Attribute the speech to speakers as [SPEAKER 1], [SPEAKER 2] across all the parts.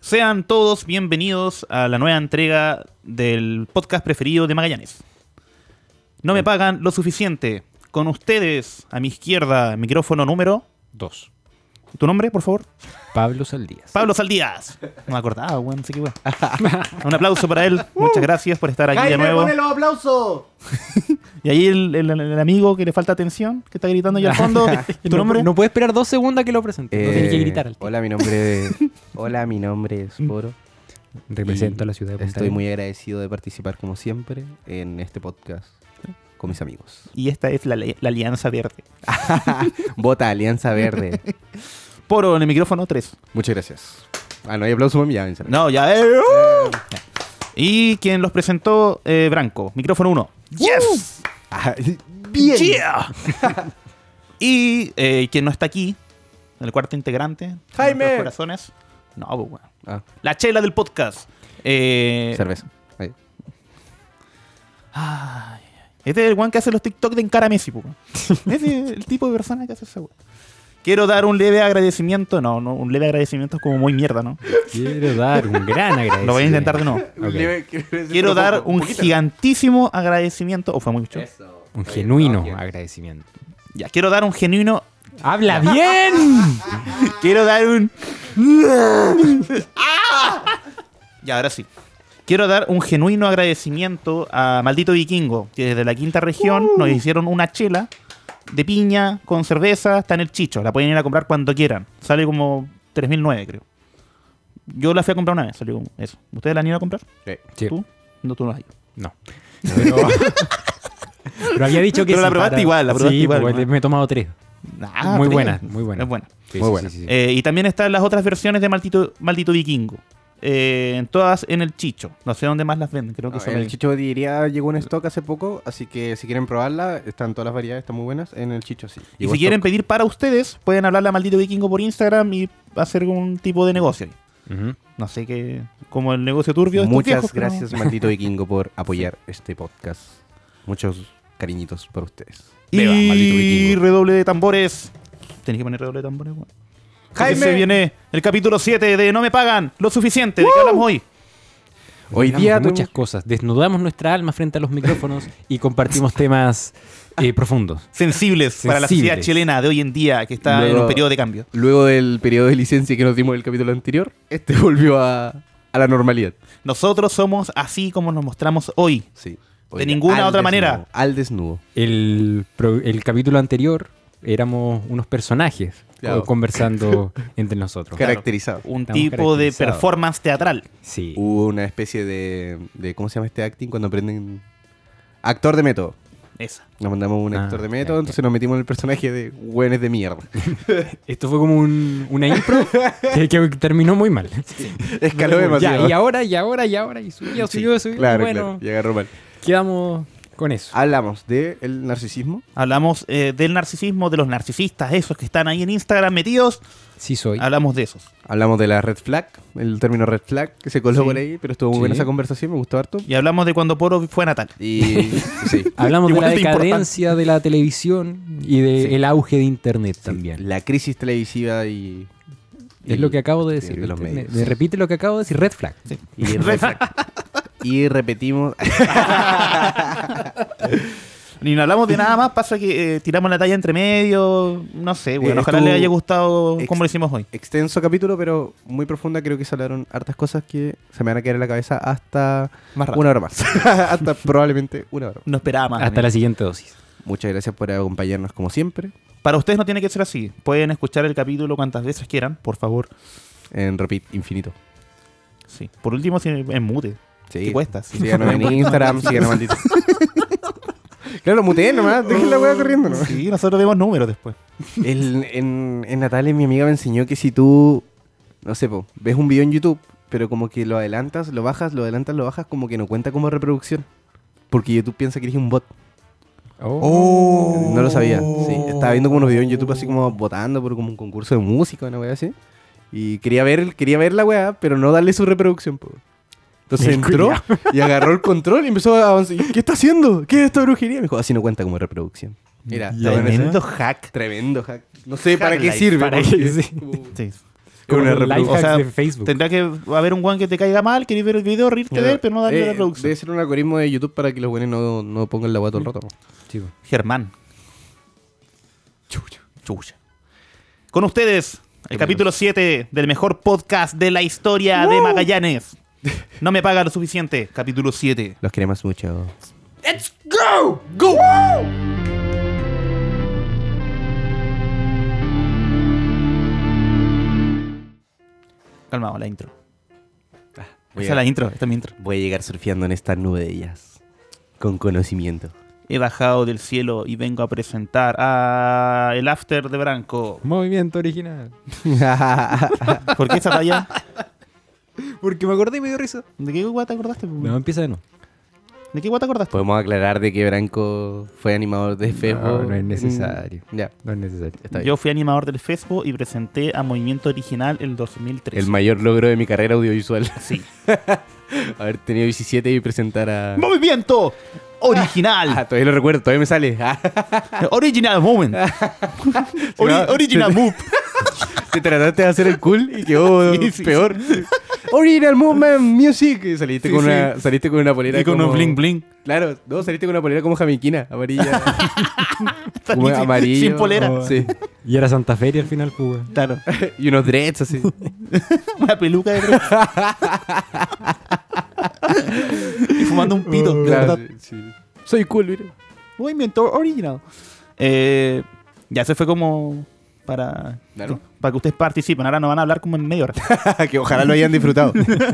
[SPEAKER 1] Sean todos bienvenidos a la nueva entrega del podcast preferido de Magallanes. No me pagan lo suficiente. Con ustedes, a mi izquierda, micrófono número.
[SPEAKER 2] Dos.
[SPEAKER 1] ¿Tu nombre, por favor?
[SPEAKER 2] Pablo Saldías.
[SPEAKER 1] Pablo Saldías. No me acordaba, weón, así que weón. Un aplauso para él. Muchas gracias por estar aquí de
[SPEAKER 3] ¡Jaime,
[SPEAKER 1] nuevo.
[SPEAKER 3] ponle los aplausos!
[SPEAKER 1] Y ahí el, el- el amigo que le falta atención, que está gritando allá al fondo. ¿Tu
[SPEAKER 2] no,
[SPEAKER 1] nombre?
[SPEAKER 2] No puede esperar dos segundos a que lo presente. no tiene que
[SPEAKER 4] Eh,
[SPEAKER 2] gritar al tío.
[SPEAKER 4] Hola, mi nombre es, hola, mi nombre es Foro.
[SPEAKER 2] Represento a la ciudad de Punta
[SPEAKER 4] Estoy
[SPEAKER 2] Arenas.
[SPEAKER 4] muy agradecido de participar, como siempre, en este podcast con mis amigos.
[SPEAKER 1] Y esta es la, la Alianza Verde.
[SPEAKER 4] Vota Alianza Verde.
[SPEAKER 1] Poro en el micrófono 3.
[SPEAKER 4] Muchas gracias. Ah, no hay aplauso para mí, ya, venceré.
[SPEAKER 1] No, ya. eh, uh. Y quien los presentó, eh, Branco. Micrófono 1. ¡Yes!
[SPEAKER 4] Ah, bien.
[SPEAKER 1] Yeah. y eh, quien no está aquí, el cuarto integrante. de
[SPEAKER 3] Jaime.
[SPEAKER 1] nuestros corazones. No, pues, weón.
[SPEAKER 4] Ah,
[SPEAKER 1] La chela del podcast. Eh,
[SPEAKER 4] cerveza. Ahí.
[SPEAKER 1] Este es el weón que hace los TikTok de encara a Messi, po, weón. Ese es el tipo de persona que hace ese weón. Quiero dar un leve agradecimiento. No, no, un leve agradecimiento es como muy mierda, ¿no?
[SPEAKER 2] Quiero dar un gran agradecimiento.
[SPEAKER 1] Lo voy a intentar de nuevo. Quiero dar un gigantísimo agradecimiento. O fue muy mucho.
[SPEAKER 2] Un genuino agradecimiento.
[SPEAKER 1] Ya, quiero dar un genuino.
[SPEAKER 2] ¡Habla bien!
[SPEAKER 1] Quiero dar un. ¡Ah! ya, ahora sí. Quiero dar un genuino agradecimiento a Maldito Vikingo, que desde la quinta región nos hicieron una chela de piña con cerveza. Está en el chicho. La pueden ir a comprar cuando quieran. Sale como 3.009, creo. Yo la fui a comprar una vez, salió como eso. ¿Ustedes la han ido a comprar?
[SPEAKER 4] Eh,
[SPEAKER 2] Sí,
[SPEAKER 1] ¿Tú? No, tú no has ido.
[SPEAKER 2] No. Pero, pero había dicho que
[SPEAKER 1] Pero la
[SPEAKER 2] sí,
[SPEAKER 1] probaste
[SPEAKER 2] para-
[SPEAKER 1] igual, la probaste
[SPEAKER 2] sí,
[SPEAKER 1] igual,
[SPEAKER 2] pues,
[SPEAKER 1] ¿no?
[SPEAKER 2] Me he tomado tres.
[SPEAKER 1] Nah,
[SPEAKER 2] muy
[SPEAKER 1] pero-
[SPEAKER 2] buena, muy buena.
[SPEAKER 1] Es buena.
[SPEAKER 2] Sí,
[SPEAKER 4] Muy
[SPEAKER 2] sí,
[SPEAKER 4] buena.
[SPEAKER 2] sí, sí, sí.
[SPEAKER 1] Eh, y también están las otras versiones de Maldito, Maldito Vikingo. Eh, en todas en el Chicho. No sé dónde más las venden. Creo que
[SPEAKER 4] no,
[SPEAKER 1] son
[SPEAKER 4] Ah, en el
[SPEAKER 1] ahí.
[SPEAKER 4] Chicho diría "Ah, llegó en stock hace poco, así que si quieren probarla, están todas las variedades, están muy buenas. En el Chicho sí.
[SPEAKER 1] Y si quieren pedir para ustedes, pueden hablarle a Maldito Vikingo por Instagram y hacer algún tipo de negocio.
[SPEAKER 2] Ujú.
[SPEAKER 1] No sé qué. Como el negocio turbio. de estos
[SPEAKER 4] Muchas
[SPEAKER 1] viejos, pero-
[SPEAKER 4] gracias, maldito vikingo, por apoyar este podcast. Muchos cariñitos para ustedes. Viva, maldito
[SPEAKER 1] Y
[SPEAKER 4] vikingo.
[SPEAKER 1] redoble de tambores. Tenés que poner redoble de tambores, weón. Porque
[SPEAKER 3] Jaime.
[SPEAKER 1] Se viene el capítulo 7 de No me pagan lo suficiente. ¿De qué hablamos hoy?
[SPEAKER 4] Hoy
[SPEAKER 2] Hablamos
[SPEAKER 4] día
[SPEAKER 2] de muchas
[SPEAKER 4] tuvimos-
[SPEAKER 2] cosas. Desnudamos nuestra alma frente a los micrófonos y compartimos temas eh, profundos.
[SPEAKER 1] Sensibles, para la
[SPEAKER 2] Sensibles.
[SPEAKER 1] sociedad chilena de hoy en día que está en
[SPEAKER 4] Luego-
[SPEAKER 1] un periodo de cambio.
[SPEAKER 4] Luego del periodo de licencia que nos dimos en el capítulo anterior, este volvió a, a la normalidad.
[SPEAKER 1] Nosotros somos así como nos mostramos hoy.
[SPEAKER 4] Sí.
[SPEAKER 1] De ninguna
[SPEAKER 4] al
[SPEAKER 1] otra
[SPEAKER 4] desnudo,
[SPEAKER 1] manera.
[SPEAKER 4] Al desnudo.
[SPEAKER 2] El, pro- el capítulo anterior éramos unos personajes
[SPEAKER 4] Claro.
[SPEAKER 2] co- conversando entre nosotros.
[SPEAKER 4] Caracterizado.
[SPEAKER 1] un
[SPEAKER 2] Estamos
[SPEAKER 1] tipo de
[SPEAKER 2] caracterizados.
[SPEAKER 1] performance teatral.
[SPEAKER 2] Sí.
[SPEAKER 4] Hubo una especie de, de- ¿Cómo se llama este acting? Cuando aprenden. Actor de método.
[SPEAKER 1] Esa.
[SPEAKER 4] Nos mandamos un
[SPEAKER 2] Ah,
[SPEAKER 4] actor de
[SPEAKER 2] ya,
[SPEAKER 4] método,
[SPEAKER 2] ya.
[SPEAKER 4] entonces nos metimos en el personaje de güenes de mierda.
[SPEAKER 2] Esto fue como un, una impro que, que terminó muy mal.
[SPEAKER 4] Escaló
[SPEAKER 2] Como, ya,
[SPEAKER 4] demasiado.
[SPEAKER 2] y ahora, y ahora, y ahora, y subió, subió, subió.
[SPEAKER 4] claro,
[SPEAKER 2] bueno,
[SPEAKER 4] claro. Ah, Y agarró mal.
[SPEAKER 2] quedamos con eso.
[SPEAKER 4] Hablamos del el narcisismo.
[SPEAKER 1] Hablamos eh, del narcisismo, de los narcisistas, esos que están ahí en Instagram metidos.
[SPEAKER 2] Sí soy.
[SPEAKER 1] Hablamos de esos.
[SPEAKER 4] Hablamos de la red flag, el término red flag que se coló
[SPEAKER 1] Sí.
[SPEAKER 4] por ahí, pero estuvo muy
[SPEAKER 2] Sí.
[SPEAKER 4] buena esa conversación, me gustó harto.
[SPEAKER 1] Y hablamos de cuando Poro fue a Natal.
[SPEAKER 4] Y sí.
[SPEAKER 2] Hablamos de
[SPEAKER 1] Igual de
[SPEAKER 2] la decadencia de la televisión y del
[SPEAKER 4] Sí.
[SPEAKER 2] auge de internet también.
[SPEAKER 4] La crisis televisiva y.
[SPEAKER 2] Es lo que acabo de decir.
[SPEAKER 4] de los
[SPEAKER 2] ¿viste? Me-
[SPEAKER 4] medios.
[SPEAKER 2] me repite lo que acabo de decir, red flag.
[SPEAKER 4] Y, re- y repetimos.
[SPEAKER 1] Ni no hablamos de nada más, pasa que eh, tiramos la talla entre medio. No sé, bueno,
[SPEAKER 4] Eh,
[SPEAKER 1] ojalá
[SPEAKER 4] estuvo
[SPEAKER 1] les haya gustado
[SPEAKER 4] ex-
[SPEAKER 1] como lo hicimos hoy.
[SPEAKER 4] Extenso capítulo, pero muy profunda. Creo que se hablaron hartas cosas que se me van a quedar en la cabeza hasta
[SPEAKER 1] Más
[SPEAKER 4] una hora más. hasta probablemente una hora. más.
[SPEAKER 1] No esperaba más.
[SPEAKER 2] Hasta
[SPEAKER 1] amigo.
[SPEAKER 2] la siguiente dosis.
[SPEAKER 4] Muchas gracias por acompañarnos como siempre.
[SPEAKER 1] Para ustedes no tiene que ser así. Pueden escuchar el capítulo cuantas veces quieran, por favor.
[SPEAKER 4] En Repeat Infinito.
[SPEAKER 1] Sí. Por último, si en mute.
[SPEAKER 4] Sí.
[SPEAKER 1] ¿Qué cuesta? Sí.
[SPEAKER 4] Síganos en Instagram, síganos maldito. Claro, muteen nomás, dejen la weá corriendo nomás.
[SPEAKER 1] Sí, nosotros vemos números después.
[SPEAKER 4] El- en, en Natales mi amiga me enseñó que si tú, no sé, po, ves un video en YouTube, pero como que lo adelantas, lo bajas, lo adelantas, lo bajas, como que no cuenta como reproducción. Porque YouTube piensa que eres un bot.
[SPEAKER 2] Oh.
[SPEAKER 4] No lo sabía. Sí, estaba viendo como unos videos en YouTube así como votando por como un concurso de música, una weá así. Y quería ver, quería ver la weá, pero no darle su reproducción, po. Entonces
[SPEAKER 2] El
[SPEAKER 4] entró y agarró el control y empezó a avanzar. ¿Qué está haciendo? ¿Qué es esta brujería? Me dijo, así no cuenta como reproducción. Mira, está bueno eso.
[SPEAKER 1] Tremendo hack.
[SPEAKER 4] Tremendo hack. No sé para qué
[SPEAKER 1] Hack life,
[SPEAKER 4] sirve.
[SPEAKER 2] para
[SPEAKER 4] porque
[SPEAKER 2] qué,
[SPEAKER 4] es
[SPEAKER 2] sí.
[SPEAKER 4] como-
[SPEAKER 1] Sí.
[SPEAKER 4] Con una
[SPEAKER 2] life
[SPEAKER 4] reproducción.
[SPEAKER 1] O sea,
[SPEAKER 2] hacks de Facebook.
[SPEAKER 1] Tendrá que haber un guan que te caiga mal, querés ver el video, rirte de él, pero no darle
[SPEAKER 4] Eh,
[SPEAKER 1] la reproducción.
[SPEAKER 4] Debe ser un algoritmo de YouTube para que los buenos no, no pongan la guata todo el rato.
[SPEAKER 2] Sí, po.
[SPEAKER 1] Germán. Chucha. Con ustedes, el capítulo 7 del mejor podcast de la historia de Magallanes. No me paga lo suficiente, capítulo 7.
[SPEAKER 4] Los queremos mucho.
[SPEAKER 1] Calmado, la intro. Esa
[SPEAKER 4] voy
[SPEAKER 1] es
[SPEAKER 4] a-
[SPEAKER 1] la intro, esta es mi intro.
[SPEAKER 4] Voy a llegar surfeando en esta nube de ellas. Con conocimiento.
[SPEAKER 1] He bajado del cielo y vengo a presentar a el after de Branco.
[SPEAKER 2] Movimiento original.
[SPEAKER 1] ¿Por qué esa talla?
[SPEAKER 2] Porque me acordé y me dio risa.
[SPEAKER 1] ¿De qué guata acordaste?
[SPEAKER 2] No, empieza de nuevo.
[SPEAKER 1] ¿De qué guata acordaste?
[SPEAKER 4] Podemos aclarar de que Branco fue animador de Facebook.
[SPEAKER 2] no es necesario.
[SPEAKER 4] Mm, Ya,
[SPEAKER 2] No es necesario.
[SPEAKER 4] está bien.
[SPEAKER 1] Yo fui animador del FESPO y presenté a Movimiento Original el 2003.
[SPEAKER 4] El mayor logro de mi carrera audiovisual.
[SPEAKER 1] Sí.
[SPEAKER 4] Haber tenido 17 y presentar a.
[SPEAKER 1] ¡Movimiento Original!
[SPEAKER 4] Ah, todavía lo recuerdo, todavía me sale. Ah,
[SPEAKER 1] original Moment. Ori-
[SPEAKER 4] No,
[SPEAKER 1] original
[SPEAKER 4] te-
[SPEAKER 1] Move.
[SPEAKER 4] te trataste de hacer el cool y quedó
[SPEAKER 1] Sí, sí,
[SPEAKER 4] peor. Original Movement Music. Y saliste,
[SPEAKER 1] Sí,
[SPEAKER 4] con
[SPEAKER 1] sí.
[SPEAKER 4] Una, saliste con una polera.
[SPEAKER 1] Y con
[SPEAKER 4] como-
[SPEAKER 1] un bling bling.
[SPEAKER 4] Claro, no, saliste con una polera como jamiquina, amarilla. como
[SPEAKER 1] Sin-
[SPEAKER 4] amarillo.
[SPEAKER 1] Sin polera.
[SPEAKER 4] o- Sí.
[SPEAKER 2] Y era Santa Feria al final, pues, weón.
[SPEAKER 1] Claro.
[SPEAKER 4] Y unos dreads así.
[SPEAKER 1] Una peluca de tres. y fumando un pito, de
[SPEAKER 4] Claro,
[SPEAKER 1] verdad.
[SPEAKER 4] sí, sí. Soy cool, mira.
[SPEAKER 1] Movimiento Original. Eh, ya se fue como para...
[SPEAKER 4] Claro.
[SPEAKER 1] Para que ustedes participen. Ahora nos van a hablar como en media hora.
[SPEAKER 4] que ojalá lo hayan disfrutado.
[SPEAKER 2] Pero
[SPEAKER 4] nadie,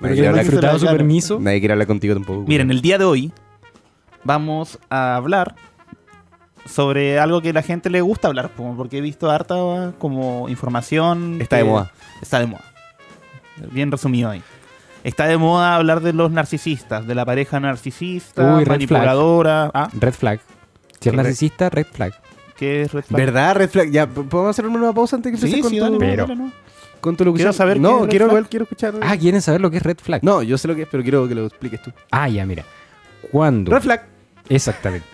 [SPEAKER 2] que
[SPEAKER 4] quiere
[SPEAKER 2] no
[SPEAKER 4] hablar,
[SPEAKER 2] disfrutado su
[SPEAKER 1] Claro.
[SPEAKER 2] permiso.
[SPEAKER 4] nadie quiere hablar contigo tampoco.
[SPEAKER 1] Miren, el día de hoy vamos a hablar sobre algo que la gente le gusta hablar, como porque he visto harta ah, como información.
[SPEAKER 4] Está
[SPEAKER 1] que-
[SPEAKER 4] de moda.
[SPEAKER 1] Está de moda. Bien resumido ahí. Está de moda hablar de los narcisistas, de la pareja narcisista,
[SPEAKER 2] Uy, red
[SPEAKER 1] manipuladora. Ah,
[SPEAKER 2] Red flag. Si
[SPEAKER 1] Sí,
[SPEAKER 2] es narcisista, red flag.
[SPEAKER 1] ¿qué es red flag?
[SPEAKER 4] ¿Verdad, Red Flag? Ya, ¿p- ¿podemos hacer una pausa antes de que
[SPEAKER 1] Sí,
[SPEAKER 4] empieces
[SPEAKER 1] sí,
[SPEAKER 4] con, tu,
[SPEAKER 1] dale, dale,
[SPEAKER 2] Pero-
[SPEAKER 1] dale, no.
[SPEAKER 4] con tu locución?
[SPEAKER 1] Quiero saber qué es
[SPEAKER 4] No,
[SPEAKER 1] Red
[SPEAKER 4] quiero
[SPEAKER 1] Flag.
[SPEAKER 4] igual, quiero escuchar.
[SPEAKER 2] Ah, ¿quieren saber lo que es red flag?
[SPEAKER 4] No, yo sé lo que es, pero quiero que lo expliques tú.
[SPEAKER 2] Ah, ya, mira. Cuando.
[SPEAKER 4] Red Flag.
[SPEAKER 2] Exactamente.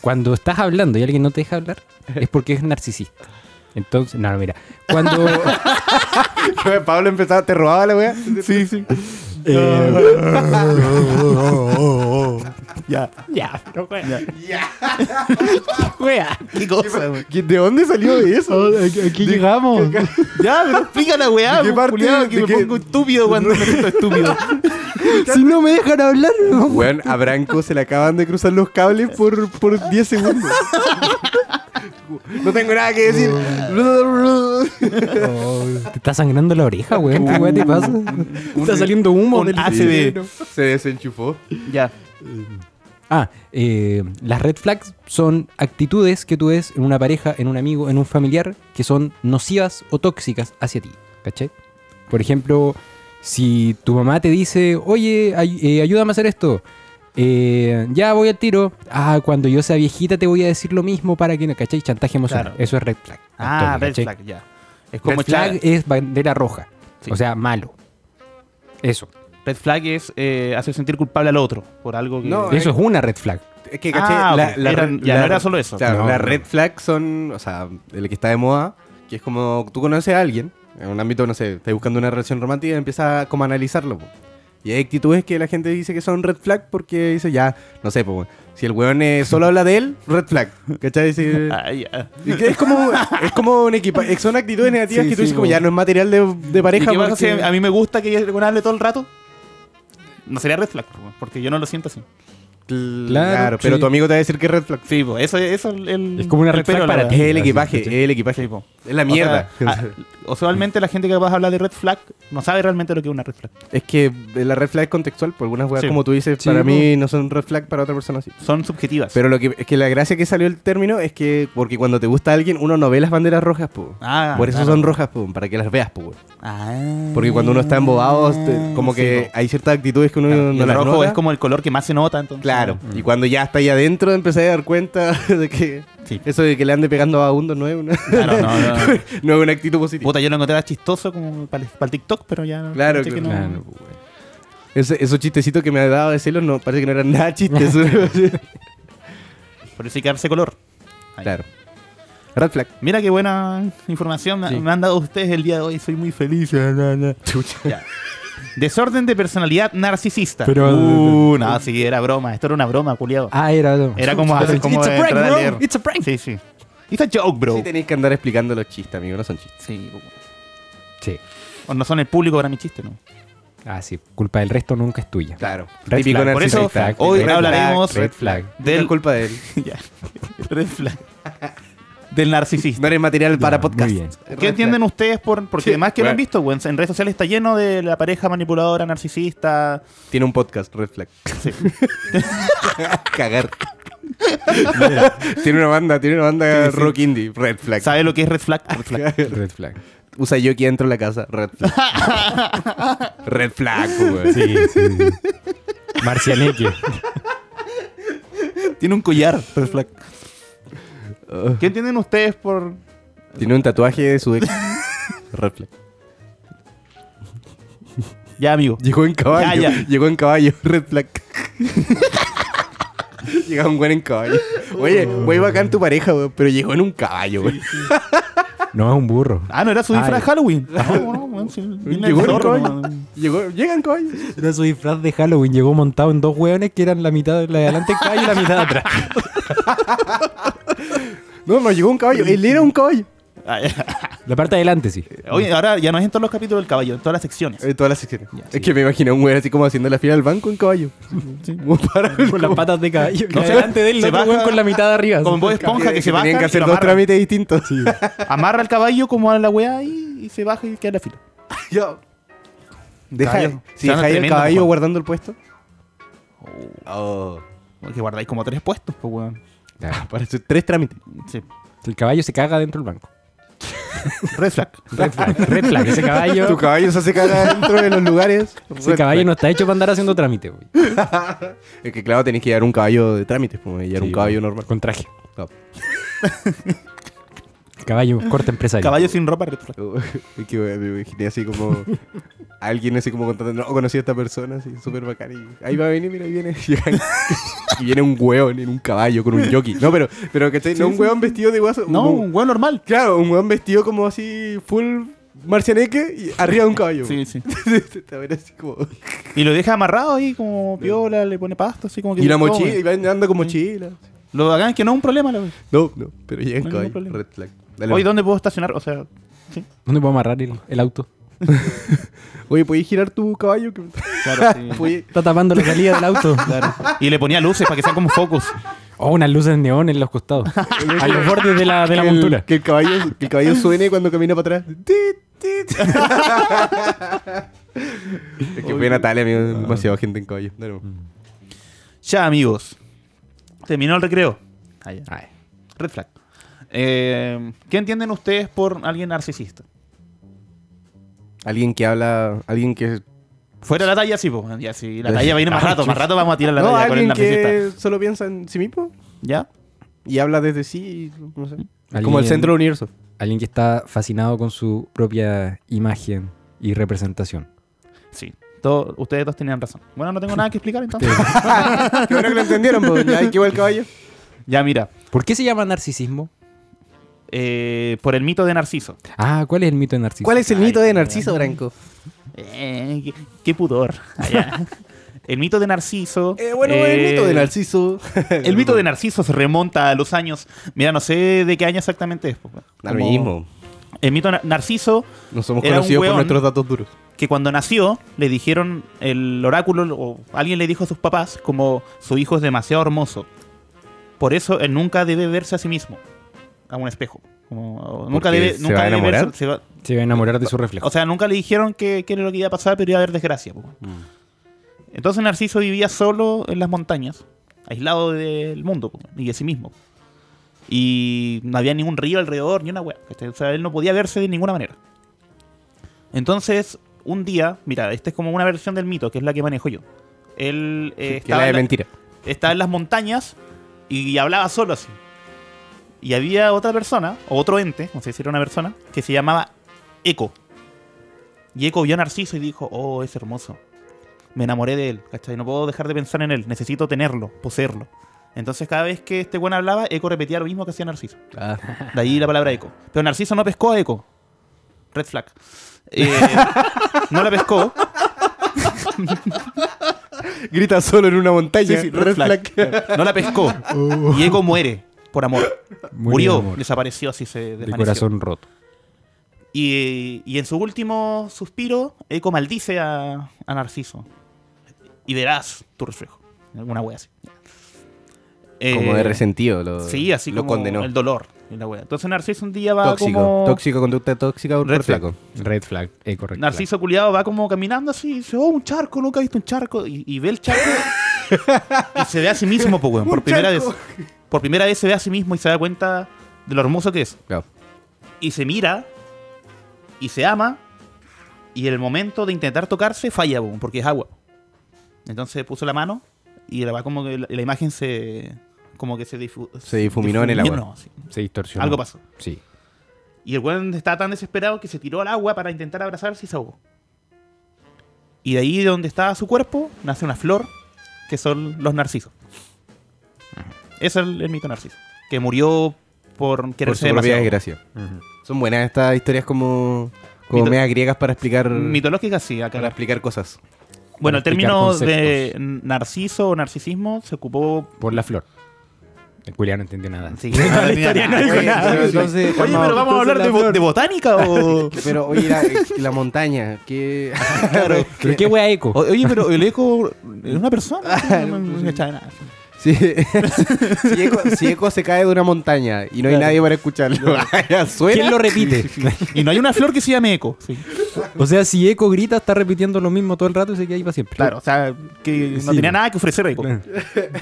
[SPEAKER 2] Cuando estás hablando y alguien no te deja hablar, es porque es narcisista. Entonces, no, no, mira. Cuando.
[SPEAKER 4] Pablo empezaba, te robaba la wea.
[SPEAKER 1] Sí, sí.
[SPEAKER 2] eh,
[SPEAKER 1] Ya.
[SPEAKER 2] ya, pero wea.
[SPEAKER 1] Ya.
[SPEAKER 2] Wea.
[SPEAKER 1] ¿Qué cosa, güey?
[SPEAKER 4] ¿Qué- ¿De dónde salió eso?
[SPEAKER 2] Aquí llegamos.
[SPEAKER 1] Ya, pero explica la weá,
[SPEAKER 4] ¿De qué
[SPEAKER 1] pues,
[SPEAKER 4] parte?
[SPEAKER 1] culiao, que
[SPEAKER 4] ¿De
[SPEAKER 1] me
[SPEAKER 4] qué?
[SPEAKER 1] pongo estúpido cuando me siento estúpido.
[SPEAKER 2] Si no me dejan hablar, no.
[SPEAKER 4] Weón, a Branco se le acaban de cruzar los cables por, por 10 segundos. No tengo nada que decir.
[SPEAKER 2] Oh, Te está sangrando la oreja, weón. ¿Qué weá te pasa? Está saliendo humo
[SPEAKER 1] un
[SPEAKER 2] del
[SPEAKER 1] ácido.
[SPEAKER 2] cerebro.
[SPEAKER 4] se desenchufó.
[SPEAKER 1] Ya.
[SPEAKER 2] Ah, eh, las red flags son actitudes que tú ves en una pareja, en un amigo, en un familiar, que son nocivas o tóxicas hacia ti. ¿Cachai? Por ejemplo, si tu mamá te dice, oye, ay- eh, ayúdame a hacer esto. eh, ya voy al tiro. Ah, cuando yo sea viejita te voy a decir lo mismo para que no, ¿cachai? Chantaje emocional.
[SPEAKER 1] Claro.
[SPEAKER 2] Eso es red flag.
[SPEAKER 1] Ah,
[SPEAKER 2] Antonio,
[SPEAKER 1] red
[SPEAKER 2] ¿cachai?
[SPEAKER 1] flag, ya. Es
[SPEAKER 2] Red
[SPEAKER 1] como
[SPEAKER 2] flag
[SPEAKER 1] echar-
[SPEAKER 2] es bandera roja.
[SPEAKER 1] Sí.
[SPEAKER 2] O sea, malo. Eso.
[SPEAKER 1] Red flag es eh, hacer sentir culpable al otro por algo que.
[SPEAKER 4] No,
[SPEAKER 2] Eso es una red flag.
[SPEAKER 4] Es que caché,
[SPEAKER 1] Ah,
[SPEAKER 4] la,
[SPEAKER 1] ok.
[SPEAKER 4] la-
[SPEAKER 1] Eran- ya,
[SPEAKER 4] la-
[SPEAKER 1] no era solo eso.
[SPEAKER 4] O sea,
[SPEAKER 2] No,
[SPEAKER 4] las
[SPEAKER 2] no.
[SPEAKER 4] red flags son, o sea, el que está de moda, que es como tú conoces a alguien, en un ámbito, no sé, estás buscando una relación romántica y empiezas a como a analizarlo. po. Y hay actitudes que la gente dice que son red flag porque dice, ya, no sé, po, weón, si el weón eh, solo habla de él, red flag. ¿Cachai? Dice,
[SPEAKER 1] Ah, ya.
[SPEAKER 4] y que es como, es como un equipa eh, son actitudes negativas
[SPEAKER 1] Sí,
[SPEAKER 4] que
[SPEAKER 1] sí,
[SPEAKER 4] tú dices, como,
[SPEAKER 1] po.
[SPEAKER 4] ya no es material de, de
[SPEAKER 1] ¿Y
[SPEAKER 4] pareja.
[SPEAKER 1] qué pasa si
[SPEAKER 4] porque-
[SPEAKER 1] a mí me gusta que yo hable todo el rato? No sería red flag, po, porque yo no lo siento así.
[SPEAKER 4] Claro,
[SPEAKER 2] Claro,
[SPEAKER 4] pero
[SPEAKER 2] sí.
[SPEAKER 4] tu amigo te va a decir que es red flag.
[SPEAKER 1] Sí, po, eso, eso el, el-
[SPEAKER 2] Es como una
[SPEAKER 1] el
[SPEAKER 2] red flag
[SPEAKER 1] pelo, la
[SPEAKER 2] para
[SPEAKER 1] verdad.
[SPEAKER 4] Es el
[SPEAKER 2] Así,
[SPEAKER 4] equipaje, es
[SPEAKER 2] ¿cachai?
[SPEAKER 4] el equipaje.
[SPEAKER 1] Sí, po.
[SPEAKER 4] Es la
[SPEAKER 1] O
[SPEAKER 4] mierda.
[SPEAKER 1] sea, ah, usualmente la gente que vas a hablar de red flag no sabe realmente lo que es una red flag.
[SPEAKER 4] Es que la red flag es contextual, por algunas weas,
[SPEAKER 1] Sí.
[SPEAKER 4] como tú dices,
[SPEAKER 2] Sí,
[SPEAKER 4] para
[SPEAKER 2] po.
[SPEAKER 4] mí no son red flag, para otra persona sí.
[SPEAKER 1] Son subjetivas.
[SPEAKER 4] Pero lo que es que la gracia que salió el término es que porque cuando te gusta alguien, uno no ve las banderas rojas, po.
[SPEAKER 1] Ah,
[SPEAKER 4] por eso
[SPEAKER 1] claro.
[SPEAKER 4] son rojas, po, para que las veas, po.
[SPEAKER 1] Ah.
[SPEAKER 4] Porque cuando uno está embobado, te- como
[SPEAKER 1] Mm, Sí,
[SPEAKER 4] que
[SPEAKER 1] po.
[SPEAKER 4] hay ciertas actitudes que uno
[SPEAKER 1] Claro, y
[SPEAKER 4] no
[SPEAKER 1] el
[SPEAKER 4] las
[SPEAKER 1] rojo
[SPEAKER 4] nota.
[SPEAKER 1] es como el color que más se nota, entonces.
[SPEAKER 4] Claro, y cuando ya está ahí adentro, empecé a dar cuenta de que
[SPEAKER 1] Sí.
[SPEAKER 4] eso de que le ande pegando a vagabundos no es una,
[SPEAKER 1] Claro, no, no, no.
[SPEAKER 4] no es una actitud positiva.
[SPEAKER 1] Puta, yo lo encontraba chistoso como para el, para el TikTok, pero ya.
[SPEAKER 4] Claro,
[SPEAKER 1] caché que
[SPEAKER 4] claro.
[SPEAKER 1] no-
[SPEAKER 4] Ese- esos chistecitos que me ha dado de celos no, parece que no eran nada chistes.
[SPEAKER 1] Por eso hay que darse color. Ahí.
[SPEAKER 4] claro. Red flag.
[SPEAKER 1] Mira qué buena información me-
[SPEAKER 2] Sí.
[SPEAKER 1] me han dado ustedes el día de hoy. Soy muy feliz. Ya. Desorden de personalidad narcisista.
[SPEAKER 2] Pero-
[SPEAKER 1] Uh, no, sí, era broma. Esto era una broma, culiado.
[SPEAKER 2] Ah, era.
[SPEAKER 1] Era como
[SPEAKER 2] It's
[SPEAKER 1] hacer
[SPEAKER 2] a
[SPEAKER 1] como
[SPEAKER 2] prank,
[SPEAKER 1] entrar a
[SPEAKER 2] bro.
[SPEAKER 1] leer.
[SPEAKER 2] It's a prank.
[SPEAKER 1] Sí, sí. It's a joke, bro.
[SPEAKER 4] Sí tenéis que andar explicando los chistes, amigo, no son chistes.
[SPEAKER 1] Sí, po.
[SPEAKER 2] Sí.
[SPEAKER 1] O no son el público para mi chiste, ¿no?
[SPEAKER 2] Ah, sí. Culpa del resto nunca es tuya.
[SPEAKER 4] Claro.
[SPEAKER 2] Red flag.
[SPEAKER 1] Por eso,
[SPEAKER 4] narcisista.
[SPEAKER 1] flag, hoy
[SPEAKER 4] Red flag,
[SPEAKER 1] hablaremos-
[SPEAKER 4] red
[SPEAKER 2] Red flag.
[SPEAKER 4] del...
[SPEAKER 1] del-
[SPEAKER 4] es culpa de él.
[SPEAKER 1] ya. Red flag. Del narcisista.
[SPEAKER 4] No eres material para
[SPEAKER 2] Ya,
[SPEAKER 4] podcast.
[SPEAKER 2] muy bien.
[SPEAKER 4] Red
[SPEAKER 1] ¿Qué
[SPEAKER 4] flag.
[SPEAKER 1] entienden ustedes por.? Porque
[SPEAKER 4] Sí,
[SPEAKER 1] además que lo han
[SPEAKER 4] bueno.
[SPEAKER 1] visto, güey, en redes sociales está lleno de la pareja manipuladora, narcisista.
[SPEAKER 4] Tiene un podcast, Red Flag.
[SPEAKER 1] Sí.
[SPEAKER 4] Cagar. tiene una banda, tiene una banda
[SPEAKER 2] Sí, sí.
[SPEAKER 4] rock indie, Red Flag.
[SPEAKER 1] ¿Sabe lo que es red flag? Red flag.
[SPEAKER 2] Red flag.
[SPEAKER 4] Usa yo aquí dentro de la casa, Red Flag. red Flag, güey.
[SPEAKER 2] Sí, sí. Marcianeque.
[SPEAKER 1] Tiene un collar, red flag. ¿Qué entienden ustedes por.?
[SPEAKER 4] Tiene un tatuaje de su ex. red Flag.
[SPEAKER 1] Ya, amigo.
[SPEAKER 4] Llegó en caballo.
[SPEAKER 1] Ya, ya.
[SPEAKER 4] Llegó en caballo, Red Flag. Llega un buen en caballo. Oye, muy bacán tu pareja, güey, pero llegó en un caballo, güey.
[SPEAKER 2] No, es un burro.
[SPEAKER 1] Ah, no era su
[SPEAKER 2] Ah,
[SPEAKER 1] disfraz
[SPEAKER 2] ya.
[SPEAKER 1] Halloween. No, no, güey, sí, viene el
[SPEAKER 4] Llegó en
[SPEAKER 1] zorro,
[SPEAKER 4] caballo.
[SPEAKER 1] no.
[SPEAKER 4] Llegó, llega en caballo.
[SPEAKER 2] Era su disfraz de Halloween. Llegó montado en dos hueones que eran la mitad, la de adelante caballo y la mitad de atrás.
[SPEAKER 4] No, no, llegó un caballo. Él era un caballo.
[SPEAKER 1] Ah, ya.
[SPEAKER 2] La parte de adelante, sí.
[SPEAKER 1] Oye, ahora ya no es en todos los capítulos del caballo, en todas las secciones.
[SPEAKER 4] En Eh, todas las secciones.
[SPEAKER 2] Ya,
[SPEAKER 4] es
[SPEAKER 2] sí.
[SPEAKER 4] que me imagino a un güey así como haciendo la fila al banco en caballo.
[SPEAKER 1] Sí.
[SPEAKER 4] Como para
[SPEAKER 2] Con las patas de caballo.
[SPEAKER 1] No, se-
[SPEAKER 2] delante de él,
[SPEAKER 1] se
[SPEAKER 2] el otro
[SPEAKER 1] baja-
[SPEAKER 2] hueón con la mitad de arriba.
[SPEAKER 1] Con Bob
[SPEAKER 4] Que-
[SPEAKER 1] Esponja que,
[SPEAKER 4] que
[SPEAKER 1] se baja.
[SPEAKER 4] Tenían que hacer
[SPEAKER 1] y lo
[SPEAKER 4] dos
[SPEAKER 1] amarra.
[SPEAKER 4] trámites distintos.
[SPEAKER 1] Amarra el caballo como a la weá y, y se baja y queda en la fila.
[SPEAKER 4] Yo. Deja,
[SPEAKER 1] Caballo.
[SPEAKER 4] si
[SPEAKER 1] Son
[SPEAKER 4] dejáis el
[SPEAKER 1] tremendos,
[SPEAKER 4] caballo
[SPEAKER 1] Juan. Oh.
[SPEAKER 4] guardando el puesto. Oh,
[SPEAKER 1] Porque guardáis como tres puestos, pues weón.
[SPEAKER 2] Claro.
[SPEAKER 4] Para hacer tres trámites.
[SPEAKER 1] Sí.
[SPEAKER 2] El caballo se caga dentro del banco.
[SPEAKER 1] Red flag.
[SPEAKER 2] Red flag. Red flag. Ese
[SPEAKER 4] Tu
[SPEAKER 2] caballo.
[SPEAKER 4] caballo se hace cagar dentro de los lugares.
[SPEAKER 2] Ese caballo no está hecho para andar haciendo trámite, güey.
[SPEAKER 4] Es que claro, tenés que llevar un caballo de trámites, como llevar un
[SPEAKER 2] Sí,
[SPEAKER 4] caballo
[SPEAKER 2] güey.
[SPEAKER 4] normal.
[SPEAKER 2] Con traje.
[SPEAKER 4] No.
[SPEAKER 2] Caballo, corte empresario.
[SPEAKER 1] Caballo sin ropa, red flag.
[SPEAKER 4] Es que güey, me imaginé así como alguien así como contando, no, conocí a esta persona, así súper bacán. Y ahí va a venir, mira, ahí viene. Llegan. y viene un hueón en un caballo con un jockey. No, pero, pero ¿cachai? no un hueón vestido de guaso.
[SPEAKER 1] No,
[SPEAKER 4] como-
[SPEAKER 1] un weón normal.
[SPEAKER 4] Claro, un hueón vestido como así, full marcianeque y arriba de un caballo.
[SPEAKER 1] Sí, sí.
[SPEAKER 4] Te ven así como-
[SPEAKER 1] Y lo deja amarrado ahí como piola, le pone pasto, así como que.
[SPEAKER 4] Y la
[SPEAKER 1] come.
[SPEAKER 4] mochila, y va andando con mochila.
[SPEAKER 1] Lo bacán es que no es un problema, la wea.
[SPEAKER 4] No, no, pero llega en
[SPEAKER 1] No hay ningún
[SPEAKER 4] caballo.
[SPEAKER 1] problema.
[SPEAKER 4] Red flag. Dale.
[SPEAKER 1] Oye, ¿dónde puedo estacionar? O sea,
[SPEAKER 2] ¿Dónde puedo amarrar el, el auto?
[SPEAKER 4] Oye, ¿puedes girar tu caballo? Que-
[SPEAKER 1] claro, sí.
[SPEAKER 4] Oye,
[SPEAKER 2] Está tapando la salida del auto.
[SPEAKER 1] Claro. Y le ponía luces para que sean como focos.
[SPEAKER 2] Oh, unas luces neón en los costados. a los bordes de la, de la
[SPEAKER 4] que el-
[SPEAKER 2] montura.
[SPEAKER 4] Que el, caballo, que el caballo suene cuando camina para atrás. Tit, tit. es que fue Natalia, amigo.
[SPEAKER 1] Ah.
[SPEAKER 4] Demasiada gente en caballo. Dale, mo.
[SPEAKER 1] Mm. Ya, amigos. Terminó el recreo.
[SPEAKER 2] Ay.
[SPEAKER 1] Red flag. Eh, ¿Qué entienden ustedes por alguien narcisista?
[SPEAKER 4] Alguien que habla. Alguien que.
[SPEAKER 1] Fuera la talla, sí, pues. Ya, sí. La talla viene más rato. Más rato vamos a tirar la
[SPEAKER 4] no,
[SPEAKER 1] talla con el
[SPEAKER 4] alguien
[SPEAKER 1] narcisista.
[SPEAKER 4] que solo piensa en sí mismo
[SPEAKER 1] ¿Ya? y
[SPEAKER 4] y habla desde sí. y no sé.
[SPEAKER 2] Alguien-
[SPEAKER 4] Como el centro del universo.
[SPEAKER 2] Alguien que está fascinado con su propia imagen y representación.
[SPEAKER 1] Sí. Todo- ustedes dos tenían razón. Bueno, no tengo nada que explicar entonces.
[SPEAKER 4] Qué bueno que lo entendieron, pues. Ya, ¿y qué va el caballo?
[SPEAKER 1] ya, mira.
[SPEAKER 2] ¿Por qué se llama narcisismo?
[SPEAKER 1] eh, por el mito de Narciso.
[SPEAKER 2] Ah, ¿cuál es el mito de narcisismo?
[SPEAKER 4] ¿Cuál es el mito de Narciso Branco?
[SPEAKER 1] Eh, qué, qué pudor. Ah, ya. el mito de Narciso.
[SPEAKER 4] Eh, bueno, el mito de
[SPEAKER 1] Narciso
[SPEAKER 4] Narciso.
[SPEAKER 1] El mito de Narciso se remonta a los años. Mira, no sé de qué año exactamente es. po,
[SPEAKER 4] Da
[SPEAKER 1] como-
[SPEAKER 4] lo mismo.
[SPEAKER 1] El mito na- Narciso,
[SPEAKER 4] No somos
[SPEAKER 1] Era un
[SPEAKER 4] conocidos por
[SPEAKER 1] weón.
[SPEAKER 4] nuestros datos duros.
[SPEAKER 1] que cuando nació, le dijeron el oráculo, o alguien le dijo a sus papás, como su hijo es demasiado hermoso. Por eso él nunca debe verse a sí mismo, a un espejo. Como, nunca
[SPEAKER 4] Porque
[SPEAKER 1] debe,
[SPEAKER 4] se
[SPEAKER 1] nunca
[SPEAKER 4] va a
[SPEAKER 1] debe
[SPEAKER 4] enamorar.
[SPEAKER 1] verse- se va-
[SPEAKER 2] Se va a enamorar de su reflejo.
[SPEAKER 1] o sea, nunca le dijeron que, que era lo que iba a pasar, pero iba a haber desgracia. po.
[SPEAKER 4] Mm.
[SPEAKER 1] Entonces Narciso vivía solo en las montañas, aislado del mundo po, y de sí mismo. Y no había ningún río alrededor, ni una hueá. ¿cachai? O sea, él no podía verse de ninguna manera. Entonces, un día, mira, esta es como una versión del mito, que es la que manejo yo. Él eh,
[SPEAKER 4] que
[SPEAKER 1] estaba,
[SPEAKER 4] la de
[SPEAKER 1] en la-
[SPEAKER 4] mentira.
[SPEAKER 1] estaba en las montañas y hablaba solo así. Y había otra persona, o otro ente, no sé si era una persona, que se llamaba Eco. Y Eco vio a Narciso y dijo, oh, es hermoso. Me enamoré de él, ¿cachai? No puedo dejar de pensar en él, necesito tenerlo, poseerlo. Entonces, cada vez que este weón hablaba, Eco repetía lo mismo que hacía Narciso.
[SPEAKER 2] Ah,
[SPEAKER 1] De ahí la palabra eco. Pero Narciso no pescó a eco. Red flag. Eh, no la pescó.
[SPEAKER 4] Grita solo en una montaña.
[SPEAKER 1] Sí, sí, red flag. No la pescó. Y eco muere por amor. Murió,
[SPEAKER 2] Uh. de amor,
[SPEAKER 1] desapareció, así se
[SPEAKER 2] de
[SPEAKER 1] desvaneció.
[SPEAKER 2] corazón roto.
[SPEAKER 1] Y, y en su último suspiro, Eco maldice a, a Narciso. Y verás tu reflejo. Alguna wea así.
[SPEAKER 4] Como
[SPEAKER 1] Eh,
[SPEAKER 4] de resentido. Lo,
[SPEAKER 1] Sí, así
[SPEAKER 4] lo
[SPEAKER 1] como
[SPEAKER 4] condenó.
[SPEAKER 1] el dolor. y la wea. Entonces Narciso un día va
[SPEAKER 4] Tóxico.
[SPEAKER 1] como...
[SPEAKER 4] Tóxico, conducta tóxica por
[SPEAKER 1] Red
[SPEAKER 4] red flag.
[SPEAKER 2] Red flag, eh, correcto.
[SPEAKER 1] Narciso culiado va como caminando así, y dice, oh, un charco, nunca he visto un charco. Y, y ve el charco y se ve a sí mismo, po, weón, por
[SPEAKER 4] Un
[SPEAKER 1] primera
[SPEAKER 4] charco.
[SPEAKER 1] vez. Por primera vez se ve a sí mismo y se da cuenta de lo hermoso que es.
[SPEAKER 4] Claro.
[SPEAKER 1] Y se mira y se ama. Y el momento de intentar tocarse falla, po, porque es agua. Entonces puso la mano y la, va como que la, la imagen se. como que se, difu-
[SPEAKER 4] Se difuminó en el
[SPEAKER 1] difuminó,
[SPEAKER 4] agua.
[SPEAKER 1] así.
[SPEAKER 2] Se distorsionó.
[SPEAKER 1] Algo pasó.
[SPEAKER 2] Sí.
[SPEAKER 1] Y el weón estaba tan desesperado que se tiró al agua para intentar abrazarse y se ahogó. Y de ahí de donde estaba su cuerpo nace una flor que son los narcisos. Ese es el, el mito narciso. Que murió por
[SPEAKER 4] Por
[SPEAKER 1] quererse
[SPEAKER 4] su propia
[SPEAKER 1] demasiado.
[SPEAKER 4] desgracia. Son buenas estas historias como, como
[SPEAKER 1] Mito-
[SPEAKER 4] meas griegas para explicar,
[SPEAKER 1] Mitológica, sí, acá.
[SPEAKER 4] para explicar cosas.
[SPEAKER 1] bueno, el
[SPEAKER 2] para
[SPEAKER 1] término
[SPEAKER 2] explicar
[SPEAKER 1] de narciso o narcisismo se ocupó.
[SPEAKER 2] Por la flor. El culiao no entendió
[SPEAKER 4] Ah,
[SPEAKER 2] nada.
[SPEAKER 1] Sí, no tenía nada.
[SPEAKER 4] dijo nada.
[SPEAKER 1] Oye,
[SPEAKER 4] Entonces,
[SPEAKER 1] Oye,
[SPEAKER 4] calmado.
[SPEAKER 1] pero vamos a hablar
[SPEAKER 4] Entonces,
[SPEAKER 1] de,
[SPEAKER 4] la
[SPEAKER 1] bo-
[SPEAKER 4] flor.
[SPEAKER 1] de botánica o.
[SPEAKER 4] Pero oye, la, la montaña, que... claro.
[SPEAKER 2] ¿Pero qué wea eco?
[SPEAKER 1] O- Oye, pero el eco es una persona. No, no, no cachaba nada.
[SPEAKER 4] Si, si Eco, si Eco se cae de una montaña y no hay
[SPEAKER 1] Claro.
[SPEAKER 4] nadie para escucharlo, ya suena.
[SPEAKER 2] ¿Quién lo repite?
[SPEAKER 1] Y no hay una flor que se llame eco. Sí.
[SPEAKER 2] o sea, si eco grita, está repitiendo lo mismo todo el rato y se queda ahí para siempre.
[SPEAKER 1] Claro, o sea, que no
[SPEAKER 2] Sí.
[SPEAKER 1] tenía nada que ofrecer Eco.
[SPEAKER 2] Claro.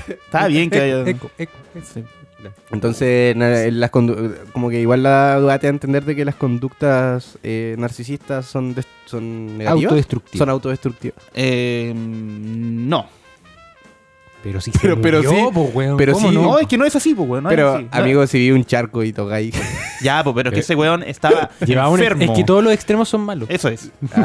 [SPEAKER 1] Estaba bien que haya...
[SPEAKER 2] Eco, eco, eco.
[SPEAKER 1] Sí.
[SPEAKER 4] Entonces, na- las condu- como que igual la duda te da a entender de que las conductas eh, narcisistas son, des- son negativas.
[SPEAKER 2] Autodestructivo.
[SPEAKER 4] Son autodestructivas.
[SPEAKER 1] Eh, no.
[SPEAKER 2] Pero sí,
[SPEAKER 4] Pero-
[SPEAKER 2] se
[SPEAKER 4] pero
[SPEAKER 2] murió,
[SPEAKER 4] sí,
[SPEAKER 2] po, weón,
[SPEAKER 4] pero
[SPEAKER 2] ¿cómo
[SPEAKER 4] sí.
[SPEAKER 1] No,
[SPEAKER 2] no?
[SPEAKER 1] es que no es así, pues, weón. no es
[SPEAKER 4] Pero,
[SPEAKER 1] así.
[SPEAKER 4] amigo, si vi un charco y tocáis.
[SPEAKER 1] Ya, pues, pero es que ese weón estaba
[SPEAKER 2] Llevaba un-
[SPEAKER 1] enfermo.
[SPEAKER 2] Es que todos los extremos son malos.
[SPEAKER 1] Eso es. Fue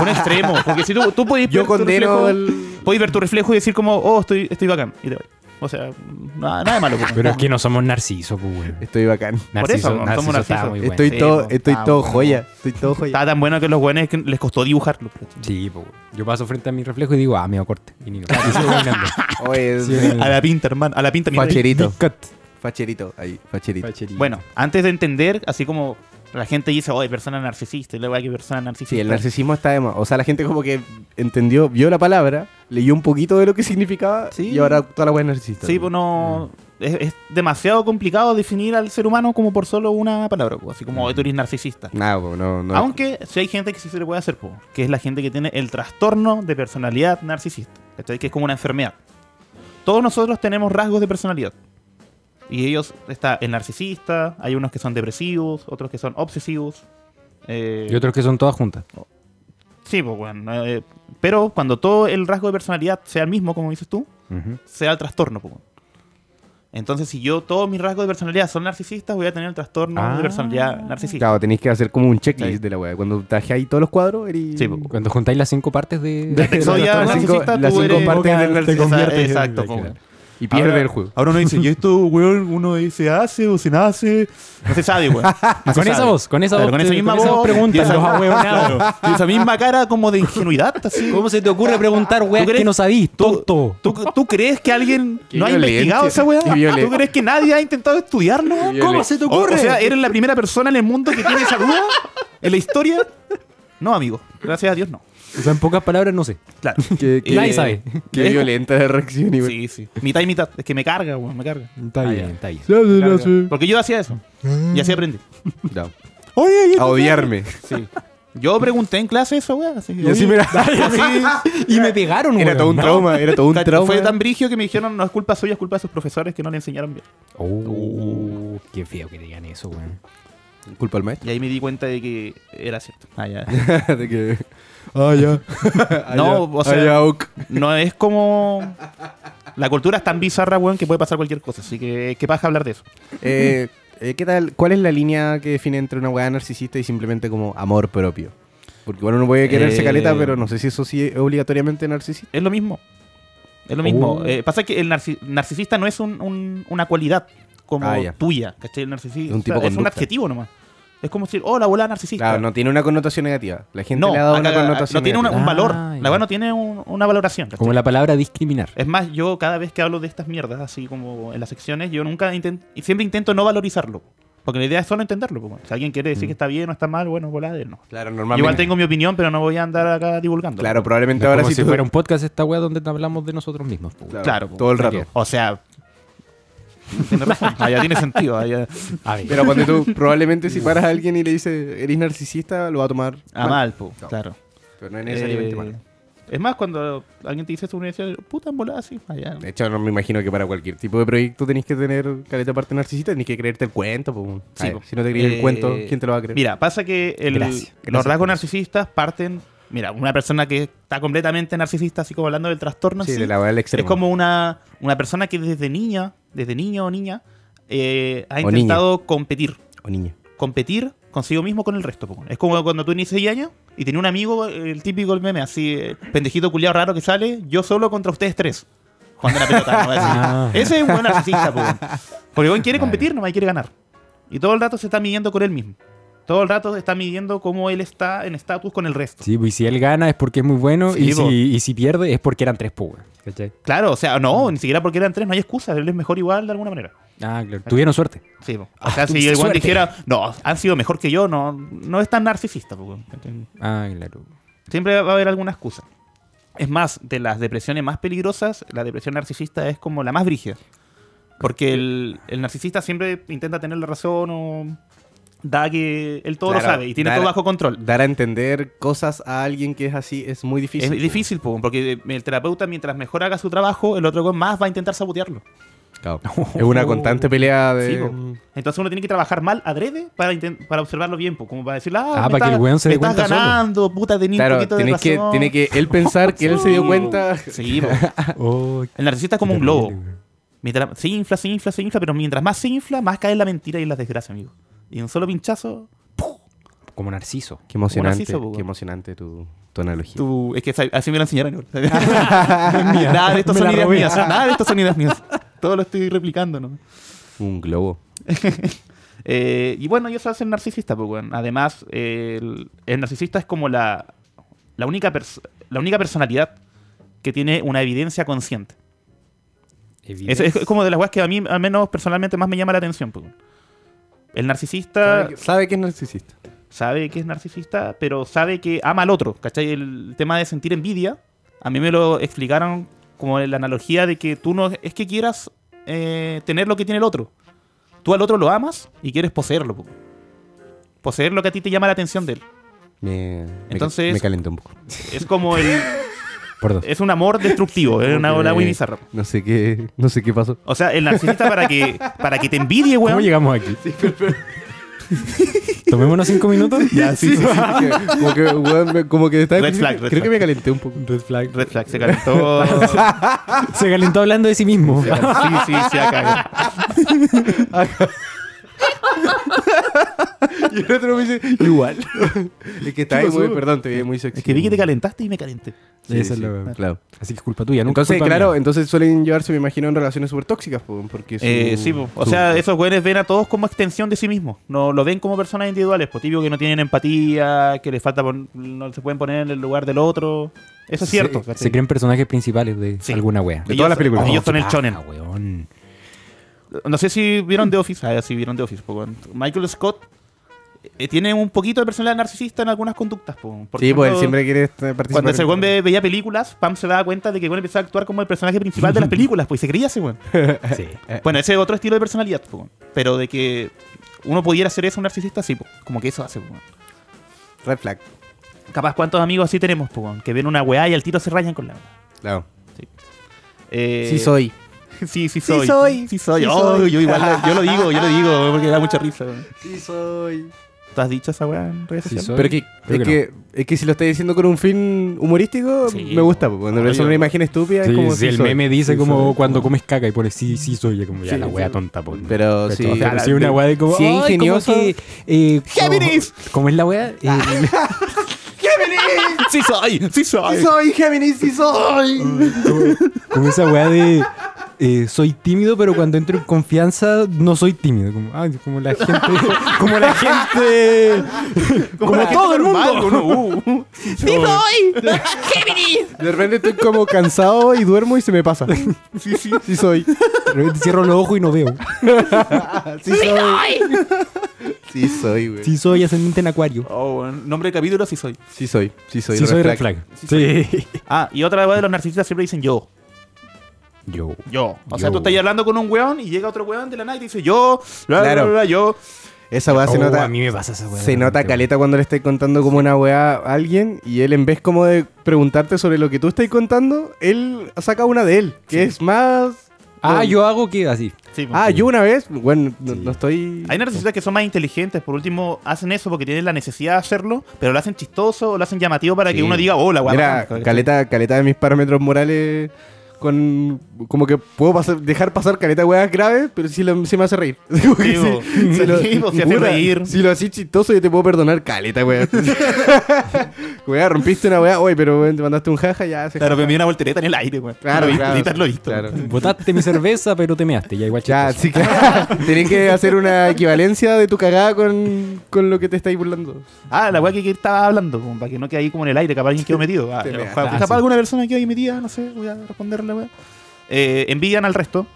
[SPEAKER 1] un extremo. Porque si tú, tú podés
[SPEAKER 4] Yo
[SPEAKER 1] ver tu
[SPEAKER 4] condeno
[SPEAKER 1] reflejo,
[SPEAKER 4] el.
[SPEAKER 1] podés ver tu reflejo y decir como, oh, estoy, estoy bacán. Y te vas. O sea, nada, nada de malo. pues.
[SPEAKER 2] Pero es que no somos narcisos, pues, weón.
[SPEAKER 4] Estoy bacán.
[SPEAKER 1] Por eso,
[SPEAKER 2] Narciso,
[SPEAKER 1] no somos
[SPEAKER 2] narciso, está
[SPEAKER 1] narcisos.
[SPEAKER 2] muy bueno.
[SPEAKER 4] Estoy
[SPEAKER 1] Sí,
[SPEAKER 4] todo,
[SPEAKER 1] po.
[SPEAKER 4] estoy
[SPEAKER 1] Ah,
[SPEAKER 4] todo
[SPEAKER 1] bueno.
[SPEAKER 4] joya. Estoy todo joya.
[SPEAKER 1] Estaba tan bueno que los weones que les costó dibujarlo.
[SPEAKER 2] Sí, po, weón. Yo paso frente a mi reflejo y digo, ah, me corte. Y ni lo- y sigo caminando.
[SPEAKER 4] Oye,
[SPEAKER 2] Sí.
[SPEAKER 4] es-
[SPEAKER 1] A la pinta, hermano. A la pinta, mi rey.
[SPEAKER 4] facherito.
[SPEAKER 2] Big cut.
[SPEAKER 4] Facherito, ahí, facherito.
[SPEAKER 1] Bueno, antes de entender, así como la gente dice, oh, hay persona narcisista, y luego hay persona narcisista.
[SPEAKER 4] Sí, el narcisismo está de más. O sea, la gente como que entendió, vio la palabra, leyó un poquito de lo que significaba
[SPEAKER 1] Sí.
[SPEAKER 4] y ahora toda la wea es narcisista.
[SPEAKER 1] Sí, pues no.
[SPEAKER 4] Mm.
[SPEAKER 1] Es, es demasiado complicado definir al ser humano como por solo una palabra, pues, así como "Oh, tú eres narcisista.
[SPEAKER 4] Nada, pues, no, no.
[SPEAKER 1] Aunque sí hay gente que sí se le puede hacer, pues, que es la gente que tiene el trastorno de personalidad narcisista, ¿cachai? que es como una enfermedad. Todos nosotros tenemos rasgos de personalidad. Y ellos está el narcisista, hay unos que son depresivos, otros que son obsesivos. eh,
[SPEAKER 2] Y otros que son todas juntas.
[SPEAKER 1] Sí, pues bueno. eh, pero cuando todo el rasgo de personalidad sea el mismo, como dices tú, sea el trastorno, pues. weón. Entonces, si yo todos mis rasgos de personalidad son narcisistas, voy a tener el trastorno
[SPEAKER 2] Ah.
[SPEAKER 1] de personalidad narcisista.
[SPEAKER 4] Claro, tenéis que hacer como un checklist
[SPEAKER 1] Sí.
[SPEAKER 4] de la wea. Cuando traje ahí todos los cuadros, eres...
[SPEAKER 1] Sí, pues.
[SPEAKER 2] Cuando juntáis las cinco partes de...
[SPEAKER 1] La sexodia
[SPEAKER 4] Las cinco-
[SPEAKER 1] narcisista,
[SPEAKER 4] las
[SPEAKER 1] tú
[SPEAKER 4] cinco
[SPEAKER 1] eres-
[SPEAKER 4] partes del narcisista.
[SPEAKER 1] Te conviertes en-
[SPEAKER 2] Exacto, po,
[SPEAKER 1] Claro.
[SPEAKER 2] weón.
[SPEAKER 4] y pierde
[SPEAKER 1] pues, Ahora-
[SPEAKER 4] el juego.
[SPEAKER 1] Ahora uno dice, ¿y esto, weón? Uno dice, ¿hace o se nace? No se sabe, weón. No se
[SPEAKER 2] Con esa
[SPEAKER 1] sabe.
[SPEAKER 2] voz, con esa
[SPEAKER 1] Claro,
[SPEAKER 2] voz.
[SPEAKER 1] con esa
[SPEAKER 2] te-
[SPEAKER 1] misma
[SPEAKER 2] con
[SPEAKER 1] voz.
[SPEAKER 2] preguntas,
[SPEAKER 1] y esa-
[SPEAKER 2] los ahueonados.
[SPEAKER 1] Claro. Y esa misma cara como de ingenuidad, así.
[SPEAKER 2] ¿Cómo se te ocurre preguntar, weón,
[SPEAKER 1] crees-
[SPEAKER 2] que no sabís, tonto?
[SPEAKER 1] ¿Tú, tú crees que alguien
[SPEAKER 4] Qué
[SPEAKER 1] no ha
[SPEAKER 4] violencia,
[SPEAKER 1] investigado esa weá?
[SPEAKER 4] qué violencia.
[SPEAKER 1] ¿Tú crees que nadie ha intentado estudiarlo?
[SPEAKER 4] Qué violencia.
[SPEAKER 2] ¿Cómo se te
[SPEAKER 1] O-
[SPEAKER 2] ocurre?
[SPEAKER 1] O, sea, ¿eres la primera persona en el mundo que tiene esa duda en la historia? No, amigo. Gracias a Dios, no.
[SPEAKER 2] O sea, en pocas palabras, no sé.
[SPEAKER 1] Claro.
[SPEAKER 4] Qué, qué-
[SPEAKER 2] Nadie sabe.
[SPEAKER 4] Qué
[SPEAKER 1] Es-
[SPEAKER 4] violenta la reacción, igual.
[SPEAKER 1] Sí, sí. Mitad y mitad. Es que me carga, weón, me carga.
[SPEAKER 2] Está
[SPEAKER 4] Ah,
[SPEAKER 2] bien,
[SPEAKER 4] ya.
[SPEAKER 2] está bien.
[SPEAKER 1] Me carga. Porque yo hacía eso. Y así aprendí.
[SPEAKER 4] No.
[SPEAKER 2] Oye,
[SPEAKER 4] A odiarme.
[SPEAKER 1] Sí. Yo pregunté en clase esa weá. Así,
[SPEAKER 4] Y así me la-
[SPEAKER 2] y me pegaron,
[SPEAKER 4] Era
[SPEAKER 2] weón.
[SPEAKER 4] todo un trauma, era todo un trauma.
[SPEAKER 1] Fue tan brigio que me dijeron, no es culpa suya, es culpa de sus profesores que no le enseñaron bien.
[SPEAKER 2] Oh, qué feo que digan eso, weón.
[SPEAKER 4] Culpa al maestro.
[SPEAKER 1] Y ahí me di cuenta de que era cierto. Ah, ya.
[SPEAKER 4] de que... Ah, ya. Ah,
[SPEAKER 1] No,
[SPEAKER 4] ya.
[SPEAKER 1] o sea-
[SPEAKER 4] Ah, ya, ok.
[SPEAKER 1] No es como. La cultura es tan bizarra, weón, que puede pasar cualquier cosa. Así que, ¿qué pasa hablar de eso?
[SPEAKER 4] Eh, eh, ¿Qué tal? ¿Cuál es la línea que define entre una weá narcisista y simplemente como amor propio? Porque bueno, uno puede quererse
[SPEAKER 1] Eh,
[SPEAKER 4] caleta, pero no sé si eso sí es obligatoriamente narcisista.
[SPEAKER 1] Es lo mismo. Es lo mismo.
[SPEAKER 4] Uh.
[SPEAKER 2] Oh.
[SPEAKER 1] Eh, pasa que el narci- narcisista no es un- un- una cualidad como
[SPEAKER 4] Ah, ya.
[SPEAKER 1] tuya, ¿cachai? El narcisista
[SPEAKER 4] Es un tipo
[SPEAKER 1] es un
[SPEAKER 4] conducta.
[SPEAKER 1] adjetivo nomás. Es como decir, oh, la abuela narcisista.
[SPEAKER 4] Claro, no tiene una connotación negativa. La gente
[SPEAKER 1] No,
[SPEAKER 4] le ha dado
[SPEAKER 1] acá-
[SPEAKER 4] una connotación
[SPEAKER 1] no tiene una-
[SPEAKER 4] negativa.
[SPEAKER 1] un valor.
[SPEAKER 2] Ah, ya.
[SPEAKER 1] la weá no tiene un- una valoración. ¿cachai?
[SPEAKER 2] Como la palabra discriminar.
[SPEAKER 1] Es más, yo cada vez que hablo de estas mierdas, así como en las secciones, yo nunca intento, y siempre intento no valorizarlo. Porque la idea es solo entenderlo. po. Si alguien quiere
[SPEAKER 4] Mm.
[SPEAKER 1] decir que está bien o está mal, bueno, volá de él, no.
[SPEAKER 4] Claro, normalmente.
[SPEAKER 1] Igual tengo mi opinión, pero no voy a andar acá divulgando.
[SPEAKER 4] Claro,
[SPEAKER 2] Es
[SPEAKER 4] probablemente
[SPEAKER 2] como
[SPEAKER 4] ahora sí
[SPEAKER 2] si
[SPEAKER 4] tú-
[SPEAKER 2] fuera un podcast esta weá donde hablamos de nosotros mismos. po.
[SPEAKER 4] Claro,
[SPEAKER 1] Claro,
[SPEAKER 4] todo el rato.
[SPEAKER 2] porque-
[SPEAKER 1] O sea. Tiene razón. Allá tiene sentido. allá-
[SPEAKER 2] A ver.
[SPEAKER 4] Pero cuando tú probablemente si paras a alguien y le dices, eres narcisista, lo va a tomar
[SPEAKER 1] A Ah, mal, po, claro.
[SPEAKER 4] Pero no es necesariamente
[SPEAKER 1] Eh,
[SPEAKER 4] mal.
[SPEAKER 1] Es más, cuando alguien te dice eso, uno dice, puta, en volada, sí. Allá.
[SPEAKER 4] De hecho, no me imagino que para cualquier tipo de proyecto tenés que tener caleta parte narcisista, tenés que creerte el cuento. po.
[SPEAKER 1] Sí,
[SPEAKER 4] A ver,
[SPEAKER 1] po.
[SPEAKER 4] Si no te crees
[SPEAKER 1] Eh,
[SPEAKER 4] el cuento, ¿quién te lo va a creer?
[SPEAKER 1] Mira, pasa que el-
[SPEAKER 2] Gracias,
[SPEAKER 1] los
[SPEAKER 2] gracias
[SPEAKER 1] rasgos
[SPEAKER 2] por eso.
[SPEAKER 1] narcisistas parten. Mira, una persona que está completamente narcisista, así como hablando del trastorno, en
[SPEAKER 4] sí,
[SPEAKER 1] sí,
[SPEAKER 4] de la verdad extremo.
[SPEAKER 1] es como una, una persona que desde niña, desde niño o niña, eh, ha
[SPEAKER 4] O
[SPEAKER 1] intentado competir.
[SPEAKER 4] O niña.
[SPEAKER 1] competir consigo mismo con el resto. po. Es como cuando tú tenías 6 años y tenía un amigo, el típico meme, así, eh, pendejito culiado raro que sale, yo solo contra ustedes tres. Jugando a la pelota. ¿no? Así.
[SPEAKER 2] Ah.
[SPEAKER 1] Ese es un buen narcisista, po. Porque weón quiere
[SPEAKER 2] Vale.
[SPEAKER 1] competir, nomás y quiere ganar. Y todo el rato se está midiendo con él mismo. Todo el rato está midiendo cómo él está en estatus con el resto.
[SPEAKER 2] Sí, pues, y si él gana es porque es muy bueno
[SPEAKER 1] Sí,
[SPEAKER 2] y,
[SPEAKER 1] po.
[SPEAKER 2] si, y si pierde es porque eran tres pugas.
[SPEAKER 1] Claro, o sea, no, ni siquiera porque eran tres, no hay excusa, él es mejor igual de alguna manera.
[SPEAKER 2] Ah, claro. Tuvieron suerte.
[SPEAKER 1] Sí, po. o
[SPEAKER 2] Ah,
[SPEAKER 1] sea, si
[SPEAKER 2] tuviste
[SPEAKER 1] el weón
[SPEAKER 2] suerte.
[SPEAKER 1] dijera, no, han sido mejor que yo, no, no es tan narcisista. po, weón.
[SPEAKER 2] Ah, claro.
[SPEAKER 1] Siempre va a haber alguna excusa. Es más, de las depresiones más peligrosas, la depresión narcisista es como la más brígida. Porque el, el narcisista siempre intenta tener la razón o da que él todo lo
[SPEAKER 4] Claro,
[SPEAKER 1] sabe y tiene
[SPEAKER 4] dar-
[SPEAKER 1] todo bajo control.
[SPEAKER 4] Dar a entender cosas a alguien que es así es muy difícil.
[SPEAKER 1] es
[SPEAKER 4] po.
[SPEAKER 1] difícil, po, porque el terapeuta, mientras mejor haga su trabajo, el otro weón más va a intentar sabotearlo.
[SPEAKER 4] Claro. Es una constante pelea de.
[SPEAKER 1] Sí, po. Entonces uno tiene que trabajar mal adrede para, inten- para observarlo bien, po, como para decirle, ah,
[SPEAKER 2] Ah,
[SPEAKER 1] me
[SPEAKER 2] para que
[SPEAKER 1] estás-
[SPEAKER 2] el weón se
[SPEAKER 1] me
[SPEAKER 2] dé
[SPEAKER 1] estás
[SPEAKER 2] cuenta solo.
[SPEAKER 1] ganando, puta, tenía un
[SPEAKER 4] claro,
[SPEAKER 1] poquito de
[SPEAKER 4] tiene que,
[SPEAKER 1] razón.
[SPEAKER 4] tiene que él pensar que él se dio cuenta.
[SPEAKER 1] Sí, po.
[SPEAKER 2] Oh,
[SPEAKER 1] el narcisista es como un globo.
[SPEAKER 2] terrible, güey.
[SPEAKER 1] Mientras, se infla, se infla, se infla, pero mientras más se infla, más cae la mentira y la desgracia, amigo. Y un solo pinchazo,
[SPEAKER 2] Como Narciso.
[SPEAKER 4] Qué emocionante.
[SPEAKER 1] narciso, po, weón.
[SPEAKER 4] qué emocionante tu, tu analogía.
[SPEAKER 1] tú. Es que sa- así me lo enseñaron. nada de estas
[SPEAKER 2] Me la
[SPEAKER 1] son ideas
[SPEAKER 2] robé.
[SPEAKER 1] mías. Nada de estas son ideas mías. Todo lo estoy replicando, ¿no?
[SPEAKER 4] Un globo.
[SPEAKER 1] Eh, y bueno, ellos hacen narcisista, pues, weón. Además, eh, el, el narcisista es como la, la, única pers- la única personalidad que tiene una evidencia consciente. Es, es como de las weas que a mí, al menos personalmente, más me llama la atención, pues, weón. El narcisista.
[SPEAKER 4] Sabe que es narcisista.
[SPEAKER 1] sabe que es narcisista, pero sabe que ama al otro, ¿cachai? El tema de sentir envidia, a mí me lo explicaron como la analogía de que tú no es que quieras eh, tener lo que tiene el otro. Tú al otro lo amas y quieres poseerlo. po. Poseer lo que a ti te llama la atención de él.
[SPEAKER 4] Me,
[SPEAKER 1] Entonces-
[SPEAKER 4] Entonces, me calentó un poco.
[SPEAKER 1] Es como el...
[SPEAKER 2] Perdón.
[SPEAKER 1] Es un amor destructivo, es una ola muy bizarra.
[SPEAKER 4] No sé qué, no sé qué pasó.
[SPEAKER 1] O sea, el narcisista para que, para que te envidie,
[SPEAKER 2] ¿Cómo
[SPEAKER 1] weón.
[SPEAKER 2] llegamos aquí? Tomémonos cinco minutos.
[SPEAKER 4] Ya, sí, sí, sí, sí. Como que, weón, me- como que estaba.
[SPEAKER 1] Red
[SPEAKER 4] creo
[SPEAKER 1] flag,
[SPEAKER 4] que-
[SPEAKER 1] red
[SPEAKER 4] creo que
[SPEAKER 1] flag.
[SPEAKER 4] me calenté un poco.
[SPEAKER 2] Red flag.
[SPEAKER 1] Red flag, se calentó.
[SPEAKER 2] Se calentó hablando de sí mismo.
[SPEAKER 1] Sí, sí, sí, acá.
[SPEAKER 4] Y el otro me dice, igual. es que está ahí,
[SPEAKER 2] pasó?
[SPEAKER 4] muy, perdón, te vi muy sexy.
[SPEAKER 1] Es que vi que te calentaste y me calenté.
[SPEAKER 4] Sí,
[SPEAKER 2] Esa es
[SPEAKER 4] sí,
[SPEAKER 2] la-
[SPEAKER 4] claro.
[SPEAKER 2] Así que es culpa tuya. Nunca
[SPEAKER 4] Entonces,
[SPEAKER 2] culpa
[SPEAKER 4] claro,
[SPEAKER 2] mía.
[SPEAKER 4] entonces suelen llevarse, me imagino, en relaciones súper tóxicas, po, porque su-
[SPEAKER 1] Eh, sí, po. o
[SPEAKER 4] su-
[SPEAKER 1] sea, esos güeyes ven a todos como extensión de sí mismos. No lo ven como personas individuales, pues típico que no tienen empatía, que les falta pon- no se pueden poner en el lugar del otro. Eso es cierto.
[SPEAKER 2] Se,
[SPEAKER 1] ¿cachai?
[SPEAKER 2] se creen personajes principales de
[SPEAKER 1] Sí.
[SPEAKER 2] alguna wea. Ah,
[SPEAKER 4] todas las películas.
[SPEAKER 1] Ellos son el
[SPEAKER 2] chonen.
[SPEAKER 1] shonen. No sé si vieron The Office, ah, sí vieron The Office, po, weón. Michael Scott eh, tiene un poquito de personalidad narcisista en algunas conductas, po. Por
[SPEAKER 4] Sí, pues él
[SPEAKER 1] ejemplo,
[SPEAKER 4] siempre quiere este, participar.
[SPEAKER 1] Cuando ese
[SPEAKER 4] en-
[SPEAKER 1] güey ve- veía películas, Pam se daba cuenta de que güey empezaba a actuar como el personaje principal de las películas, pues y se creía ese güey.
[SPEAKER 2] Sí.
[SPEAKER 1] Eh, Bueno, ese es otro estilo de personalidad, po, weón. pero de que uno pudiera ser eso un narcisista, sí, po. como que eso hace. po, weón.
[SPEAKER 4] Red flag.
[SPEAKER 1] Capaz cuántos amigos así tenemos, po, weón? que ven una weá y al tiro se rayan con la weá.
[SPEAKER 4] Claro.
[SPEAKER 1] Eh,
[SPEAKER 4] sí, soy.
[SPEAKER 1] Sí, sí soy.
[SPEAKER 4] soy.
[SPEAKER 1] Sí soy.
[SPEAKER 4] Sí
[SPEAKER 1] Oh,
[SPEAKER 4] soy.
[SPEAKER 1] Yo igual, la- yo lo digo, yo lo digo, weón, porque da mucha risa. weón.
[SPEAKER 4] Sí, soy.
[SPEAKER 1] ¿Tú has dicho esa weá en redes
[SPEAKER 2] Sí
[SPEAKER 1] sociales?
[SPEAKER 2] soy.
[SPEAKER 4] Pero que,
[SPEAKER 2] Creo
[SPEAKER 4] es,
[SPEAKER 2] que
[SPEAKER 4] que, es que si lo estás diciendo con un fin humorístico,
[SPEAKER 1] Sí,
[SPEAKER 4] me gusta.
[SPEAKER 1] po.
[SPEAKER 4] po. Cuando
[SPEAKER 1] Obvio.
[SPEAKER 4] ves una imagen estúpida, es
[SPEAKER 2] Sí,
[SPEAKER 4] como.
[SPEAKER 2] si
[SPEAKER 4] sí
[SPEAKER 2] el
[SPEAKER 4] soy.
[SPEAKER 2] meme dice
[SPEAKER 4] Sí,
[SPEAKER 2] como
[SPEAKER 4] soy.
[SPEAKER 2] cuando comes caca y pone sí, sí soy yo, como ya
[SPEAKER 4] Sí,
[SPEAKER 2] la
[SPEAKER 4] sí,
[SPEAKER 2] wea
[SPEAKER 4] sí.
[SPEAKER 2] tonta. po.
[SPEAKER 4] Pero
[SPEAKER 2] Cacho,
[SPEAKER 4] sí.
[SPEAKER 2] o sea,
[SPEAKER 4] Claro,
[SPEAKER 2] sí, una wea de como.
[SPEAKER 4] sí,
[SPEAKER 2] "Ay, como
[SPEAKER 4] ingenioso".
[SPEAKER 2] que, eh, como-
[SPEAKER 1] ¡Géminis!
[SPEAKER 2] Como, es la wea? Eh,
[SPEAKER 1] Sí soy, sí soy.
[SPEAKER 4] ¡Sí soy, Géminis! ¡Sí soy!
[SPEAKER 2] Como esa weá de. eh, soy tímido, pero cuando entro en confianza no soy tímido. Como, ay, como la gente. Como la gente. Como,
[SPEAKER 1] la gente
[SPEAKER 2] todo el
[SPEAKER 1] normal,
[SPEAKER 2] mundo.
[SPEAKER 1] ¿no? Uh, uh.
[SPEAKER 2] Sí
[SPEAKER 3] soy! ¡Géminis!
[SPEAKER 2] De repente estoy como cansado y duermo y se me pasa.
[SPEAKER 4] Sí, sí, sí soy.
[SPEAKER 2] De repente cierro los ojos y no veo.
[SPEAKER 4] Sí soy. Sí soy, güey.
[SPEAKER 2] Sí, soy ascendente en Acuario.
[SPEAKER 1] Oh, bueno, nombre de capítulo, sí soy.
[SPEAKER 4] Sí soy. Sí soy.
[SPEAKER 2] sí,
[SPEAKER 4] red
[SPEAKER 2] soy red
[SPEAKER 4] flag.
[SPEAKER 2] flag. Sí.
[SPEAKER 1] Ah, y otra vez de los narcisistas siempre dicen yo.
[SPEAKER 2] Yo.
[SPEAKER 1] Yo. O sea,
[SPEAKER 2] Yo.
[SPEAKER 1] tú estás hablando con un weón y llega otro weón de la nada y te dice yo, bla, bla,
[SPEAKER 4] Claro.
[SPEAKER 1] bla, bla, yo.
[SPEAKER 4] Esa weá Ah, se
[SPEAKER 2] Oh,
[SPEAKER 4] nota.
[SPEAKER 2] A mí me pasa esa weá.
[SPEAKER 4] Se nota
[SPEAKER 2] realmente,
[SPEAKER 4] caleta cuando le estáis contando como una weá a alguien y él en vez como de preguntarte sobre lo que tú estás contando, él saca una de él, que es más...
[SPEAKER 2] weón. Ah, yo hago que así.
[SPEAKER 1] Sí, pues.
[SPEAKER 4] Ah, yo una vez, bueno, no,
[SPEAKER 2] Sí.
[SPEAKER 4] no estoy...
[SPEAKER 1] Hay narcisistas que son más inteligentes, por último, hacen eso porque tienen la necesidad de hacerlo, pero lo hacen chistoso o lo hacen llamativo para que
[SPEAKER 2] Sí.
[SPEAKER 1] uno diga, "Oh, hola, weón.
[SPEAKER 4] Mira, caleta, caleta de mis parámetros morales con... Como que puedo pasar- dejar pasar caleta weas graves, pero si me hace reír. Como que
[SPEAKER 1] Sí, bo. Sí, bo, si hace
[SPEAKER 4] Puta,
[SPEAKER 1] reír.
[SPEAKER 4] Si lo haces chistoso yo te puedo perdonar caleta wea. Wea, rompiste una wea, oye, pero weón, te mandaste un jaja, ya se
[SPEAKER 1] Claro, pero me dio una voltereta en el aire, weón.
[SPEAKER 4] Claro,
[SPEAKER 1] lo viste,
[SPEAKER 4] claro,
[SPEAKER 1] Editas lo visto.
[SPEAKER 4] claro.
[SPEAKER 2] Botaste mi cerveza, pero te measte. Ya igual
[SPEAKER 4] Ya,
[SPEAKER 2] chistoso.
[SPEAKER 4] sí, claro. Tienen que hacer una equivalencia de tu cagada con, con lo que te estáis burlando.
[SPEAKER 1] Ah, la weá que, que estaba hablando, como para que no quede ahí como en el aire, capaz alguien quedó metido. Ah,
[SPEAKER 4] Te
[SPEAKER 1] ya,
[SPEAKER 4] meas.
[SPEAKER 1] capaz
[SPEAKER 2] Ah,
[SPEAKER 1] capaz
[SPEAKER 2] sí.
[SPEAKER 1] alguna persona quedó ahí metida, no sé, voy a responderle, weá. Eh, envidian al resto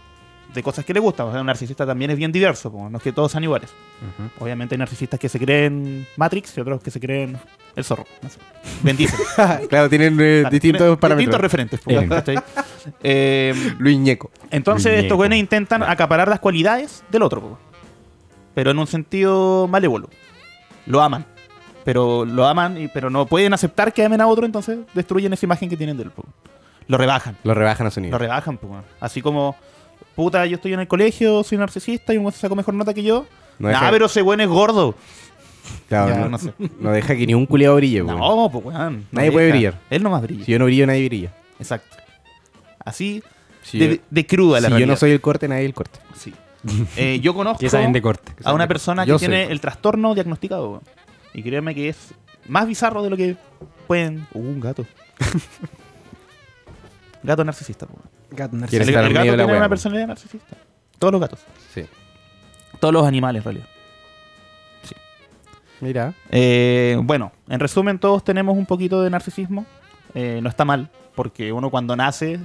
[SPEAKER 1] de cosas que le gustan. O sea, un narcisista también es bien diverso, como no es que todos sean iguales.
[SPEAKER 2] Ujú.
[SPEAKER 1] Obviamente hay narcisistas que se creen Matrix y otros que se creen el zorro. no sé. Bendice.
[SPEAKER 4] claro, tienen eh,
[SPEAKER 1] Claro,
[SPEAKER 4] distintos
[SPEAKER 1] tienen Distintos
[SPEAKER 4] parámetros.
[SPEAKER 1] referentes. po,
[SPEAKER 2] Eh.
[SPEAKER 1] ¿cachai? Eh,
[SPEAKER 4] Luis Ñeco.
[SPEAKER 1] entonces
[SPEAKER 2] Muñeco.
[SPEAKER 1] estos güeyes intentan acaparar las cualidades del otro, po, pero en un sentido malévolo. Lo aman, pero lo aman, y- pero no pueden aceptar que amen a otro, entonces destruyen esa imagen que tienen del po. Lo rebajan,
[SPEAKER 4] Lo rebajan a su
[SPEAKER 1] lo
[SPEAKER 4] nivel.
[SPEAKER 1] rebajan, po, weón. así como puta, yo estoy en el colegio, soy narcisista y un güey se sacó mejor nota que yo.
[SPEAKER 4] No
[SPEAKER 1] nah,
[SPEAKER 4] deja-
[SPEAKER 1] pero ese güey es gordo.
[SPEAKER 4] Claro,
[SPEAKER 1] Ya,
[SPEAKER 4] no,
[SPEAKER 1] no sé.
[SPEAKER 4] no deja que ni un culiado brille, weón.
[SPEAKER 1] No, pues weón. no
[SPEAKER 4] Nadie puede
[SPEAKER 1] deja.
[SPEAKER 4] brillar.
[SPEAKER 1] Él nomás brilla.
[SPEAKER 4] Si yo no brillo, nadie brilla.
[SPEAKER 1] Exacto. Así
[SPEAKER 4] Si,
[SPEAKER 1] de,
[SPEAKER 4] yo,
[SPEAKER 1] de cruda la
[SPEAKER 4] si yo
[SPEAKER 1] realidad.
[SPEAKER 4] no soy el corte, nadie es el corte.
[SPEAKER 1] Sí. Eh, yo conozco
[SPEAKER 2] Que esa gente corte.
[SPEAKER 1] a una persona que
[SPEAKER 4] Yo
[SPEAKER 1] tiene
[SPEAKER 4] soy.
[SPEAKER 1] el trastorno diagnosticado. weón. Y créanme que es más bizarro de lo que pueden. Uh, un gato. gato narcisista. po.
[SPEAKER 2] Gato
[SPEAKER 1] El,
[SPEAKER 4] Quiere
[SPEAKER 1] el
[SPEAKER 4] estar
[SPEAKER 1] gato
[SPEAKER 4] medio
[SPEAKER 1] tiene
[SPEAKER 4] la
[SPEAKER 1] una
[SPEAKER 4] wea, po.
[SPEAKER 1] personalidad narcisista. Todos los gatos.
[SPEAKER 4] Sí.
[SPEAKER 1] Todos los animales, en realidad.
[SPEAKER 4] Mira.
[SPEAKER 1] Eh, bueno, en resumen, todos tenemos un poquito de narcisismo. Eh, no está mal, porque uno cuando nace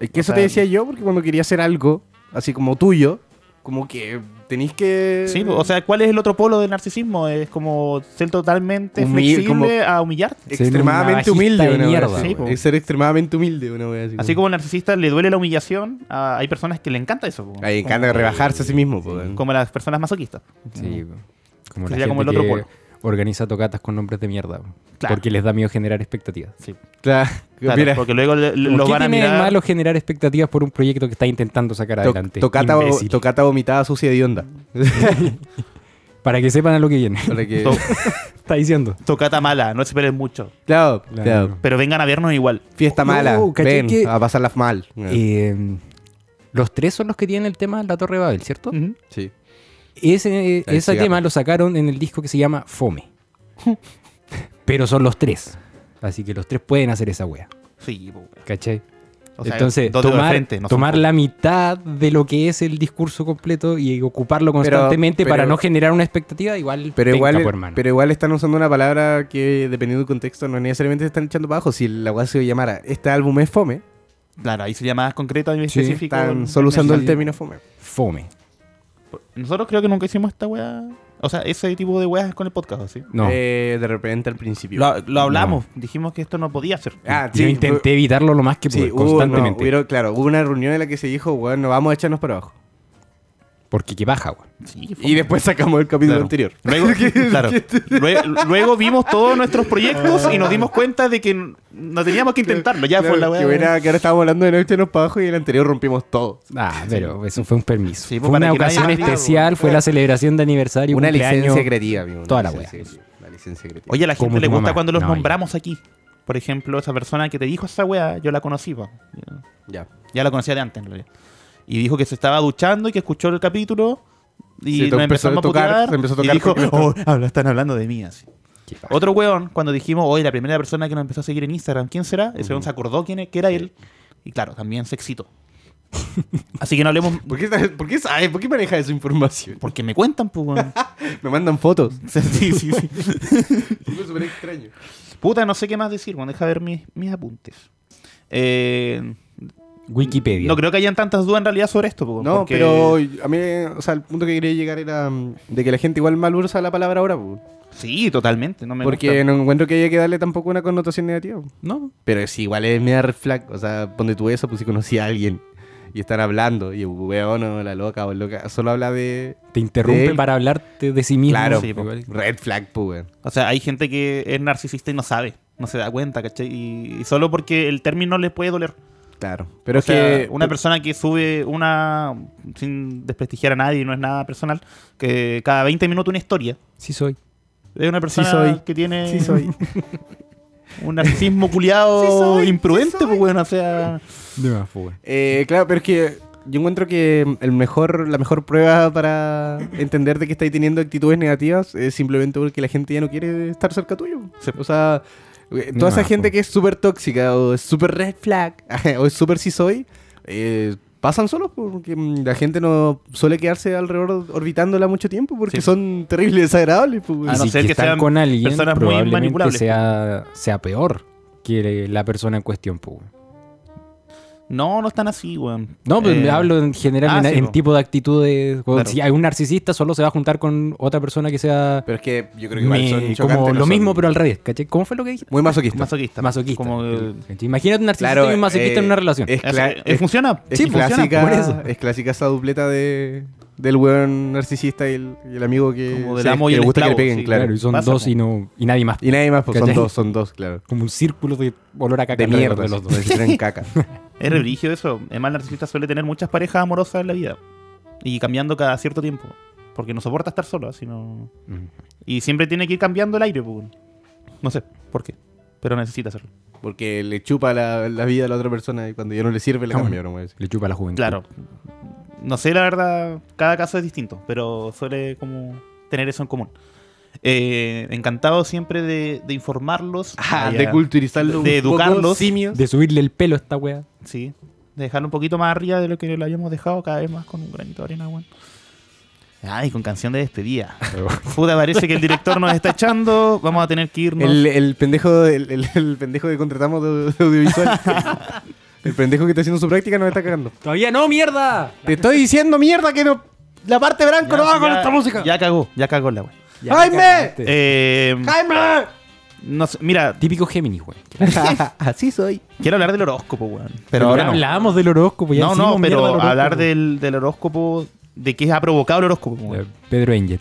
[SPEAKER 4] Es que
[SPEAKER 1] O
[SPEAKER 4] eso
[SPEAKER 1] sea-
[SPEAKER 4] te decía yo porque cuando quería hacer algo, así como tuyo, como que tenéis que...
[SPEAKER 1] Sí, o sea, ¿cuál es el otro polo del narcisismo? Es como ser totalmente
[SPEAKER 4] Humil-
[SPEAKER 1] flexible
[SPEAKER 4] como-
[SPEAKER 1] a humillarte.
[SPEAKER 2] Ser un
[SPEAKER 4] Extremadamente
[SPEAKER 2] navajista
[SPEAKER 4] humilde,
[SPEAKER 2] de
[SPEAKER 4] una wea
[SPEAKER 2] mierda,
[SPEAKER 4] así,
[SPEAKER 1] sí,
[SPEAKER 4] weón.
[SPEAKER 1] po.
[SPEAKER 4] Es ser extremadamente humilde, una wea así.
[SPEAKER 1] Así como al narcisista le duele la humillación, a- hay personas que le encanta eso. po.
[SPEAKER 4] Ay, encanta rebajarse a sí mismo, po, weón.
[SPEAKER 1] Como las personas masoquistas.
[SPEAKER 2] Sí, como
[SPEAKER 1] Que
[SPEAKER 2] la
[SPEAKER 1] sería como el
[SPEAKER 2] gente
[SPEAKER 1] otro
[SPEAKER 2] que
[SPEAKER 1] polo.
[SPEAKER 2] organiza tocatas con nombres de mierda.
[SPEAKER 1] Claro.
[SPEAKER 2] Porque les da miedo generar expectativas.
[SPEAKER 4] Claro,
[SPEAKER 1] Claro,
[SPEAKER 4] mira,
[SPEAKER 1] porque luego le-
[SPEAKER 2] ¿Por
[SPEAKER 1] los
[SPEAKER 2] ¿Qué
[SPEAKER 1] van a
[SPEAKER 2] tiene de
[SPEAKER 1] mirar.
[SPEAKER 2] malo generar expectativas por un proyecto que está intentando sacar
[SPEAKER 4] to-
[SPEAKER 2] adelante?
[SPEAKER 4] tocata, vo-
[SPEAKER 2] Imbécil.
[SPEAKER 4] tocata vomitada sucia de onda.
[SPEAKER 2] Para que sepan a lo que viene.
[SPEAKER 4] Para que-
[SPEAKER 1] To-
[SPEAKER 2] está diciendo.
[SPEAKER 1] tocata mala, no se esperen mucho.
[SPEAKER 4] claro,
[SPEAKER 2] Claro.
[SPEAKER 4] claro.
[SPEAKER 1] Pero vengan a vernos igual.
[SPEAKER 4] Fiesta
[SPEAKER 2] Oh,
[SPEAKER 4] mala,
[SPEAKER 2] ¿cachai
[SPEAKER 4] ven
[SPEAKER 2] que-
[SPEAKER 4] a pasarla mal.
[SPEAKER 2] Eh, los tres son los que tienen el tema de la Torre Babel, ¿cierto?
[SPEAKER 1] Ujú.
[SPEAKER 4] sí.
[SPEAKER 2] Ese, eh,
[SPEAKER 4] El
[SPEAKER 2] ese
[SPEAKER 4] cigarro.
[SPEAKER 2] tema lo sacaron en el disco que se llama Fome. Pero son los tres. Así que los tres pueden hacer esa wea.
[SPEAKER 1] Sí, po, weón.
[SPEAKER 2] ¿Cachai?
[SPEAKER 1] O sea,
[SPEAKER 2] Entonces,
[SPEAKER 1] dos dedos de
[SPEAKER 2] tomar,
[SPEAKER 1] frente, no son
[SPEAKER 2] tomar
[SPEAKER 1] pocos.
[SPEAKER 2] la mitad de lo que es el discurso completo y ocuparlo
[SPEAKER 4] Pero-
[SPEAKER 2] constantemente para
[SPEAKER 4] pero-
[SPEAKER 2] no generar una expectativa, igual
[SPEAKER 4] Pero
[SPEAKER 2] penca,
[SPEAKER 4] igual,
[SPEAKER 2] po, hermano.
[SPEAKER 4] pero igual están usando una palabra que, dependiendo del contexto, no necesariamente se están echando para abajo. Si la weá se llamara este álbum es fome,
[SPEAKER 1] Claro, ahí sería más concreta y
[SPEAKER 2] Sí,
[SPEAKER 1] específica.
[SPEAKER 4] están solo usando el término fome.
[SPEAKER 2] Fome.
[SPEAKER 1] Nosotros creo que nunca hicimos esta weá. O sea, ese tipo de weas con el podcast, ¿sí?
[SPEAKER 2] No.
[SPEAKER 4] Eh, de repente al principio.
[SPEAKER 1] Lo, lo hablamos, dijimos que esto no podía ser.
[SPEAKER 4] Ah,
[SPEAKER 2] Yo
[SPEAKER 4] sí,
[SPEAKER 2] intenté evitarlo lo más que pude,
[SPEAKER 4] Sí, hubo, no,
[SPEAKER 2] constantemente.
[SPEAKER 4] hubieron- claro, hubo una reunión en la que se dijo, bueno, vamos a echarnos para abajo.
[SPEAKER 2] Porque qué baja, weón.
[SPEAKER 1] Sí, fue-
[SPEAKER 4] Y después sacamos el capítulo
[SPEAKER 1] Claro.
[SPEAKER 4] anterior.
[SPEAKER 1] Luego, claro. Lue- luego, vimos todos nuestros proyectos y nos dimos cuenta de que n- no teníamos que intentarlo. Ya
[SPEAKER 4] Ah. Claro,
[SPEAKER 1] fue la weá.
[SPEAKER 4] que, era- que ahora estábamos hablando de no echarnos para abajo y el anterior rompimos todo.
[SPEAKER 2] Ah, pero eso fue un permiso.
[SPEAKER 1] Sí, pues,
[SPEAKER 2] fue
[SPEAKER 1] para
[SPEAKER 2] una
[SPEAKER 1] que nadie
[SPEAKER 2] ocasión
[SPEAKER 1] más diga,
[SPEAKER 2] especial, fue la celebración de aniversario.
[SPEAKER 4] Una
[SPEAKER 2] cumpleaños.
[SPEAKER 4] licencia creativa, amigo. una
[SPEAKER 2] toda la
[SPEAKER 4] licencia
[SPEAKER 2] wea.
[SPEAKER 4] creativa, La licencia creativa.
[SPEAKER 1] Oye, a la
[SPEAKER 2] Como
[SPEAKER 1] gente le
[SPEAKER 2] tu
[SPEAKER 1] gusta
[SPEAKER 2] mamá.
[SPEAKER 1] cuando los
[SPEAKER 2] No, ya.
[SPEAKER 1] nombramos aquí. Por ejemplo, esa persona que te dijo esa weá, yo la conocí, po. Ya-
[SPEAKER 4] ya.
[SPEAKER 1] Ya la conocía de antes, en realidad. Y dijo que se estaba duchando y que escuchó el capítulo. Y
[SPEAKER 4] Sí, to-
[SPEAKER 1] nos
[SPEAKER 4] empezó
[SPEAKER 1] empezamos
[SPEAKER 4] a
[SPEAKER 1] a
[SPEAKER 4] tocar-
[SPEAKER 1] putear,
[SPEAKER 4] se empezó a tocar
[SPEAKER 1] Y dijo,
[SPEAKER 4] porque-
[SPEAKER 1] oh, habla- están hablando de mí así.
[SPEAKER 2] Qué paja.
[SPEAKER 1] Otro weón, cuando dijimos, hoy la primera persona que nos empezó a seguir en Instagram, ¿quién será? Ese weón se acordó quién es- que era él. Y claro, también se excitó. Así que no hablemos
[SPEAKER 4] ¿Por qué, por qué sabe? ¿Por qué maneja esa información?
[SPEAKER 1] porque me cuentan, pues, weón.
[SPEAKER 4] Me mandan fotos.
[SPEAKER 1] Sí, sí, sí.
[SPEAKER 4] Es súper extraño.
[SPEAKER 1] Puta, no sé qué más decir, bueno, deja ver mis, mis apuntes. Eh,
[SPEAKER 2] Wikipedia.
[SPEAKER 1] no creo que hayan tantas dudas en realidad sobre esto, po,
[SPEAKER 4] No,
[SPEAKER 1] porque-
[SPEAKER 4] pero a mí, o sea, el punto que quería llegar era mm, de que la gente igual mal usa la palabra ahora, po.
[SPEAKER 1] Sí, totalmente, no me
[SPEAKER 4] porque
[SPEAKER 1] gusta.
[SPEAKER 4] no encuentro que haya que darle tampoco una connotación negativa. po.
[SPEAKER 2] No.
[SPEAKER 4] Pero es igual es media red flag, o sea, ponte tú eso, pues si conocí a alguien y están hablando y weón o la loca o el loca, solo habla de
[SPEAKER 2] Te interrumpe
[SPEAKER 4] De él.
[SPEAKER 2] para hablarte de sí mismo.
[SPEAKER 4] claro,
[SPEAKER 1] sí,
[SPEAKER 4] po.
[SPEAKER 1] igual.
[SPEAKER 4] red flag, pues weón.
[SPEAKER 1] O sea, hay gente que es narcisista y no sabe, no se da cuenta, ¿cachai? Y, y solo porque el término le puede doler.
[SPEAKER 4] Claro, pero
[SPEAKER 1] O
[SPEAKER 4] es
[SPEAKER 1] sea,
[SPEAKER 4] que
[SPEAKER 1] una persona que sube una, sin desprestigiar a nadie, no es nada personal, que cada 20 minutos una historia.
[SPEAKER 2] Sí soy.
[SPEAKER 1] Es una persona
[SPEAKER 4] soy.
[SPEAKER 1] que tiene
[SPEAKER 4] sí soy.
[SPEAKER 1] un narcisismo culiado imprudente, pues, weón, o sea...
[SPEAKER 2] De más, pues, weón.
[SPEAKER 4] Eh, claro, pero es que yo encuentro que el mejor, la mejor prueba para entender de que estáis teniendo actitudes negativas es simplemente porque la gente ya no quiere estar cerca tuyo.
[SPEAKER 1] Sí.
[SPEAKER 4] O sea, eh, toda esa
[SPEAKER 2] Nah,
[SPEAKER 4] gente
[SPEAKER 2] po.
[SPEAKER 4] que es súper tóxica o es súper red flag o es súper si soy, eh, pasan solos porque mm, la gente no suele quedarse alrededor orbitándola mucho tiempo porque
[SPEAKER 1] Sí.
[SPEAKER 4] son terribles desagradables. pues, güey.
[SPEAKER 1] Ah, no
[SPEAKER 2] Y si
[SPEAKER 1] ser
[SPEAKER 2] que
[SPEAKER 1] que
[SPEAKER 2] están
[SPEAKER 1] sean
[SPEAKER 2] con alguien,
[SPEAKER 1] personas muy
[SPEAKER 2] probablemente
[SPEAKER 1] manipulables.
[SPEAKER 2] sea, sea peor que la persona en cuestión, pues, weón.
[SPEAKER 1] No, no están así, weón.
[SPEAKER 2] No, pero
[SPEAKER 1] Eh,
[SPEAKER 2] hablo en general
[SPEAKER 1] ah,
[SPEAKER 2] en,
[SPEAKER 1] sí,
[SPEAKER 2] en
[SPEAKER 1] po.
[SPEAKER 2] tipo de actitudes. weón.
[SPEAKER 1] Claro.
[SPEAKER 2] Si hay un narcisista, solo se va a juntar con otra persona que sea
[SPEAKER 4] Pero es que yo creo que igual
[SPEAKER 2] me-
[SPEAKER 4] son chocantes,
[SPEAKER 2] como
[SPEAKER 4] no
[SPEAKER 2] lo
[SPEAKER 4] son
[SPEAKER 2] mismo, pero al revés. ¿Cachai? ¿Cómo fue lo que dije?
[SPEAKER 4] Muy masoquista.
[SPEAKER 1] Masoquista.
[SPEAKER 2] Masoquista.
[SPEAKER 1] Como, eh,
[SPEAKER 2] ¿Cachai? Imagínate un narcisista y un masoquista
[SPEAKER 4] eh,
[SPEAKER 2] en una relación.
[SPEAKER 4] Es,
[SPEAKER 1] Así
[SPEAKER 4] cla-
[SPEAKER 1] que, eh,
[SPEAKER 4] es-
[SPEAKER 1] funciona.
[SPEAKER 4] Es
[SPEAKER 2] Sí,
[SPEAKER 4] clásica,
[SPEAKER 2] funciona, por eso.
[SPEAKER 4] es clásica esa dupleta de, del weón narcisista y el, y el amigo que,
[SPEAKER 1] Como del
[SPEAKER 4] sí,
[SPEAKER 1] amo
[SPEAKER 4] que
[SPEAKER 1] y
[SPEAKER 4] le
[SPEAKER 1] el
[SPEAKER 4] gusta que
[SPEAKER 1] esclavo,
[SPEAKER 4] le peguen,
[SPEAKER 1] sí,
[SPEAKER 4] claro.
[SPEAKER 2] claro, y son
[SPEAKER 1] pasa,
[SPEAKER 2] dos
[SPEAKER 1] po.
[SPEAKER 2] y, no, y nadie más.
[SPEAKER 4] Y nadie más, pues son
[SPEAKER 2] ¿Cachai?
[SPEAKER 4] dos, son dos, claro.
[SPEAKER 2] Como un círculo de olor a caca
[SPEAKER 4] De
[SPEAKER 2] alrededor
[SPEAKER 4] mierda,
[SPEAKER 2] de
[SPEAKER 4] los
[SPEAKER 2] los dos.
[SPEAKER 4] caca.
[SPEAKER 1] Es religio eso. Además, el narcisista suele tener muchas parejas amorosas en la vida. Y cambiando cada cierto tiempo. Porque no soporta estar solo, así no...
[SPEAKER 2] Mm.
[SPEAKER 1] Y siempre tiene que ir cambiando el aire, pues. No sé por qué. Pero necesita hacerlo.
[SPEAKER 4] Porque le chupa la, la vida a la otra persona y cuando ya no le sirve le
[SPEAKER 2] Ah, bueno.
[SPEAKER 4] cambia, no, güey.
[SPEAKER 2] Le chupa la juventud.
[SPEAKER 1] Claro. No sé, la verdad, cada caso es distinto, pero suele como tener eso en común. Eh, encantado siempre de, de informarlos.
[SPEAKER 4] Ah,
[SPEAKER 1] ya.
[SPEAKER 4] de culturizarlo
[SPEAKER 1] De
[SPEAKER 4] un poco,
[SPEAKER 1] educarlos.
[SPEAKER 4] simios.
[SPEAKER 2] De subirle el pelo a esta weá.
[SPEAKER 1] Sí. De dejarlo un poquito más arriba de lo que lo habíamos dejado, cada vez más con un granito de arena, weón. Ay, con canción de despedida. Puta, parece que el director nos está echando. Vamos a tener que irnos.
[SPEAKER 4] El, el pendejo el, el- el pendejo que contratamos de, de audiovisual. el pendejo que está haciendo su práctica nos está cagando.
[SPEAKER 2] ¡Todavía no, mierda!
[SPEAKER 4] Te estoy diciendo mierda que no la parte blanca no va con esta música.
[SPEAKER 1] Ya cagó, ya cagó la weón.
[SPEAKER 2] Ya,
[SPEAKER 4] ¡Jaime!
[SPEAKER 2] cagaste.
[SPEAKER 1] Eh,
[SPEAKER 4] Jaime.
[SPEAKER 1] no sé, mira,
[SPEAKER 2] Típico Géminis, weón.
[SPEAKER 4] Así soy.
[SPEAKER 1] quiero hablar del horóscopo, weón.
[SPEAKER 2] Pero
[SPEAKER 1] Pero ahora no.
[SPEAKER 2] hablábamos del horóscopo. Ya
[SPEAKER 1] no,
[SPEAKER 2] hicimos
[SPEAKER 1] no,
[SPEAKER 2] mierda al
[SPEAKER 1] pero
[SPEAKER 2] horóscopo.
[SPEAKER 1] hablar del, del horóscopo, de qué ha provocado el horóscopo.
[SPEAKER 2] Eh,
[SPEAKER 1] weón.
[SPEAKER 2] Pedro Engel.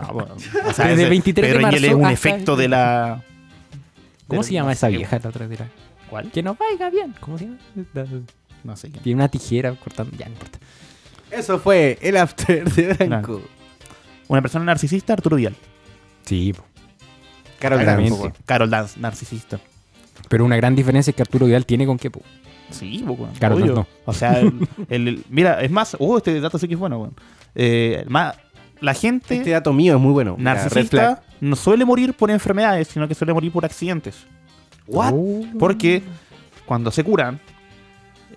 [SPEAKER 1] No, weón. o
[SPEAKER 2] Desde
[SPEAKER 1] ese
[SPEAKER 2] 23 de
[SPEAKER 1] Pedro Engel
[SPEAKER 2] marzo
[SPEAKER 1] es un
[SPEAKER 2] hasta-
[SPEAKER 1] efecto de la.
[SPEAKER 2] ¿Cómo
[SPEAKER 1] Pero
[SPEAKER 2] se llama
[SPEAKER 1] no
[SPEAKER 2] esa
[SPEAKER 1] sé.
[SPEAKER 2] vieja la otra de la-
[SPEAKER 1] ¿Cuál?
[SPEAKER 2] Que no vaya bien. ¿Cómo se llama? La-
[SPEAKER 1] No sé quién.
[SPEAKER 2] Tiene una tijera cortando. Ya, no importa.
[SPEAKER 4] Eso fue el after de Branco.
[SPEAKER 1] Una persona narcisista, Arturo Vidal.
[SPEAKER 2] Sí, po.
[SPEAKER 4] Carol
[SPEAKER 2] Claramente.
[SPEAKER 4] Dance.
[SPEAKER 1] Carol Dance, narcisista.
[SPEAKER 2] pero una gran diferencia es que Arturo Vidal tiene con qué, po.
[SPEAKER 1] Sí, po, weón.
[SPEAKER 2] Claro,
[SPEAKER 1] obvio.
[SPEAKER 2] no, no.
[SPEAKER 1] O sea, el, el- el- mira, es más, oh, este dato sí que es bueno, weón. Eh, más, la gente
[SPEAKER 4] Este dato mío es muy bueno. Mira, red flag.
[SPEAKER 1] narcisista no suele morir por enfermedades, sino que suele morir por accidentes.
[SPEAKER 4] What?
[SPEAKER 2] Oh.
[SPEAKER 1] Porque cuando se curan,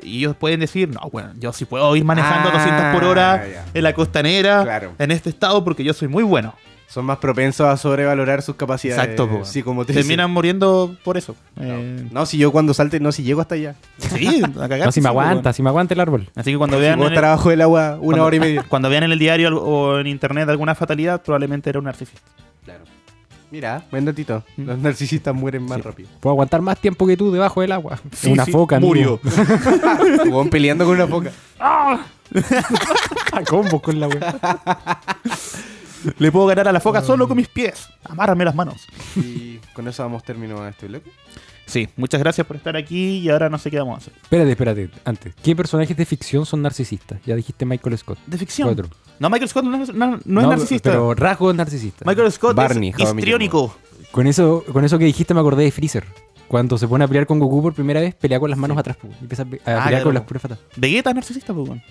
[SPEAKER 1] y ellos pueden decir, no, bueno, yo sí puedo ir manejando
[SPEAKER 4] Ah,
[SPEAKER 1] 200 por hora
[SPEAKER 4] ya.
[SPEAKER 1] en la costanera,
[SPEAKER 4] Claro.
[SPEAKER 1] en este estado, porque yo soy muy bueno.
[SPEAKER 4] Son más propensos a sobrevalorar sus capacidades
[SPEAKER 1] Exacto, po.
[SPEAKER 4] psicomotrices.
[SPEAKER 1] Terminan muriendo por eso. Eh,
[SPEAKER 4] No, si yo cuando salte, no, si llego hasta allá.
[SPEAKER 1] Sí, a cagarse,
[SPEAKER 2] No, si me
[SPEAKER 1] sí,
[SPEAKER 2] aguanta, si me aguanta el árbol.
[SPEAKER 1] bueno. Así que cuando
[SPEAKER 4] Si
[SPEAKER 1] vean,
[SPEAKER 4] puedo
[SPEAKER 1] en el-
[SPEAKER 4] estar abajo del agua una
[SPEAKER 1] cuando-
[SPEAKER 4] hora y media.
[SPEAKER 1] cuando vean en el diario al- o en internet alguna fatalidad, probablemente era un narcisista.
[SPEAKER 4] Mira, buen datito.
[SPEAKER 1] Mm.
[SPEAKER 4] Los narcisistas mueren más rápido.
[SPEAKER 2] Puedo aguantar más tiempo que tú debajo del agua.
[SPEAKER 1] Sí,
[SPEAKER 2] una
[SPEAKER 1] sí,
[SPEAKER 2] foca, amigo.
[SPEAKER 1] murió.
[SPEAKER 4] Jugón peleando con una foca.
[SPEAKER 2] A combos Ah, con la weá.
[SPEAKER 1] Le puedo ganar a la foca solo con mis pies. Amárrame las manos.
[SPEAKER 4] Y con eso damos término a este bloque.
[SPEAKER 1] Sí, muchas gracias por estar aquí y ahora no sé qué vamos a hacer.
[SPEAKER 2] Espérate, espérate. Antes, ¿qué personajes de ficción son narcisistas? Ya dijiste Michael Scott.
[SPEAKER 1] De ficción.
[SPEAKER 2] Cuatro.
[SPEAKER 1] No, Michael Scott no, es- no- no es narcisista.
[SPEAKER 2] Pero rasgos narcisistas.
[SPEAKER 1] Michael Scott
[SPEAKER 4] Barney,
[SPEAKER 1] es
[SPEAKER 4] How I Met Your
[SPEAKER 1] histriónico.
[SPEAKER 2] Con eso, con eso que dijiste me acordé de Freezer. Cuando se pone a pelear con Goku por primera vez, pelea con las manos atrás. po. Y empieza a pe- a
[SPEAKER 1] Ah,
[SPEAKER 2] pelear
[SPEAKER 1] claro,
[SPEAKER 2] con las
[SPEAKER 1] po.
[SPEAKER 2] puras patas.
[SPEAKER 1] Vegeta es narcisista, pues, weón.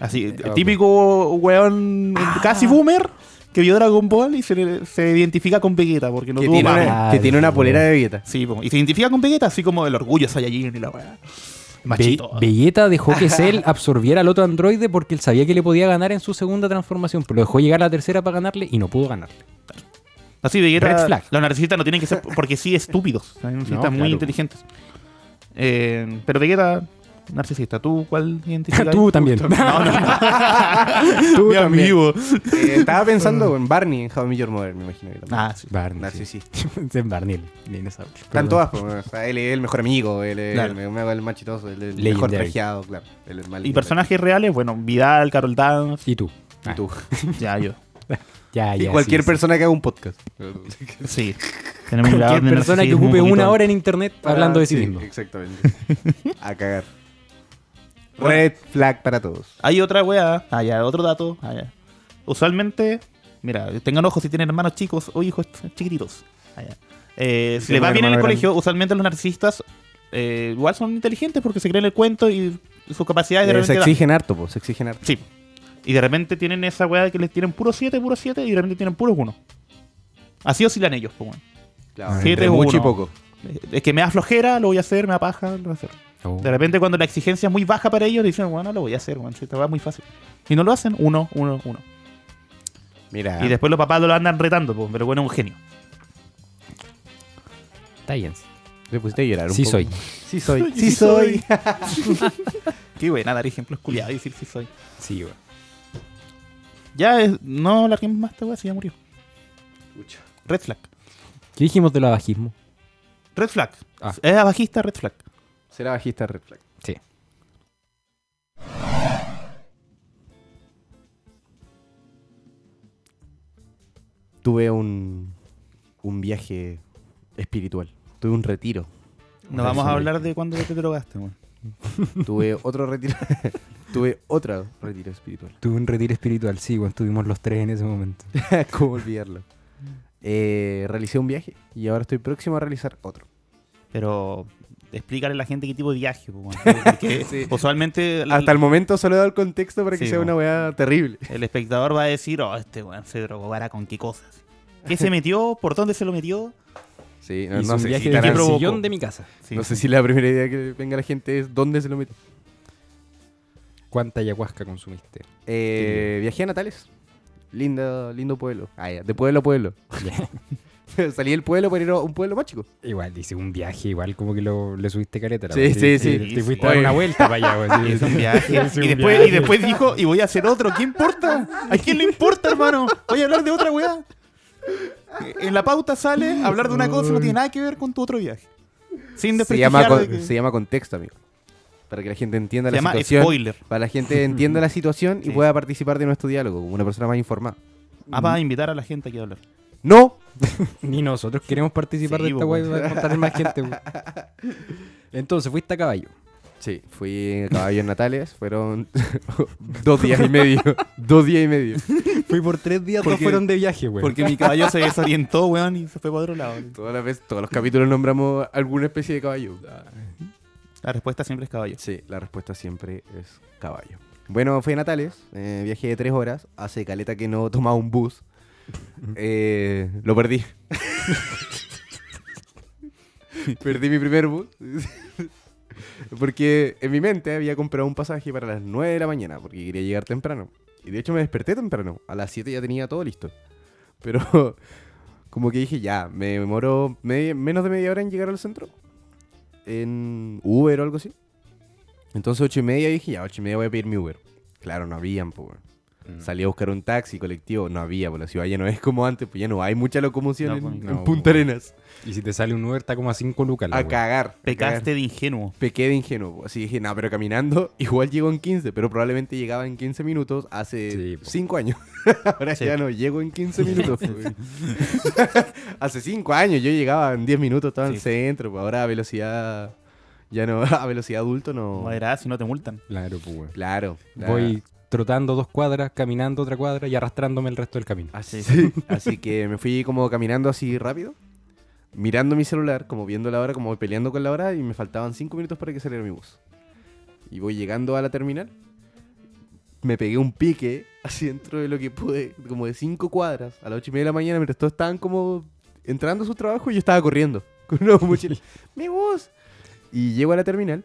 [SPEAKER 1] Así, el
[SPEAKER 2] ok.
[SPEAKER 4] Eh, Ah.
[SPEAKER 1] típico weón casi boomer que vio Dragon Ball y se, le- se identifica con Vegeta porque no
[SPEAKER 4] que,
[SPEAKER 1] tuvo
[SPEAKER 4] tiene
[SPEAKER 1] Bardock.
[SPEAKER 4] una, que tiene una polera de Vegeta.
[SPEAKER 1] Sí, po, y se identifica con Vegeta así como el orgullo Saiyajin y la weá.
[SPEAKER 2] Be-
[SPEAKER 1] Machito.
[SPEAKER 2] Belleta dejó que Cell absorbiera al otro androide porque él sabía que le podía ganar en su segunda transformación, pero lo dejó llegar a la tercera para ganarle y no pudo ganarle.
[SPEAKER 1] Así, Vegeta.
[SPEAKER 2] Red flag.
[SPEAKER 1] Los narcisistas no tienen que ser porque sí estúpidos. Hay narcisistas
[SPEAKER 2] No,
[SPEAKER 1] muy
[SPEAKER 2] claro.
[SPEAKER 1] inteligentes. Eh, pero Vegeta, narcisista, ¿tú cuál identificas?
[SPEAKER 2] Tú también.
[SPEAKER 1] No, no, no.
[SPEAKER 2] Tú
[SPEAKER 1] Mi
[SPEAKER 2] también.
[SPEAKER 1] amigo.
[SPEAKER 4] Eh, estaba pensando en Barney en How I Met Your Mother, me imagino. que también.
[SPEAKER 1] Ah, sí.
[SPEAKER 2] Barney.
[SPEAKER 4] Narcisista.
[SPEAKER 2] sí. Barney, el dinosaurio.
[SPEAKER 4] Están
[SPEAKER 2] Perdón.
[SPEAKER 4] todas, pues, o sea, él es el mejor amigo, él es
[SPEAKER 1] Claro.
[SPEAKER 4] el, me- el más chistoso, el, el mejor
[SPEAKER 2] Legendary.
[SPEAKER 4] trajeado, claro. el más
[SPEAKER 1] Y
[SPEAKER 4] lindo.
[SPEAKER 1] personajes reales, bueno, Vidal, Carol Dance, Ah,
[SPEAKER 2] Y tú.
[SPEAKER 4] Y tú.
[SPEAKER 1] ya yo.
[SPEAKER 2] Ya,
[SPEAKER 4] Y
[SPEAKER 2] ya,
[SPEAKER 4] cualquier
[SPEAKER 2] sí, sí.
[SPEAKER 4] persona que haga un podcast.
[SPEAKER 1] Sí. Tenemos un grado
[SPEAKER 2] Cualquier
[SPEAKER 1] de
[SPEAKER 2] persona que
[SPEAKER 1] narcisismo
[SPEAKER 2] ocupe
[SPEAKER 1] muy
[SPEAKER 2] una
[SPEAKER 1] tonto.
[SPEAKER 2] hora en internet hablando de sí, mismo.
[SPEAKER 4] Ah, Exactamente. A cagar. Red flag para todos.
[SPEAKER 1] Hay otra weá. Ah, ya, otro dato. Ah, ya. Usualmente, mira, tengan ojos si tienen hermanos chicos o hijos chiquititos. Ah, ya. Eh, si
[SPEAKER 4] tienen
[SPEAKER 1] les va
[SPEAKER 4] un
[SPEAKER 1] bien en el
[SPEAKER 4] hermano
[SPEAKER 1] colegio, usualmente los narcisistas eh, igual son inteligentes porque se creen el cuento y sus capacidades de
[SPEAKER 4] Eh, se
[SPEAKER 1] repente dan.
[SPEAKER 4] exigen harto, pues, se exigen harto.
[SPEAKER 1] Sí. Y de repente tienen esa weá que les tienen puro 7, puro 7 y de repente tienen puros 1. Así oscilan ellos, pues, weón.
[SPEAKER 4] Claro,
[SPEAKER 1] Siete
[SPEAKER 4] entre
[SPEAKER 1] u
[SPEAKER 4] mucho y
[SPEAKER 1] uno.
[SPEAKER 4] poco.
[SPEAKER 1] Eh, Es que me da flojera, lo voy a hacer, me da paja, lo voy a hacer.
[SPEAKER 2] Oh.
[SPEAKER 1] De repente cuando la exigencia es muy baja para ellos, dicen, bueno, lo voy a hacer, bueno, si te va muy fácil. Y no lo hacen, uno, uno, uno.
[SPEAKER 4] Mira.
[SPEAKER 1] Y después los papás lo andan retando, pues, pero bueno, es un genio.
[SPEAKER 2] Está bien.
[SPEAKER 4] Te pusiste a llorar un
[SPEAKER 2] Sí
[SPEAKER 4] poco.
[SPEAKER 2] soy.
[SPEAKER 4] Sí soy.
[SPEAKER 1] Sí soy. Qué buena dar ejemplos culiados y decir si soy.
[SPEAKER 2] Sí, güey.
[SPEAKER 1] Ya es, no la más esta weá, si ya murió. Red flag.
[SPEAKER 2] ¿Qué dijimos del abajismo?
[SPEAKER 1] Red flag.
[SPEAKER 2] Ah.
[SPEAKER 1] Es abajista, red flag.
[SPEAKER 4] Será bajista red flag.
[SPEAKER 2] Sí.
[SPEAKER 4] Tuve un, un viaje espiritual. Tuve un retiro.
[SPEAKER 1] No vamos a hablar de cuándo te drogaste, weón.
[SPEAKER 4] Tuve otro retiro. Tuve otro retiro espiritual.
[SPEAKER 2] Tuve un retiro espiritual, sí, güey. Estuvimos los tres en ese momento.
[SPEAKER 4] ¿Cómo olvidarlo? Eh, realicé un viaje y ahora estoy próximo a realizar otro.
[SPEAKER 1] Pero explícale a la gente qué tipo de viaje, pues, weón. Porque
[SPEAKER 4] Sí.
[SPEAKER 1] usualmente el-
[SPEAKER 4] Hasta el momento solo he dado el contexto para que
[SPEAKER 1] Sí,
[SPEAKER 4] sea
[SPEAKER 1] po.
[SPEAKER 4] una weá terrible.
[SPEAKER 1] el espectador va a decir, oh, este weón se drogó, ¿vara con qué cosas? ¿Qué se metió? ¿Por dónde se lo metió?
[SPEAKER 4] Sí,
[SPEAKER 2] Hice un viaje
[SPEAKER 1] tan
[SPEAKER 2] desde el
[SPEAKER 1] provocó.
[SPEAKER 2] sillón de mi casa.
[SPEAKER 1] Sí.
[SPEAKER 4] No sé si la primera idea que venga la gente es dónde se lo mete.
[SPEAKER 2] ¿Cuánta ayahuasca consumiste?
[SPEAKER 4] Eh, viajé a Natales. Lindo, lindo pueblo. Ah, ya, de pueblo a pueblo. Salí del pueblo para ir a un pueblo más chico.
[SPEAKER 2] Igual, hice un viaje, igual como que lo, le subiste careta. la
[SPEAKER 4] Sí,
[SPEAKER 2] wea,
[SPEAKER 4] sí,
[SPEAKER 2] te-
[SPEAKER 1] sí.
[SPEAKER 2] Te fuiste a dar
[SPEAKER 1] Oye.
[SPEAKER 2] una vuelta para allá, güey.
[SPEAKER 1] Es un viaje.
[SPEAKER 2] Es un
[SPEAKER 1] y, después, y
[SPEAKER 2] viaje.
[SPEAKER 1] después dijo, y voy a hacer otro. ¿Qué importa? ¿A quién le importa, hermano? Voy a hablar de otra weá. En la pauta sale hablar de una cosa no tiene nada que ver con tu otro viaje. Sin
[SPEAKER 4] Se llama,
[SPEAKER 1] desprestigiar
[SPEAKER 4] con-
[SPEAKER 1] de que-
[SPEAKER 4] se llama contexto, amigo. Para que la gente entienda
[SPEAKER 1] Se
[SPEAKER 4] la
[SPEAKER 1] llama
[SPEAKER 4] situación.
[SPEAKER 1] spoiler.
[SPEAKER 4] Para la gente entienda la situación y
[SPEAKER 1] Sí.
[SPEAKER 4] pueda participar de nuestro diálogo como una persona más informada.
[SPEAKER 1] Ah,
[SPEAKER 4] Mm.
[SPEAKER 1] va a invitar a la gente aquí a hablar.
[SPEAKER 4] ¡No!
[SPEAKER 2] Ni nosotros queremos participar
[SPEAKER 1] Sí,
[SPEAKER 2] de esta
[SPEAKER 1] po,
[SPEAKER 2] guay para contarle más gente. po. Entonces, fuiste a caballo.
[SPEAKER 4] Sí, fui en caballo en Natales, fueron dos días y medio. dos días y medio.
[SPEAKER 2] Fui por tres días,
[SPEAKER 1] Porque-
[SPEAKER 2] dos fueron de viaje, güey.
[SPEAKER 1] Porque mi caballo se desorientó, weón, y se fue para otro lado.
[SPEAKER 4] Todas las veces, todos los capítulos nombramos alguna especie de caballo.
[SPEAKER 1] La respuesta siempre es caballo.
[SPEAKER 4] Sí, la respuesta siempre es caballo. Bueno, fui a Natales, eh, viaje de tres horas, hace caleta que no tomaba un bus. Eh, lo perdí. perdí mi primer bus. porque en mi mente había comprado un pasaje para las 9 de la mañana, porque quería llegar temprano. Y de hecho me desperté temprano, a las 7 ya tenía todo listo. Pero como que dije, ya, me demoró media- menos de media hora en llegar al centro. En Uber o algo así. Entonces ocho y media dije, ya, ocho y media voy a pedir mi Uber. Claro, no habían, pues.
[SPEAKER 2] Mm.
[SPEAKER 4] Salí a buscar un taxi colectivo, no había, pues la ciudad ya no es como antes, pues ya no hay mucha locomoción
[SPEAKER 1] No,
[SPEAKER 4] en,
[SPEAKER 1] pues,
[SPEAKER 4] en
[SPEAKER 2] no,
[SPEAKER 4] Punta
[SPEAKER 2] pues.
[SPEAKER 4] Arenas.
[SPEAKER 2] Y si te sale un Uber, está como a cinco lucas. la
[SPEAKER 4] A
[SPEAKER 2] wea.
[SPEAKER 4] cagar. a
[SPEAKER 1] Pecaste
[SPEAKER 4] cagar.
[SPEAKER 1] de ingenuo.
[SPEAKER 4] Pequé de ingenuo, pues. así dije, no, pero caminando igual llego en 15, pero probablemente llegaba en 15 minutos
[SPEAKER 2] Sí,
[SPEAKER 4] hace
[SPEAKER 2] pues.
[SPEAKER 4] 5 años. Ahora
[SPEAKER 1] Sí.
[SPEAKER 4] ya no llego en 15 minutos. pues. hace 5 años yo llegaba en 10 minutos, estaba en el
[SPEAKER 1] Sí.
[SPEAKER 4] centro, pues ahora a velocidad, ya no, a velocidad adulto no.
[SPEAKER 1] Moderada si no te multan.
[SPEAKER 2] Claro, pues, güey.
[SPEAKER 4] Claro. la-
[SPEAKER 2] Voy trotando dos cuadras, caminando otra cuadra y arrastrándome el resto del camino.
[SPEAKER 4] Así, así que me fui como caminando así rápido, mirando mi celular, como viendo la hora, como peleando con la hora, y me faltaban cinco minutos para que saliera mi bus. Y voy llegando a la terminal. me pegué un pique así dentro de lo que pude, como de cinco cuadras, a las ocho y media de la mañana, mientras todos estaban como entrando a su trabajo y yo estaba corriendo con una mochila. ¡Mi bus! Y llego a la terminal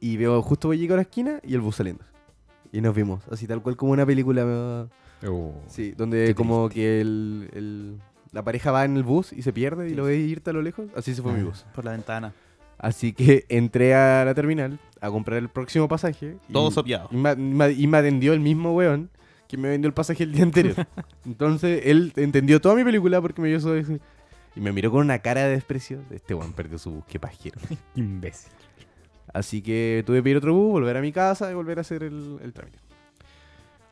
[SPEAKER 4] y veo, justo voy llego a la esquina y el bus saliendo. Y nos vimos, así tal cual como una película.
[SPEAKER 2] Oh.
[SPEAKER 4] Sí, donde
[SPEAKER 2] Qué
[SPEAKER 4] como que el, el- la pareja va en el bus y se pierde y lo ve irte a lo lejos. Así se fue
[SPEAKER 1] Ah.
[SPEAKER 4] mi bus.
[SPEAKER 1] Por la ventana.
[SPEAKER 4] Así que entré a la terminal a comprar el próximo pasaje. y-
[SPEAKER 1] Todo sopeado.
[SPEAKER 4] Y me, me- y me atendió el mismo weón que me vendió el pasaje el día anterior. Entonces él entendió toda mi película porque me vio eso. eso. Y me miró con una cara de desprecio. Este weón perdió su bus, qué pajero.
[SPEAKER 2] Imbécil.
[SPEAKER 4] Así que tuve que pedir otro bus, volver a mi casa y volver a hacer el, el trámite.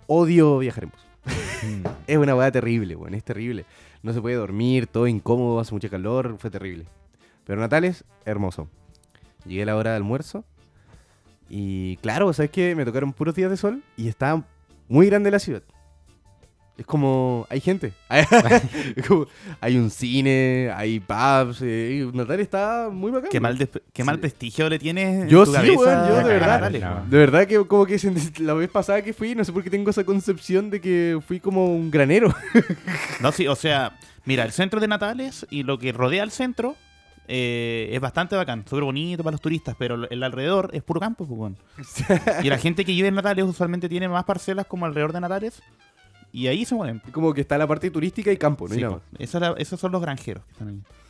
[SPEAKER 4] Odio viajar en bus.
[SPEAKER 2] Mm.
[SPEAKER 4] Es una weá terrible, weón, es terrible. No se puede dormir, todo incómodo, hace mucho calor, fue terrible. Pero Natales, hermoso. Llegué a la hora de almuerzo y claro, ¿sabes qué? Me tocaron puros días de sol y está muy grande la ciudad. Es como, hay gente. Es como, hay un cine, hay pubs. eh, Natales está muy bacán.
[SPEAKER 1] Qué
[SPEAKER 4] weón.
[SPEAKER 1] mal, desp- qué mal
[SPEAKER 4] Sí.
[SPEAKER 1] prestigio le tienes. en
[SPEAKER 4] Yo
[SPEAKER 1] tu
[SPEAKER 4] sí,
[SPEAKER 1] cabeza
[SPEAKER 4] weón, yo de
[SPEAKER 1] a
[SPEAKER 4] verdad.
[SPEAKER 1] Natales,
[SPEAKER 2] No.
[SPEAKER 1] weón.
[SPEAKER 4] De verdad que como que sentí- la vez pasada que fui, no sé por qué tengo esa concepción de que fui como un granero.
[SPEAKER 1] No, sí, o sea, mira, el centro de Natales y lo que rodea al centro eh, es bastante bacán, súper bonito para los turistas, pero el alrededor es puro campo, pues, weón. Y la gente que vive en Natales usualmente tiene más parcelas como alrededor de Natales y ahí se mueven. pues.
[SPEAKER 4] como que está la parte turística y campo, ¿no?
[SPEAKER 1] Sí,
[SPEAKER 4] Y nada más.
[SPEAKER 1] pues, esa es la- esos son los granjeros que están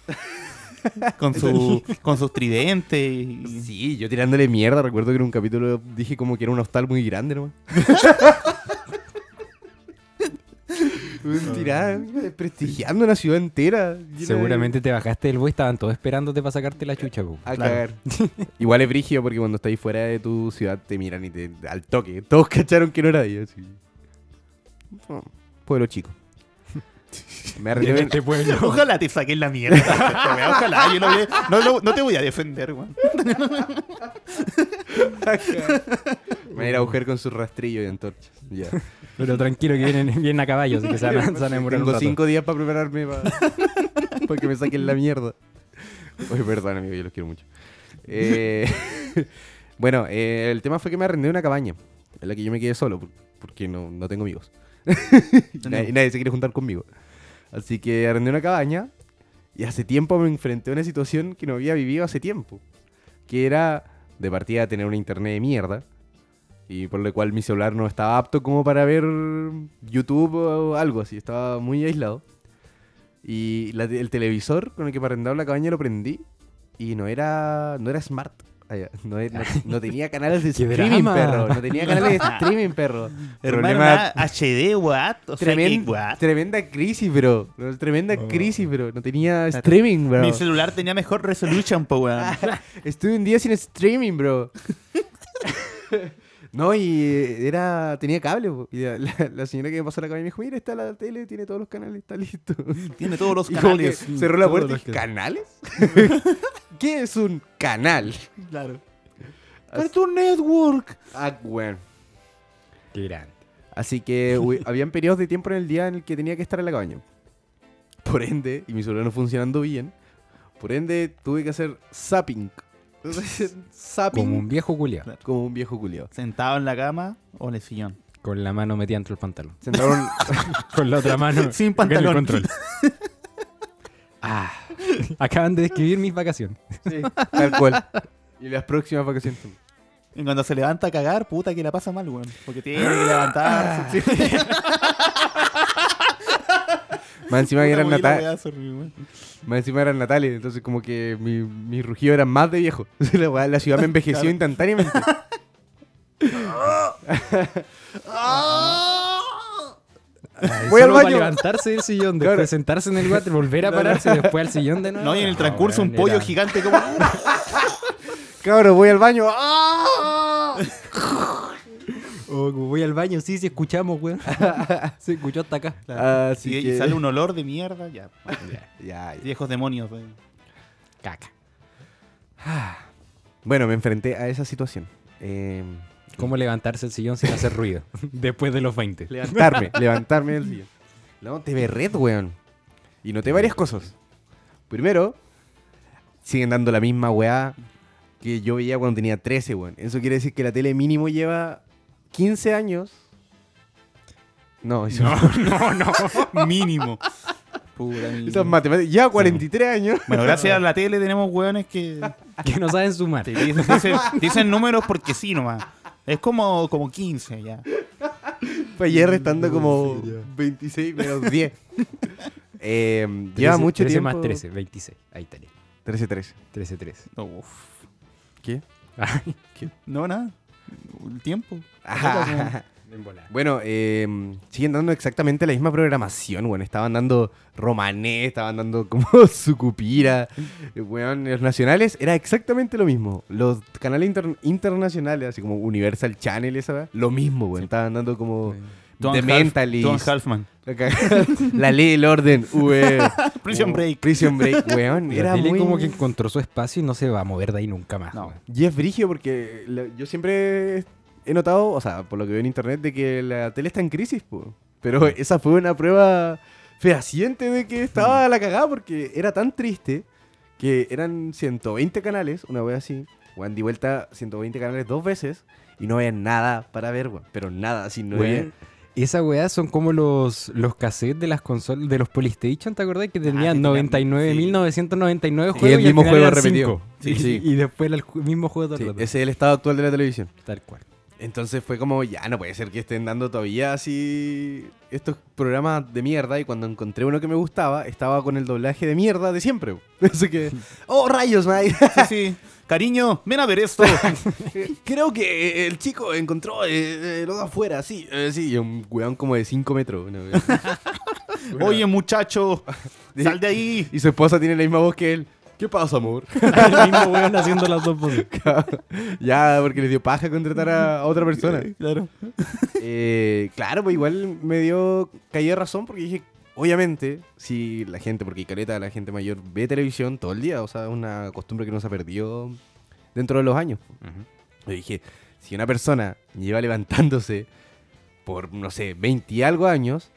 [SPEAKER 1] ahí. con, su, con sus tridentes. y-
[SPEAKER 4] Sí, yo tirándole mierda. Recuerdo que en un capítulo dije como que era un hostal muy grande nomás. Tirada, desprestigiando una ciudad entera. llena de-
[SPEAKER 2] Seguramente te bajaste del bus y estaban todos esperándote para sacarte la chucha, po.
[SPEAKER 4] A
[SPEAKER 1] Claro.
[SPEAKER 4] cagar. Igual es brígido porque cuando estáis fuera de tu ciudad te miran y te. al toque. Todos cacharon que no era de ellos. así. No, pueblo chico. Me arrepiento.
[SPEAKER 2] este
[SPEAKER 1] Ojalá te saquen la mierda. esta wea, Ojalá, yo no, voy a- no, lo- no te voy a defender, weón.
[SPEAKER 4] Me voy a ir a buscar con su rastrillo y antorchas. Ya.
[SPEAKER 2] Pero tranquilo que vienen, vienen a caballo, así que se van, a- se van a demorar un
[SPEAKER 4] Tengo
[SPEAKER 2] rato.
[SPEAKER 4] cinco días para prepararme para, que me saquen la mierda. Oye, perdón, amigo, yo los quiero mucho. Eh, bueno, eh, el tema fue que me arrendé una cabaña en la que yo me quedé solo por- porque no, no tengo amigos. Y nadie, y nadie se quiere juntar conmigo. Así que arrendé una cabaña y hace tiempo me enfrenté a una situación que no había vivido hace tiempo. Que era de partida tener un internet de mierda. Y por lo cual mi celular no estaba apto como para ver YouTube o algo así. Estaba muy aislado. Y la te- el televisor con el que me arrendaba la cabaña lo prendí. Y no era, no era smart. Ah, ya. No, e- no- no tenía canales de
[SPEAKER 2] ¡Qué
[SPEAKER 4] streaming,
[SPEAKER 2] drama!
[SPEAKER 4] perro. No tenía canales de streaming, perro.
[SPEAKER 1] Hermano,
[SPEAKER 4] Problema-
[SPEAKER 1] nada, HD, what? O sea, que,
[SPEAKER 4] Tremen-
[SPEAKER 1] what?
[SPEAKER 4] tremenda crisis, bro. No, Tremenda crisis, bro. No tenía streaming, bro.
[SPEAKER 1] Mi celular tenía mejor resolution, po, weón.
[SPEAKER 4] Estuve un día sin streaming, bro. no, y eh, era tenía cable. po. Y la, la- la señora que me pasó la calle me dijo, mira, está la tele, tiene todos los canales, está listo.
[SPEAKER 1] Tiene todos los
[SPEAKER 4] Y como que
[SPEAKER 1] canales.
[SPEAKER 4] cerró la
[SPEAKER 2] todos
[SPEAKER 4] puerta y
[SPEAKER 2] los
[SPEAKER 4] dije, ¿canales? ¿Qué es un canal?
[SPEAKER 1] Claro. Cartoon Network.
[SPEAKER 4] Ah, bueno.
[SPEAKER 2] Qué grande.
[SPEAKER 4] Así que uy, habían periodos de tiempo en el día en el que tenía que estar en la cabaña. Por ende, y mi celular no funcionando bien, por ende tuve que hacer zapping. Entonces, zapping
[SPEAKER 2] Como un viejo culiao,
[SPEAKER 4] como un viejo culiao.
[SPEAKER 1] Sentado en la cama o en el sillón.
[SPEAKER 2] con la mano metida dentro del pantalón.
[SPEAKER 4] Sentaron,
[SPEAKER 2] Con la otra mano
[SPEAKER 1] Sin
[SPEAKER 2] con el
[SPEAKER 1] pantalón.
[SPEAKER 2] control. Ah, acaban de describir mis vacaciones.
[SPEAKER 4] sí, tal cual. Y las próximas vacaciones.
[SPEAKER 1] Y cuando se levanta a cagar, puta que la pasa mal, weón. Porque tiene que levantarse. Sí.
[SPEAKER 4] Más encima,
[SPEAKER 1] Puta,
[SPEAKER 4] eran
[SPEAKER 1] muy la
[SPEAKER 4] nata-
[SPEAKER 1] weá, sorry, weón.
[SPEAKER 4] más encima eran natales, entonces como que mi, mi rugido era más de viejo. La, weá- la ciudad me envejeció instantáneamente.
[SPEAKER 2] Ay,
[SPEAKER 4] Voy
[SPEAKER 2] solo
[SPEAKER 4] al
[SPEAKER 2] para
[SPEAKER 4] baño.
[SPEAKER 2] levantarse del sillón, después
[SPEAKER 4] Claro.
[SPEAKER 2] sentarse en el water, volver a pararse, después al sillón de nuevo.
[SPEAKER 1] No, y en el transcurso un
[SPEAKER 2] Ah, weón,
[SPEAKER 1] pollo
[SPEAKER 2] era-
[SPEAKER 1] gigante como.
[SPEAKER 4] Cabrón, voy al baño. ¡Ah!
[SPEAKER 2] Oh, como voy al baño, sí, sí escuchamos, weón. Se escuchó hasta acá.
[SPEAKER 4] Ah, Así
[SPEAKER 1] Y, y
[SPEAKER 4] que-
[SPEAKER 1] sale un olor de mierda, ya.
[SPEAKER 4] Ya, ya.
[SPEAKER 1] Viejos demonios. weón.
[SPEAKER 2] Caca.
[SPEAKER 4] Bueno, me enfrenté a esa situación. Eh,
[SPEAKER 2] ¿Cómo levantarse el sillón sin hacer ruido? Después de los 20.
[SPEAKER 4] Levantarme, levantarme del sillón. No, te ve red, weón. Y noté varias cosas. Primero, siguen dando la misma weá que yo veía cuando tenía 13, weón. Eso quiere decir que la tele mínimo lleva 15 años. No, eso
[SPEAKER 1] No, no, no. Mínimo.
[SPEAKER 2] Pura mi-
[SPEAKER 4] esas matemáticas. Ya 43 años.
[SPEAKER 1] Bueno, gracias a la tele tenemos hueones que
[SPEAKER 2] que no saben sumar.
[SPEAKER 1] te dicen, dicen- dicen números porque sí nomás. Es como, como 15 ya.
[SPEAKER 4] Fue pues ayer restando como 26 menos 10. Eh, lleva
[SPEAKER 2] 13,
[SPEAKER 4] mucho
[SPEAKER 2] 13
[SPEAKER 4] tiempo.
[SPEAKER 2] más 13, 26. Ahí estaría.
[SPEAKER 4] 13, 13.
[SPEAKER 2] 13, 13.
[SPEAKER 1] Uf.
[SPEAKER 4] ¿Qué?
[SPEAKER 2] Ay,
[SPEAKER 1] No, nada. El tiempo.
[SPEAKER 2] en volada.
[SPEAKER 4] Bueno, eh, siguen dando exactamente la misma programación, weón. Estaban dando Romané, estaban dando como Sucupira, eh, weón. Los nacionales era exactamente lo mismo. Los canales inter- internacionales, así como Universal Channel, esa, weá, lo mismo, weón. Estaban dando como
[SPEAKER 1] Don
[SPEAKER 4] The
[SPEAKER 1] Half-
[SPEAKER 4] Mentalist,
[SPEAKER 1] Don Halfman.
[SPEAKER 4] la cagada, La Ley del Orden, weón.
[SPEAKER 1] Prison Break.
[SPEAKER 4] Prison Break, weón.
[SPEAKER 2] Era
[SPEAKER 4] Era muy...
[SPEAKER 2] como que encontró su espacio y no se va a mover de ahí nunca más.
[SPEAKER 1] No.
[SPEAKER 2] weón.
[SPEAKER 4] Y es brigio porque la- yo siempre he notado, o sea, por lo que veo en internet, de que la tele está en crisis, po. pero esa fue una prueba fehaciente de que estaba la cagada porque era tan triste que eran 120 canales, una vez así, weón, di vuelta 120 canales dos veces y no había nada para ver, weón, pero nada, así no había-
[SPEAKER 2] Weón, Esa weá son como los, los cassettes de las consolas, de los Polystation, ¿te acordás? Que
[SPEAKER 1] que
[SPEAKER 4] Ah,
[SPEAKER 2] tenían
[SPEAKER 1] tenían-
[SPEAKER 2] 99.999
[SPEAKER 4] Sí,
[SPEAKER 2] juegos.
[SPEAKER 4] el
[SPEAKER 2] al
[SPEAKER 4] mismo
[SPEAKER 2] final
[SPEAKER 4] juego
[SPEAKER 2] eran
[SPEAKER 4] repetido.
[SPEAKER 2] cinco.
[SPEAKER 4] Sí,
[SPEAKER 2] y,
[SPEAKER 4] sí.
[SPEAKER 2] y después era el ju- mismo juego
[SPEAKER 4] Sí,
[SPEAKER 2] todo el rato.
[SPEAKER 4] ese es el estado actual de la televisión.
[SPEAKER 2] Tal cual.
[SPEAKER 4] Entonces fue como, ya no puede ser que estén dando todavía así estos programas de mierda. Y cuando encontré uno que me gustaba, estaba con el doblaje de mierda de siempre. Así que, oh rayos, May.
[SPEAKER 1] Sí, sí. Cariño, ven a ver esto.
[SPEAKER 4] Creo que eh, el chico encontró eh, eh, lo de afuera, sí, eh, sí. Y un weón como de 5 metros. una wea así.
[SPEAKER 1] Oye, muchacho, sal de ahí.
[SPEAKER 4] Y su esposa tiene la misma voz que él. ¿Qué pasa, amor?
[SPEAKER 2] el mismo weón haciendo las dos voces.
[SPEAKER 4] ya, porque les dio paja contratar a a otra persona.
[SPEAKER 1] Claro.
[SPEAKER 4] Eh, claro, pues igual me dio. caí de razón porque dije, obviamente, si la gente, porque careta, la gente mayor ve televisión todo el día, o sea, es una costumbre que no se ha perdido dentro de los años. Yo dije, si una persona lleva levantándose por, no sé, 20 y algo años,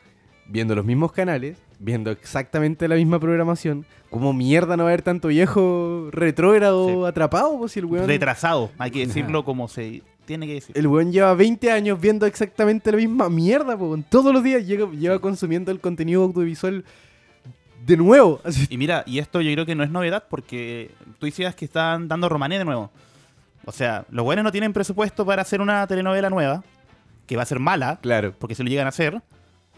[SPEAKER 4] viendo los mismos canales, viendo exactamente la misma programación, ¿cómo mierda no va a haber tanto viejo retrógrado
[SPEAKER 1] Sí.
[SPEAKER 4] atrapado? Pues si el weón.
[SPEAKER 1] Retrasado, hay que decirlo como se tiene que decir.
[SPEAKER 4] El weón lleva 20 años viendo exactamente la misma mierda, po, weón. Todos los días llega- lleva consumiendo el contenido audiovisual de nuevo. Así-
[SPEAKER 1] Y mira, y esto yo creo que no es novedad porque tú decías que están dando Romané de nuevo. O sea, los buenos no tienen presupuesto para hacer una telenovela nueva, que va a ser mala,
[SPEAKER 4] Claro.
[SPEAKER 1] porque se lo llegan a hacer.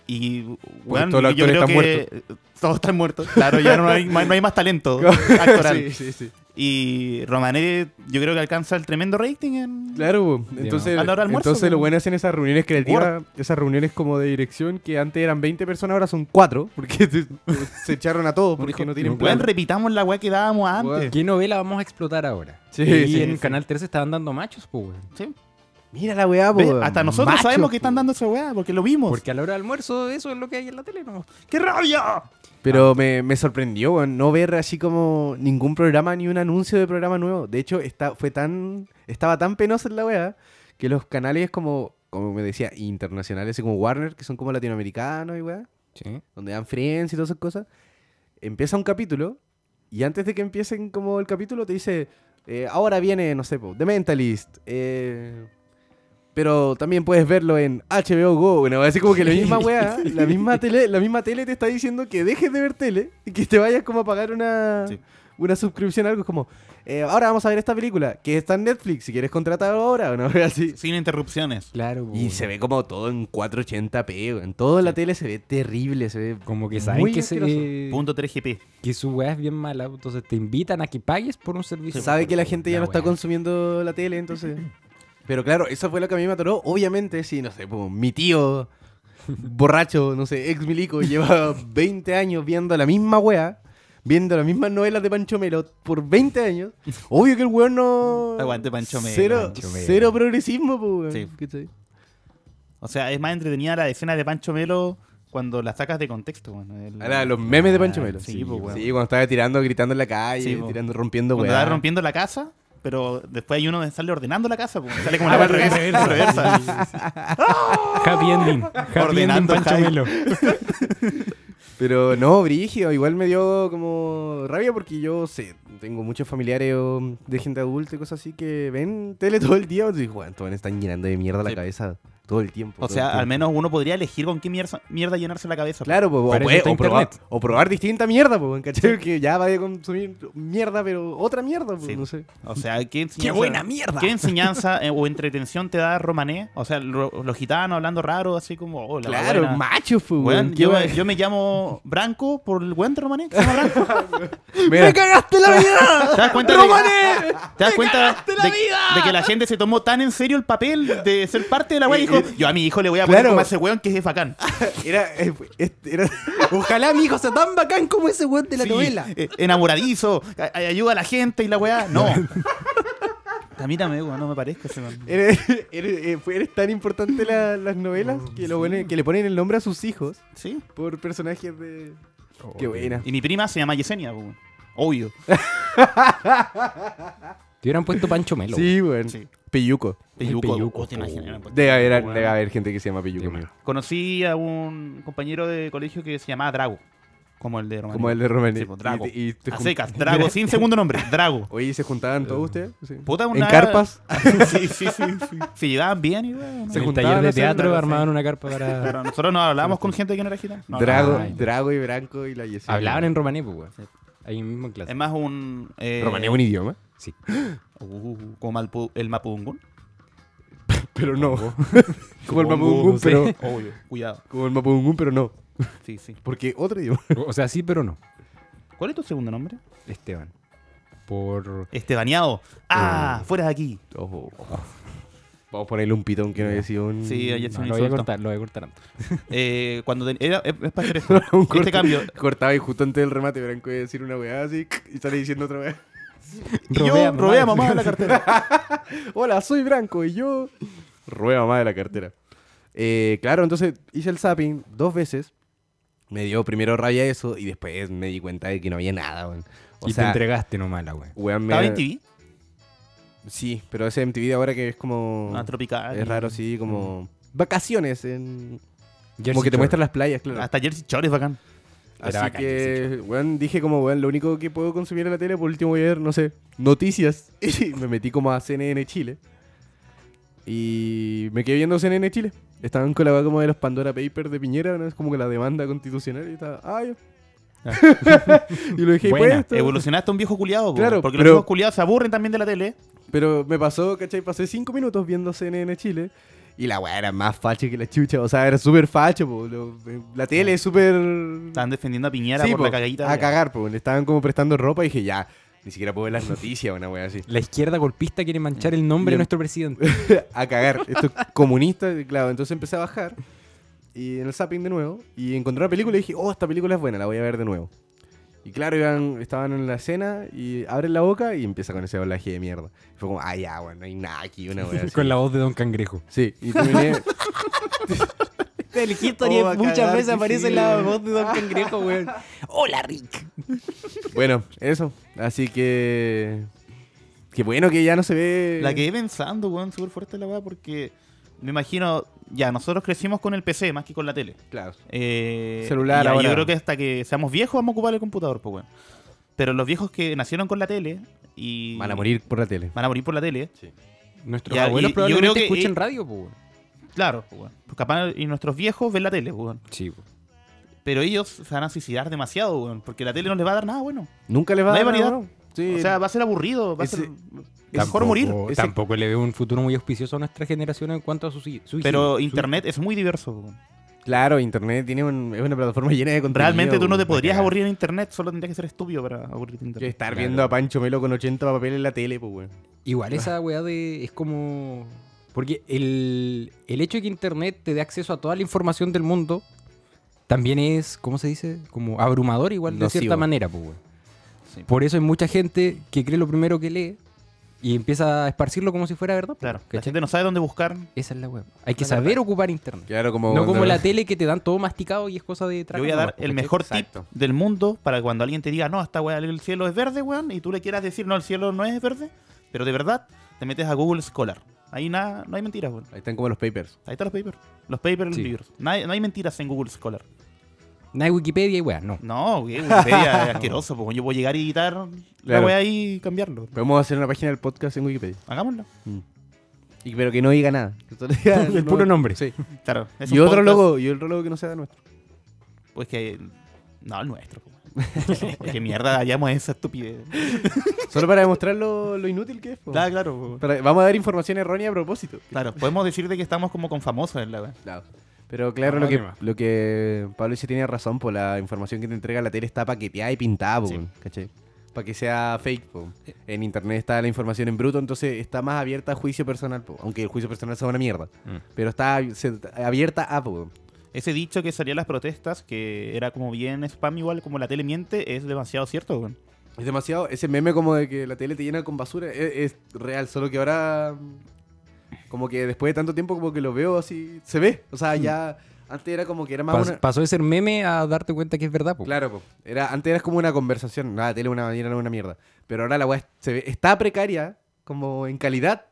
[SPEAKER 1] Y weón,
[SPEAKER 4] Pues todos los
[SPEAKER 1] yo creo
[SPEAKER 4] actores
[SPEAKER 1] que todos están muertos. Claro, ya no hay, no hay- no hay más talento actoral.
[SPEAKER 4] sí, sí, sí.
[SPEAKER 1] Y Romané yo creo que alcanza el tremendo rating en...
[SPEAKER 4] Claro, po. Entonces,
[SPEAKER 1] A la hora del almuerzo,
[SPEAKER 4] entonces
[SPEAKER 1] po.
[SPEAKER 4] los buenos hacen esas reuniones creativas, esas reuniones como de dirección que antes eran 20 personas, ahora son 4, porque se, se echaron a todos, porque no tienen
[SPEAKER 1] Weón,
[SPEAKER 4] plan.
[SPEAKER 1] repitamos la weá que dábamos antes.
[SPEAKER 2] ¿Qué novela vamos a explotar ahora?
[SPEAKER 4] Sí,
[SPEAKER 2] y
[SPEAKER 4] sí,
[SPEAKER 2] en
[SPEAKER 4] sí.
[SPEAKER 2] Canal 13 estaban dando machos, pues, weón.
[SPEAKER 1] Sí.
[SPEAKER 4] Mira la weá, po,
[SPEAKER 1] Ve,
[SPEAKER 4] weón.
[SPEAKER 1] Hasta nosotros
[SPEAKER 4] Ah, pues, Macho,
[SPEAKER 1] sabemos que
[SPEAKER 4] po.
[SPEAKER 1] están dando esa weá, porque lo vimos.
[SPEAKER 2] Porque a la hora del almuerzo eso es lo que hay en la tele, ¿no?
[SPEAKER 1] ¡Qué rabia!
[SPEAKER 4] Pero me, me sorprendió weón, no ver así como ningún programa ni un anuncio de programa nuevo. De hecho, está, fue tan, estaba tan penosa en la wea que los canales como, como me decía, internacionales, así como Warner, que son como latinoamericanos y weá,
[SPEAKER 2] Sí.
[SPEAKER 4] donde dan Friends y todas esas cosas, empieza un capítulo y antes de que empiecen como el capítulo te dice, eh, ahora viene, no sé, po, The Mentalist, eh, pero también puedes verlo en HBO Go, bueno, así como que la misma weá, la misma tele, la misma tele te está diciendo que dejes de ver tele y que te vayas como a pagar una...
[SPEAKER 1] Sí.
[SPEAKER 4] Una suscripción, algo es como, eh, ahora vamos a ver esta película, que está en Netflix, si quieres contratar ahora, o no, así.
[SPEAKER 1] Sin interrupciones.
[SPEAKER 2] Claro,
[SPEAKER 4] Y se ve como todo en 480p, en toda la tele se ve terrible, se ve
[SPEAKER 2] Como que saben
[SPEAKER 4] Muy
[SPEAKER 2] que, se- eh,
[SPEAKER 4] asqueroso.
[SPEAKER 1] Punto 3GP.
[SPEAKER 2] que su weá es bien mala, entonces te invitan a que pagues por un servicio.
[SPEAKER 4] sabe que la gente ya no está
[SPEAKER 2] weá.
[SPEAKER 4] consumiendo la tele, entonces. Pero claro, eso fue lo que a mí me atoró. Obviamente, sí, no sé, po, mi tío, borracho, no sé, ex milico, lleva 20 años viendo la misma wea, viendo las mismas novelas de Pancho Melo por 20 años. Obvio que el weón no.
[SPEAKER 1] Aguante Pancho Melo,
[SPEAKER 4] Cero,
[SPEAKER 2] Pancho Melo.
[SPEAKER 4] cero progresismo, po, weón.
[SPEAKER 1] Sí.
[SPEAKER 4] ¿Cachai?
[SPEAKER 1] O sea, es más entretenida la escena de Pancho Melo cuando la sacas de contexto. Bueno, el- Ah,
[SPEAKER 4] Ahora, los memes de Pancho Melo.
[SPEAKER 1] sí, po, weón.
[SPEAKER 4] Sí, cuando estaba tirando, gritando en la calle,
[SPEAKER 1] Sí, po.
[SPEAKER 4] tirando, rompiendo
[SPEAKER 1] cuando
[SPEAKER 4] weá.
[SPEAKER 1] estás rompiendo la casa, pero después hay uno que sale ordenando la casa. po. Sale como la al revés, al revés.
[SPEAKER 2] Happy ending. Happy
[SPEAKER 1] Ordenando
[SPEAKER 2] ending Pancho
[SPEAKER 1] Jaime.
[SPEAKER 2] Melo.
[SPEAKER 4] Pero no, brígido, igual me dio como rabia porque yo sé, tengo muchos familiares o, de gente adulta y cosas así que ven tele todo el día. Y digo, bueno, todos me están llenando de mierda
[SPEAKER 1] Sí.
[SPEAKER 4] la cabeza todo el tiempo.
[SPEAKER 1] O
[SPEAKER 4] todo
[SPEAKER 1] sea,
[SPEAKER 4] el tiempo".
[SPEAKER 1] al menos uno podría elegir con qué mierda, mierda llenarse la cabeza.
[SPEAKER 4] Claro, pues, o,
[SPEAKER 2] Para eso
[SPEAKER 4] puede-
[SPEAKER 2] está
[SPEAKER 4] o probar,
[SPEAKER 2] internet.
[SPEAKER 4] o probar distinta mierda, pues, ¿cachai? Que ya vaya a consumir mierda, pero otra mierda, pues,
[SPEAKER 1] Sí.
[SPEAKER 4] no sé.
[SPEAKER 1] O sea, ¿qué enseñanza,
[SPEAKER 2] mierda!
[SPEAKER 1] ¿qué enseñanza eh, o entretención te da Romané? O sea, lo- los gitanos hablando raro, así como. "Hola,
[SPEAKER 4] claro,
[SPEAKER 1] buena".
[SPEAKER 4] macho, pues,
[SPEAKER 1] Weón,
[SPEAKER 4] weón, qué
[SPEAKER 1] yo,
[SPEAKER 4] wea-
[SPEAKER 1] yo me llamo Branco por el weón de Romané. que se llama Branco.
[SPEAKER 4] Mira,
[SPEAKER 2] cagaste la vida!
[SPEAKER 1] ¿Te das cuenta, de, ¿te das cuenta de, de que la gente se tomó tan en serio el papel de ser parte de la weá? Y dijo: Yo a mi hijo le voy a poner
[SPEAKER 4] Claro.
[SPEAKER 1] como a ese weón que es bacán.
[SPEAKER 4] era, eh, fue- este, era-
[SPEAKER 2] Ojalá mi hijo sea tan bacán como ese weón de la
[SPEAKER 1] Sí,
[SPEAKER 2] novela.
[SPEAKER 1] eh, enamoradizo, a- a- ayuda a la gente y la weá. No. A mí también, weón, no me parezco ese weón.
[SPEAKER 4] era- era- eh, fue- eres tan importante la- las novelas
[SPEAKER 1] Mm,
[SPEAKER 4] que, lo ponen- que le ponen el nombre a sus hijos
[SPEAKER 1] Sí.
[SPEAKER 4] por personajes de...
[SPEAKER 1] Oh,
[SPEAKER 2] Oh,
[SPEAKER 4] qué buena.
[SPEAKER 1] Y mi prima se llama Yesenia, weón. Obvio.
[SPEAKER 2] Te hubieran puesto Pancho Melo.
[SPEAKER 4] Sí, weón.
[SPEAKER 1] Sí.
[SPEAKER 4] Peyuco.
[SPEAKER 1] Peyuco.
[SPEAKER 2] Peyuco,
[SPEAKER 1] oh, te imaginas,
[SPEAKER 4] Debe haber,
[SPEAKER 1] weón.
[SPEAKER 4] debe haber gente que se llama Peyuco,
[SPEAKER 2] Tema.
[SPEAKER 4] amigo.
[SPEAKER 1] Conocí a un compañero de colegio que se llamaba Drago. Como el de Romané.
[SPEAKER 4] Como el de Romané.
[SPEAKER 1] Sí, pues, Drago.
[SPEAKER 4] Y te- y te
[SPEAKER 1] A
[SPEAKER 4] jun-
[SPEAKER 1] secas, Drago, sin segundo nombre, Drago.
[SPEAKER 4] Oye, ¿se juntaban todos ustedes? Sí.
[SPEAKER 1] Puta,
[SPEAKER 4] ¿En carpas?
[SPEAKER 1] sí, sí, sí, sí. Se llevaban bien y weón.
[SPEAKER 2] En
[SPEAKER 4] Se
[SPEAKER 2] el
[SPEAKER 4] juntaban
[SPEAKER 2] taller
[SPEAKER 4] a
[SPEAKER 2] de
[SPEAKER 4] hacer
[SPEAKER 2] teatro
[SPEAKER 4] una-
[SPEAKER 2] armaban una carpa para...
[SPEAKER 1] Pero nosotros no hablábamos con gente que no era gitana. No, no,
[SPEAKER 4] Drago,
[SPEAKER 1] no.
[SPEAKER 4] Drago y Branco y la Yesenia.
[SPEAKER 2] Hablaban en romané, pues, weón. Ahí mismo en clase.
[SPEAKER 4] Em.
[SPEAKER 1] Es más un... Eh,
[SPEAKER 4] ¿Romané es un idioma?
[SPEAKER 2] Sí.
[SPEAKER 1] uh, como Malpu- el Mapudungún.
[SPEAKER 4] Pero no. como el
[SPEAKER 1] Supongo,
[SPEAKER 4] Mapudungún,
[SPEAKER 2] no sé.
[SPEAKER 4] pero...
[SPEAKER 1] Obvio. Cuidado.
[SPEAKER 4] Como el Mapudungún, pero no.
[SPEAKER 1] Sí, sí.
[SPEAKER 4] Porque otro idioma.
[SPEAKER 2] O sea, sí, pero no.
[SPEAKER 1] ¿Cuál es tu segundo nombre?
[SPEAKER 2] Esteban. Por...
[SPEAKER 1] Estebaneado. ¡Ah!
[SPEAKER 4] Eh.
[SPEAKER 1] Fuera de aquí.
[SPEAKER 4] Ojo. Vamos a ponerle un pitón que no haya sido un...
[SPEAKER 1] Sí, ayer se
[SPEAKER 2] No,
[SPEAKER 1] me
[SPEAKER 2] lo voy a
[SPEAKER 1] insultó.
[SPEAKER 2] cortar, lo voy a cortar antes.
[SPEAKER 1] Eh, cuando te- era, es, es para hacer esto.
[SPEAKER 4] Un
[SPEAKER 1] este
[SPEAKER 4] corte.
[SPEAKER 1] cambio.
[SPEAKER 4] Cortaba y justo antes del remate Branco iba a decir una weá así y sale diciendo otra weá.
[SPEAKER 1] Y yo robé a mamá de la cartera.
[SPEAKER 4] Hola, soy Branco y yo... Rueda mamá de la cartera. Eh, claro, entonces hice el zapping dos veces. Me dio primero rabia eso y después me di cuenta de que no había nada, weón. O
[SPEAKER 2] Y te
[SPEAKER 4] sea,
[SPEAKER 2] entregaste nomás la weón.
[SPEAKER 4] weón, me-
[SPEAKER 1] Estaba en TV.
[SPEAKER 4] Sí, pero ese MTV de ahora que es como...
[SPEAKER 1] Ah, tropical.
[SPEAKER 4] Oh. es raro, sí,
[SPEAKER 1] Mm.
[SPEAKER 4] como... Vacaciones en...
[SPEAKER 2] Jersey
[SPEAKER 4] como que te
[SPEAKER 2] Shore.
[SPEAKER 4] muestran las playas, claro.
[SPEAKER 1] Hasta Jersey Shore es bacán.
[SPEAKER 4] Así
[SPEAKER 2] Era bacán,
[SPEAKER 4] que, weón, dije como, weón, lo único que puedo consumir en la tele, por último voy a ver, no sé, noticias. Y me metí como a CNN Chile. Y me quedé viendo CNN Chile. Estaban con la weá como de los Pandora Papers de Piñera, ¿no? Es como que la demanda constitucional y estaba, ah, ya. y lo dejé
[SPEAKER 2] Ah. Buena,
[SPEAKER 4] puesto.
[SPEAKER 1] Evolucionaste a un viejo culiado, po,
[SPEAKER 4] Claro,
[SPEAKER 1] porque
[SPEAKER 4] pero-
[SPEAKER 1] los viejos culiados se aburren también de la tele.
[SPEAKER 4] Pero me pasó, ¿cachai? Pasé cinco minutos viendo CNN Chile. Y la weá era más facha que la chucha. O sea, era súper facho, po. Lo- eh, La tele es súper...
[SPEAKER 1] Estaban defendiendo a Piñera
[SPEAKER 4] Sí,
[SPEAKER 1] por
[SPEAKER 4] po,
[SPEAKER 1] la cagadita.
[SPEAKER 4] A
[SPEAKER 1] de-
[SPEAKER 4] cagar, pues. Le estaban como prestando ropa y dije, ya, ni siquiera puedo ver las noticias, una wea así.
[SPEAKER 2] La izquierda golpista quiere manchar el nombre de
[SPEAKER 4] Bien.
[SPEAKER 2] nuestro presidente.
[SPEAKER 4] a cagar. Esto es comunista, y claro. Entonces empecé a bajar y en el zapping de nuevo y encontré una película y dije, oh, esta película es buena, la voy a ver de nuevo. Y claro, iban, estaban en la cena y abren la boca y empieza con ese doblaje de mierda. Y fue como, ah, ya, bueno, no hay nada aquí, una wea así.
[SPEAKER 2] Con la voz de Don Cangrejo.
[SPEAKER 4] Sí, y terminé,
[SPEAKER 2] El
[SPEAKER 4] History Oh, a muchas cagar, veces sí, aparece la weón.
[SPEAKER 2] voz de Don Cangrejo, weón. Hola, Rick.
[SPEAKER 4] bueno, eso. Así que... Qué bueno que ya no se ve...
[SPEAKER 1] La quedé pensando, weón, súper fuerte la weá, porque me imagino, ya, nosotros crecimos con el PC más que con la tele.
[SPEAKER 4] Claro.
[SPEAKER 1] Eh,
[SPEAKER 4] Celular
[SPEAKER 1] y ya,
[SPEAKER 4] ahora.
[SPEAKER 1] Yo creo que hasta que seamos viejos vamos a ocupar el computador, pues, weón. Pero los viejos que nacieron con la tele y.
[SPEAKER 4] Van a morir por la tele.
[SPEAKER 1] Van a morir por la tele.
[SPEAKER 2] Nuestros
[SPEAKER 1] Ya, y-
[SPEAKER 2] abuelos
[SPEAKER 1] yo
[SPEAKER 2] probablemente
[SPEAKER 1] creo que-
[SPEAKER 2] escuchen
[SPEAKER 1] eh,
[SPEAKER 2] radio, pues, weón.
[SPEAKER 1] Claro, pues, weón. Pues capaz, y nuestros viejos ven la tele, pues, weón.
[SPEAKER 2] Sí, weón.
[SPEAKER 1] Pero ellos se van a suicidar demasiado, weón. Porque la tele no les va a dar nada bueno.
[SPEAKER 4] Nunca les va
[SPEAKER 1] No hay
[SPEAKER 4] a dar nada,
[SPEAKER 1] variedad.
[SPEAKER 4] ¿no? Sí,
[SPEAKER 1] O sea, va a ser aburrido. Va a
[SPEAKER 4] Ese-
[SPEAKER 1] ser. Es mejor
[SPEAKER 2] Tampoco-
[SPEAKER 1] morir.
[SPEAKER 4] ese-
[SPEAKER 2] Tampoco le veo un futuro muy auspicioso a nuestra generación en cuanto a su suicidio.
[SPEAKER 1] Pero
[SPEAKER 2] Su-
[SPEAKER 1] internet es muy diverso, pues, weón.
[SPEAKER 4] Claro, internet tiene un- es una plataforma llena de contenido.
[SPEAKER 1] Realmente tú no te
[SPEAKER 4] weón.
[SPEAKER 1] podrías
[SPEAKER 2] cagar.
[SPEAKER 1] aburrir en internet, solo tendrías que ser estúpido para aburrirte en
[SPEAKER 4] Que
[SPEAKER 1] internet.
[SPEAKER 4] estar
[SPEAKER 2] Claro.
[SPEAKER 4] viendo a Pancho Melo con 80 papeles en la tele, pues, weón.
[SPEAKER 2] Igual esa weá de. es como. Porque el, el hecho de que internet te dé acceso a toda la información del mundo también es, ¿cómo se dice? Como abrumador igual de
[SPEAKER 4] Nocivo.
[SPEAKER 2] cierta manera, pues weón.
[SPEAKER 1] Sí.
[SPEAKER 2] Por eso hay mucha gente que cree lo primero que lee y empieza a esparcirlo como si fuera verdad. pues,
[SPEAKER 1] Claro, la
[SPEAKER 2] ¿cachai?
[SPEAKER 1] gente no sabe dónde buscar.
[SPEAKER 2] Esa es la weá. Hay que
[SPEAKER 1] Es la
[SPEAKER 2] saber
[SPEAKER 1] verdad.
[SPEAKER 2] ocupar internet.
[SPEAKER 4] Claro, como.
[SPEAKER 2] No como la tele que te dan todo masticado y es cosa de
[SPEAKER 1] Yo
[SPEAKER 2] tragar
[SPEAKER 1] voy a
[SPEAKER 2] nomás,
[SPEAKER 1] dar
[SPEAKER 2] pues,
[SPEAKER 1] el
[SPEAKER 2] ¿cachai?
[SPEAKER 1] mejor
[SPEAKER 4] Exacto.
[SPEAKER 1] tip del mundo para cuando alguien te diga, no, esta weá, el cielo es verde, weón, y tú le quieras decir, no, el cielo no es verde, pero de verdad te metes a Google Scholar. Ahí nada, no hay mentiras, weón.
[SPEAKER 4] Ahí están como los papers.
[SPEAKER 1] Ahí están los papers. Los papers,
[SPEAKER 2] Sí.
[SPEAKER 1] los libros. No hay, no hay mentiras en Google Scholar.
[SPEAKER 2] No hay Wikipedia y weá, no.
[SPEAKER 1] No, güey, Wikipedia es asqueroso. Pues yo puedo llegar y editar la
[SPEAKER 4] Claro.
[SPEAKER 1] weá y cambiarlo.
[SPEAKER 4] Podemos hacer una página del podcast en Wikipedia.
[SPEAKER 1] Hagámoslo.
[SPEAKER 4] Y, pero que no diga nada. Que solo diga
[SPEAKER 2] El puro nombre.
[SPEAKER 4] Sí.
[SPEAKER 1] Claro. es
[SPEAKER 4] Y
[SPEAKER 1] un
[SPEAKER 4] otro
[SPEAKER 1] podcast,
[SPEAKER 4] logo, y otro logo que no sea nuestro.
[SPEAKER 1] Pues que. No, el nuestro. pues, Porque mierda, hallamos esa estupidez.
[SPEAKER 4] Solo para demostrar lo, lo inútil que es. po.
[SPEAKER 1] Claro, claro. po.
[SPEAKER 4] Para- vamos a dar información errónea a propósito.
[SPEAKER 1] Claro, podemos decirte que estamos como con famosos en la weá.
[SPEAKER 4] Pero claro,
[SPEAKER 2] Ah,
[SPEAKER 4] lo, que,
[SPEAKER 2] mira.
[SPEAKER 4] lo que Pablo dice tiene razón, por la información que te entrega la tele está paqueteada y pintada, po,
[SPEAKER 1] Sí.
[SPEAKER 4] weón, ¿cachai? Para que sea fake, po. En internet está la información en bruto, entonces está más abierta a juicio personal, po. Aunque el juicio personal sea una mierda.
[SPEAKER 2] Mm.
[SPEAKER 4] Pero está se- abierta a, po, weón.
[SPEAKER 1] Ese dicho que salía en las protestas, que era como bien spam igual, como la tele miente, es demasiado cierto, weón.
[SPEAKER 4] Es demasiado, ese meme como de que la tele te llena con basura, e, es, es real, solo que ahora mm, como que después de tanto tiempo como que lo veo así, se ve. O sea, ya antes era como que era más
[SPEAKER 2] Mm. Pas-
[SPEAKER 4] una...
[SPEAKER 2] Pasó de ser meme a darte cuenta que es verdad, po.
[SPEAKER 4] Claro, po. Era, antes era como una conversación. Nada, tele una, era una mierda. Pero ahora la weá es- se ve, está precaria, como en calidad,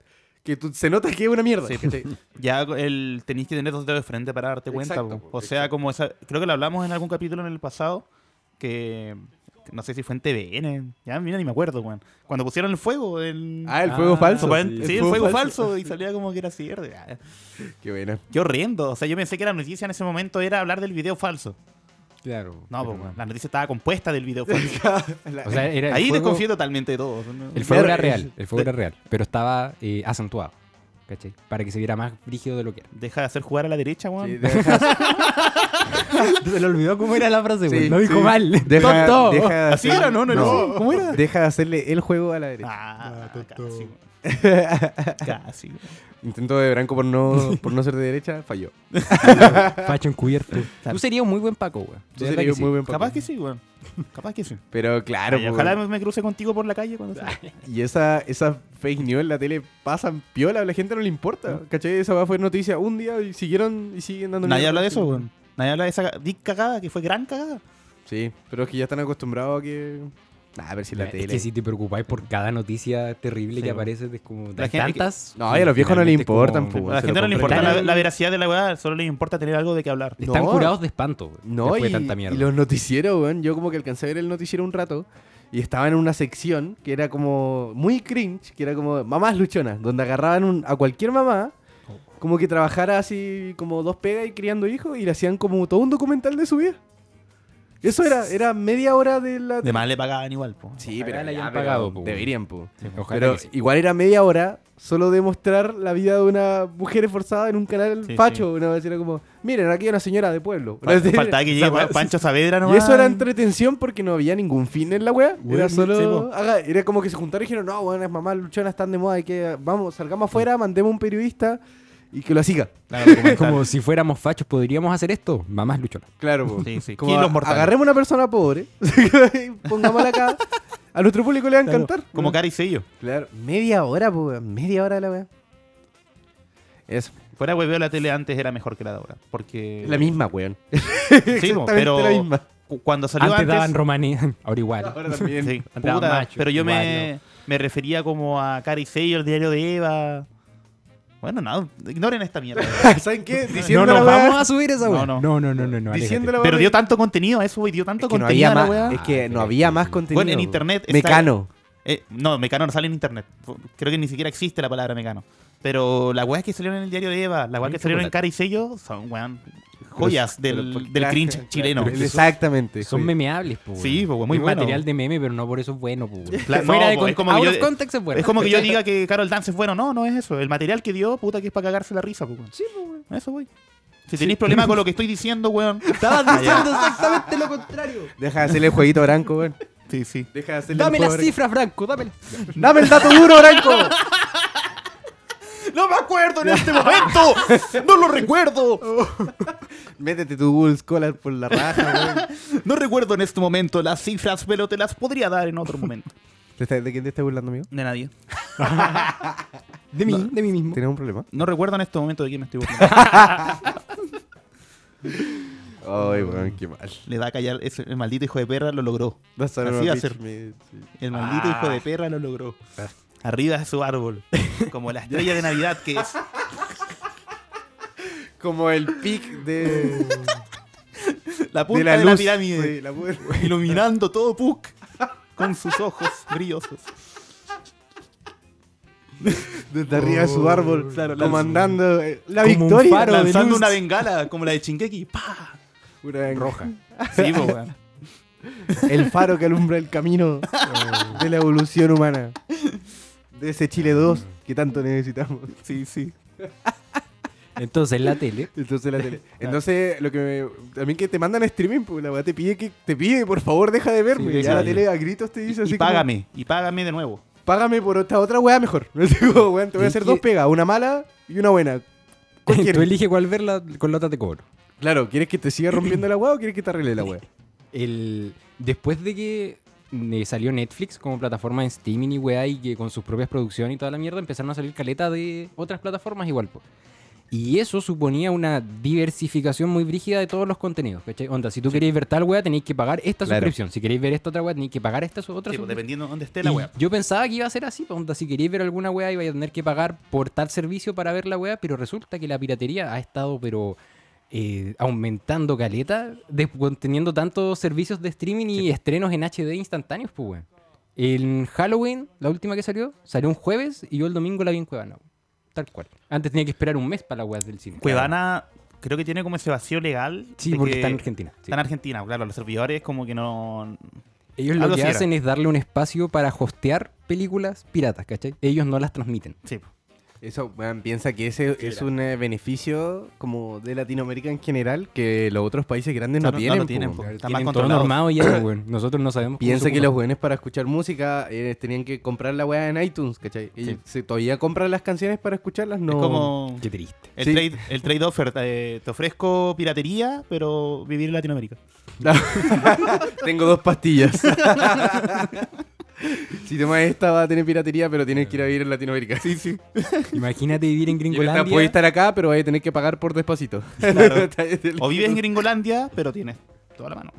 [SPEAKER 4] que tú- se nota que es una mierda.
[SPEAKER 1] Sí,
[SPEAKER 4] ¿cachai?
[SPEAKER 1] Ya el tenéis que tener dos dedos de frente para darte cuenta.
[SPEAKER 4] Exacto,
[SPEAKER 1] po.
[SPEAKER 4] po,
[SPEAKER 1] o sea,
[SPEAKER 4] exacto.
[SPEAKER 1] como esa, creo que lo hablamos en algún capítulo en el pasado, que no sé si fue en TVN, ya mira ni me acuerdo, weón. Cuando pusieron el fuego, el
[SPEAKER 4] Ah, el
[SPEAKER 2] Ah,
[SPEAKER 4] fuego falso.
[SPEAKER 1] Suponen- sí, el fuego falso, y salía como que era cierto. Ah,
[SPEAKER 4] Qué bueno.
[SPEAKER 1] Qué horrendo. O sea, yo pensé que la noticia en ese momento era hablar del video falso.
[SPEAKER 2] Claro.
[SPEAKER 1] No,
[SPEAKER 2] pero-
[SPEAKER 1] pues, weón, la noticia estaba compuesta del video falso.
[SPEAKER 2] O sea, era el
[SPEAKER 1] Ahí
[SPEAKER 2] fuego-
[SPEAKER 1] desconfío totalmente de todo. ¿no?
[SPEAKER 2] El fuego era
[SPEAKER 4] Claro,
[SPEAKER 2] real, el fuego era real, pero estaba eh, acentuado, ¿cachai? Para que se viera más rígido de lo que era.
[SPEAKER 1] Deja de hacer jugar a la derecha, weón.
[SPEAKER 4] Sí, deja,
[SPEAKER 2] Se le olvidó cómo era la frase,
[SPEAKER 4] sí,
[SPEAKER 2] pues, Lo dijo
[SPEAKER 4] sí.
[SPEAKER 2] mal.
[SPEAKER 4] Deja,
[SPEAKER 2] Tonto.
[SPEAKER 4] deja de
[SPEAKER 1] Así
[SPEAKER 4] hacer-
[SPEAKER 1] era, no, no, no. ¿Cómo era?
[SPEAKER 4] Deja de hacerle el juego a la derecha.
[SPEAKER 1] Ah, casi, weón. Casi, weón.
[SPEAKER 4] Intento de Branco por no, por no ser de derecha, falló.
[SPEAKER 2] Facho encubierto. Tú serías un muy buen Paco, güey. De
[SPEAKER 4] Tú
[SPEAKER 2] verdad
[SPEAKER 4] serías
[SPEAKER 2] que sí.
[SPEAKER 4] muy buen papá.
[SPEAKER 1] Capaz que sí, weón. Capaz que sí.
[SPEAKER 4] Pero claro, pues,
[SPEAKER 1] Ay,
[SPEAKER 4] po,
[SPEAKER 1] ojalá
[SPEAKER 4] weón. Ah,
[SPEAKER 1] me cruce contigo por la calle cuando salga.
[SPEAKER 4] Y esa, esa fake news en la tele pasan piola, a la gente no le importa. ¿Cachai? Esa weá fue noticia un día y siguieron y siguen dando
[SPEAKER 1] Nadie
[SPEAKER 4] mierda.
[SPEAKER 1] habla de eso, weón. Nadie habla de esa big cagada que fue gran cagada.
[SPEAKER 4] Sí, pero es que ya están acostumbrados a que. Nah, a ver si la
[SPEAKER 1] Eh,
[SPEAKER 2] Es
[SPEAKER 4] tele.
[SPEAKER 2] que si te preocupáis por cada noticia terrible
[SPEAKER 1] Sí,
[SPEAKER 2] que
[SPEAKER 1] weón.
[SPEAKER 2] aparece, es como
[SPEAKER 1] La
[SPEAKER 2] hay
[SPEAKER 1] gente-
[SPEAKER 2] tantas.
[SPEAKER 4] No, y a los viejos no les importan, po,
[SPEAKER 1] A
[SPEAKER 4] weón,
[SPEAKER 1] la
[SPEAKER 4] se
[SPEAKER 1] gente
[SPEAKER 4] lo
[SPEAKER 1] no le
[SPEAKER 4] compran.
[SPEAKER 1] importa la, la veracidad de la weá, solo le importa tener algo de qué hablar.
[SPEAKER 4] No.
[SPEAKER 2] Están curados de espanto, güey,
[SPEAKER 4] No,
[SPEAKER 2] después
[SPEAKER 4] y,
[SPEAKER 2] de tanta mierda.
[SPEAKER 4] y los noticieros, weón. Yo como que alcancé a ver el noticiero un rato y estaba en una sección que era como muy cringe, que era como mamás luchonas, donde agarraban un- a cualquier mamá,
[SPEAKER 1] Oh.
[SPEAKER 4] como que trabajara así como dos pegas y criando hijos y le hacían como todo un documental de su vida. Eso era, era media hora de la...
[SPEAKER 1] De más le pagaban igual, po.
[SPEAKER 4] Sí,
[SPEAKER 2] Ojalá
[SPEAKER 4] pero
[SPEAKER 2] la
[SPEAKER 4] ya,
[SPEAKER 2] hayan
[SPEAKER 4] pero
[SPEAKER 2] pagado, po.
[SPEAKER 4] Deberían, po.
[SPEAKER 2] Ojalá
[SPEAKER 4] Pero
[SPEAKER 2] que sí.
[SPEAKER 4] igual era media hora solo de mostrar la vida de una mujer esforzada en un canal
[SPEAKER 1] Sí,
[SPEAKER 4] facho. Una vez era como, miren, aquí hay una señora de pueblo.
[SPEAKER 1] Fal- Faltaba que llegue
[SPEAKER 4] O sea,
[SPEAKER 1] Pa- Pancho Saavedra
[SPEAKER 4] y
[SPEAKER 1] nomás.
[SPEAKER 4] eso era entretención porque no había ningún fin en la wea.
[SPEAKER 1] Bueno,
[SPEAKER 4] Era
[SPEAKER 1] sí,
[SPEAKER 4] solo.
[SPEAKER 1] po.
[SPEAKER 4] Haga- era como que se juntaron y dijeron: No, bueno, las mamás luchonas están de moda. Hay que. Vamos, salgamos afuera, mandemos un periodista y que lo siga.
[SPEAKER 1] Claro, documental.
[SPEAKER 2] Es como si fuéramos fachos, podríamos hacer esto. Mamás luchonas.
[SPEAKER 4] Claro, po.
[SPEAKER 1] Sí, sí.
[SPEAKER 4] Como
[SPEAKER 1] Kilos
[SPEAKER 4] a-
[SPEAKER 1] mortales.
[SPEAKER 4] agarremos una persona pobre, y pongámosla acá. A nuestro público le va a
[SPEAKER 1] Claro,
[SPEAKER 4] encantar.
[SPEAKER 1] Como cara y sello.
[SPEAKER 4] Claro, media hora, po, weón, media hora la weá. Es
[SPEAKER 1] Fuera hueveo la tele antes era mejor que la de ahora. Porque.
[SPEAKER 4] la misma, weón.
[SPEAKER 1] Sí, po,
[SPEAKER 4] Exactamente
[SPEAKER 1] pero.
[SPEAKER 4] la misma.
[SPEAKER 1] cu- Cuando salió
[SPEAKER 2] Antes,
[SPEAKER 1] antes.
[SPEAKER 2] daban romanía, ahora igual.
[SPEAKER 4] también.
[SPEAKER 1] Sí,
[SPEAKER 2] Antes daban
[SPEAKER 1] puta,
[SPEAKER 2] macho,
[SPEAKER 1] pero yo
[SPEAKER 2] igual,
[SPEAKER 1] me, me refería como a Cari Sello, el diario de Eva. Bueno, no, ignoren esta mierda.
[SPEAKER 4] ¿Saben qué?
[SPEAKER 2] No,
[SPEAKER 4] Diciendo
[SPEAKER 2] no,
[SPEAKER 4] la weá.
[SPEAKER 2] vamos a subir esa
[SPEAKER 1] No,
[SPEAKER 2] weá.
[SPEAKER 1] no.
[SPEAKER 2] No, no, no, no. no, aléjate.
[SPEAKER 4] Diciendo la weá
[SPEAKER 1] Pero
[SPEAKER 4] de-
[SPEAKER 1] dio tanto contenido a eso, güey. Dio tanto
[SPEAKER 4] Es que no
[SPEAKER 1] contenido
[SPEAKER 4] había
[SPEAKER 1] a la
[SPEAKER 4] más,
[SPEAKER 1] weá.
[SPEAKER 4] es que no había más contenido.
[SPEAKER 1] Bueno, en internet está-
[SPEAKER 4] Mecano.
[SPEAKER 1] Eh, no, Mecano no sale en internet. F- Creo que ni siquiera existe la palabra Mecano. Pero las weas que salieron en el diario de Eva, las weas que salieron en Cara y Sello, son weón, joyas
[SPEAKER 4] Pero-
[SPEAKER 1] del,
[SPEAKER 4] pero-
[SPEAKER 1] del cringe chileno.
[SPEAKER 4] Pero- Exactamente.
[SPEAKER 2] Son
[SPEAKER 4] sí.
[SPEAKER 2] memeables, po.
[SPEAKER 1] Sí, po,
[SPEAKER 2] weón.
[SPEAKER 1] muy
[SPEAKER 2] Es
[SPEAKER 1] bueno.
[SPEAKER 2] material de meme, pero no por eso es bueno, po. weón.
[SPEAKER 1] Claro,
[SPEAKER 2] Fuera
[SPEAKER 1] no,
[SPEAKER 2] de
[SPEAKER 1] po,
[SPEAKER 2] con-
[SPEAKER 1] es como que
[SPEAKER 2] out
[SPEAKER 1] yo-
[SPEAKER 2] of context es bueno.
[SPEAKER 1] es como que yo diga que Carol Dance es bueno. No, no es eso. El material que dio, puta, que es para cagarse la risa, pues, weón.
[SPEAKER 2] Sí, po, weón.
[SPEAKER 1] Eso, güey. Si tenéis problemas con lo que estoy diciendo, weón.
[SPEAKER 2] Estabas diciendo exactamente lo contrario.
[SPEAKER 4] Deja de hacerle el jueguito a Branco, weón.
[SPEAKER 1] Sí, sí.
[SPEAKER 4] Deja de hacerle
[SPEAKER 2] Dame
[SPEAKER 4] el
[SPEAKER 2] las
[SPEAKER 4] juego a
[SPEAKER 2] cifras, Franco, dame
[SPEAKER 4] Branco. Dame el dato duro, Branco.
[SPEAKER 1] ¡No me acuerdo en este momento! ¡No lo recuerdo!
[SPEAKER 4] Métete tu Google Scholar por la raja, weón.
[SPEAKER 1] No recuerdo en este momento las cifras, pero te las podría dar en otro momento.
[SPEAKER 4] ¿Te está- ¿De quién te estás burlando, amigo?
[SPEAKER 1] De nadie.
[SPEAKER 2] De mí, de mí mismo.
[SPEAKER 4] ¿Tienes un problema?
[SPEAKER 1] No recuerdo en este momento de quién me estoy burlando.
[SPEAKER 4] Ay, weón, qué mal.
[SPEAKER 1] Le da a callar. ese- el maldito hijo de perra lo logró.
[SPEAKER 4] That's a
[SPEAKER 1] Así va a
[SPEAKER 4] bitch,
[SPEAKER 1] ser.
[SPEAKER 4] me- sí.
[SPEAKER 1] El maldito
[SPEAKER 2] Ah.
[SPEAKER 1] hijo de perra lo logró. Arriba de su árbol. Como la estrella de Navidad que es.
[SPEAKER 4] Como el pic de.
[SPEAKER 1] La punta de la, pirámide.
[SPEAKER 4] Sí, la pu-
[SPEAKER 1] Iluminando todo Puck con sus ojos brillosos.
[SPEAKER 4] Desde arriba de su árbol,
[SPEAKER 1] Claro, Oh, la-
[SPEAKER 4] comandando eh, la
[SPEAKER 2] como un
[SPEAKER 4] victoria.
[SPEAKER 2] faro de
[SPEAKER 1] Lanzando
[SPEAKER 2] luz.
[SPEAKER 1] una bengala como la de Chingeki. ¡Pah!
[SPEAKER 4] Una-
[SPEAKER 2] Roja.
[SPEAKER 1] Sí, po, weón.
[SPEAKER 4] El faro que alumbra el camino eh, de la evolución humana. De ese Chile 2 que tanto necesitamos.
[SPEAKER 1] Sí, sí.
[SPEAKER 2] Entonces la tele.
[SPEAKER 4] Entonces la tele. Entonces, lo que me- también que te mandan a streaming, pues la weá te pide que te pide, por favor, deja de verme.
[SPEAKER 2] Sí,
[SPEAKER 4] y ya
[SPEAKER 2] claro.
[SPEAKER 4] la tele a gritos te dice
[SPEAKER 1] Y,
[SPEAKER 4] así
[SPEAKER 1] y págame, y págame de nuevo.
[SPEAKER 4] como, págame por esta otra weá mejor. Así como, weón, te voy a
[SPEAKER 2] Y
[SPEAKER 4] hacer
[SPEAKER 2] que-
[SPEAKER 4] dos pegas, una mala y una buena. ¿Cuál
[SPEAKER 2] Tú
[SPEAKER 4] quieres?
[SPEAKER 2] eliges cuál verla, con la otra te cobro.
[SPEAKER 4] Claro, ¿quieres que te siga rompiendo la weá o quieres que te arregle la weá?
[SPEAKER 2] El, después de que eh, salió Netflix como plataforma en streaming y weá, y que con sus propias producciones y toda la mierda empezaron a salir caleta de otras plataformas igual. po. Y eso suponía una diversificación muy brígida de todos los contenidos, ¿cachai? Onda, si tú queréis ver tal weá, tenéis que pagar esta
[SPEAKER 4] Claro.
[SPEAKER 2] suscripción. Si queréis ver esta otra weá, tenéis que pagar esta su- otra
[SPEAKER 1] Sí, po,
[SPEAKER 2] suscripción.
[SPEAKER 1] pues, dependiendo de dónde esté la
[SPEAKER 2] Y
[SPEAKER 1] web.
[SPEAKER 2] Yo pensaba que iba a ser así, pues, onda, si queréis ver alguna weá iba a tener que pagar por tal servicio para ver la weá, pero resulta que la piratería ha estado, pero eh, aumentando caleta, de- teniendo tantos servicios de streaming y estrenos en HD instantáneos, pues weón. En Halloween, la última que salió, salió un jueves y yo el domingo la vi en Cuevana. weón. Tal cual. Antes tenía que esperar un mes para la weá del cine.
[SPEAKER 1] Cuevana creo que tiene como ese vacío legal.
[SPEAKER 2] Sí,
[SPEAKER 1] de
[SPEAKER 2] porque
[SPEAKER 1] que-
[SPEAKER 2] está en Argentina. sí.
[SPEAKER 1] Está en Argentina, claro, los servidores como que no...
[SPEAKER 2] Ellos lo
[SPEAKER 1] Algo
[SPEAKER 2] que
[SPEAKER 1] así era.
[SPEAKER 2] hacen es darle un espacio para hostear películas piratas, ¿cachai? Ellos no las transmiten.
[SPEAKER 1] Sí, pues, po.
[SPEAKER 4] Eso, weón, piensa que ese es un eh, beneficio como de Latinoamérica en general que los otros países grandes
[SPEAKER 1] No,
[SPEAKER 4] no,
[SPEAKER 1] no- no
[SPEAKER 4] tienen.
[SPEAKER 1] lo tienen,
[SPEAKER 4] po,
[SPEAKER 1] po.
[SPEAKER 4] weón.
[SPEAKER 1] Está más
[SPEAKER 2] Tienen todo
[SPEAKER 1] controlado.
[SPEAKER 2] normado y ya, weón. Nosotros no sabemos cómo
[SPEAKER 4] Piensa
[SPEAKER 2] se
[SPEAKER 4] que los
[SPEAKER 2] ocupa.
[SPEAKER 4] jóvenes para escuchar música eh, tenían que comprar la weá en iTunes, ¿cachai? Y
[SPEAKER 2] Sí.
[SPEAKER 4] si todavía compran las canciones para escucharlas, no.
[SPEAKER 1] Es como
[SPEAKER 2] Qué triste.
[SPEAKER 1] el,
[SPEAKER 4] Sí.
[SPEAKER 1] trade, el trade offer. eh, te ofrezco piratería, pero vivir en Latinoamérica.
[SPEAKER 4] Tengo dos pastillas. si tomas esta, va a tener piratería, pero tienes que ir a vivir en Latinoamérica. Sí, sí.
[SPEAKER 2] Imagínate vivir en Gringolandia.
[SPEAKER 4] Puedes estar acá, pero vas a tener que pagar por despacito.
[SPEAKER 1] O vives en Gringolandia, pero tienes toda la mano.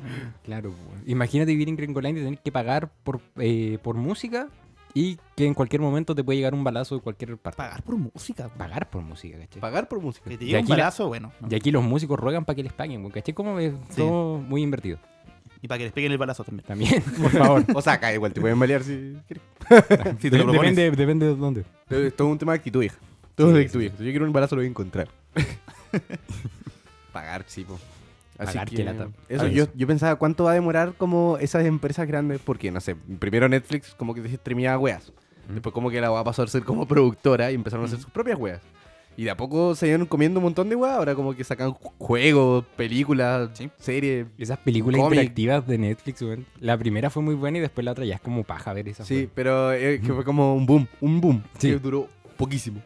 [SPEAKER 2] Claro, weón. Imagínate vivir en Gringolandia y tener que pagar por, eh, por música y que en cualquier momento te puede llegar un balazo de cualquier parte.
[SPEAKER 1] Pagar por música. po.
[SPEAKER 2] Pagar por música, ¿cachai?
[SPEAKER 4] Pagar por música.
[SPEAKER 1] Que te
[SPEAKER 2] Y
[SPEAKER 1] llegue un
[SPEAKER 2] aquí la-
[SPEAKER 1] balazo, bueno. ¿no?
[SPEAKER 2] Y aquí los músicos ruegan para que les paguen, weón, ¿cachai? Como es
[SPEAKER 1] Sí.
[SPEAKER 2] todo muy invertido.
[SPEAKER 1] Y para que les peguen el balazo también.
[SPEAKER 2] También, por favor.
[SPEAKER 4] O sea, acá igual te pueden balear si quieres.
[SPEAKER 1] Si te lo propones.
[SPEAKER 2] depende, depende de dónde.
[SPEAKER 4] Pero es todo un tema de actitud, hija. Todo es de
[SPEAKER 2] Sí,
[SPEAKER 4] actitud, hija. Si yo quiero un embarazo, lo voy a encontrar. Pagar, sí, po.
[SPEAKER 2] Pagar, qué lata.
[SPEAKER 4] Eso,
[SPEAKER 2] Ah,
[SPEAKER 4] yo,
[SPEAKER 2] eso.
[SPEAKER 4] yo pensaba cuánto va a demorar como esas empresas grandes, porque no sé, primero Netflix como que streameaba weas, después como que la wea pasó a ser como productora y empezaron a hacer sus propias weas. Y de a poco se iban comiendo un montón de weas, ahora como que sacan ju- juegos, películas, series.
[SPEAKER 2] Esas películas
[SPEAKER 4] Cómic.
[SPEAKER 2] interactivas de Netflix, weón. La primera fue muy buena y después la otra ya es como paja ver esas.
[SPEAKER 4] Sí,
[SPEAKER 2] weón.
[SPEAKER 4] pero eh, que fue como un boom, un boom
[SPEAKER 2] Sí.
[SPEAKER 4] que duró poquísimo.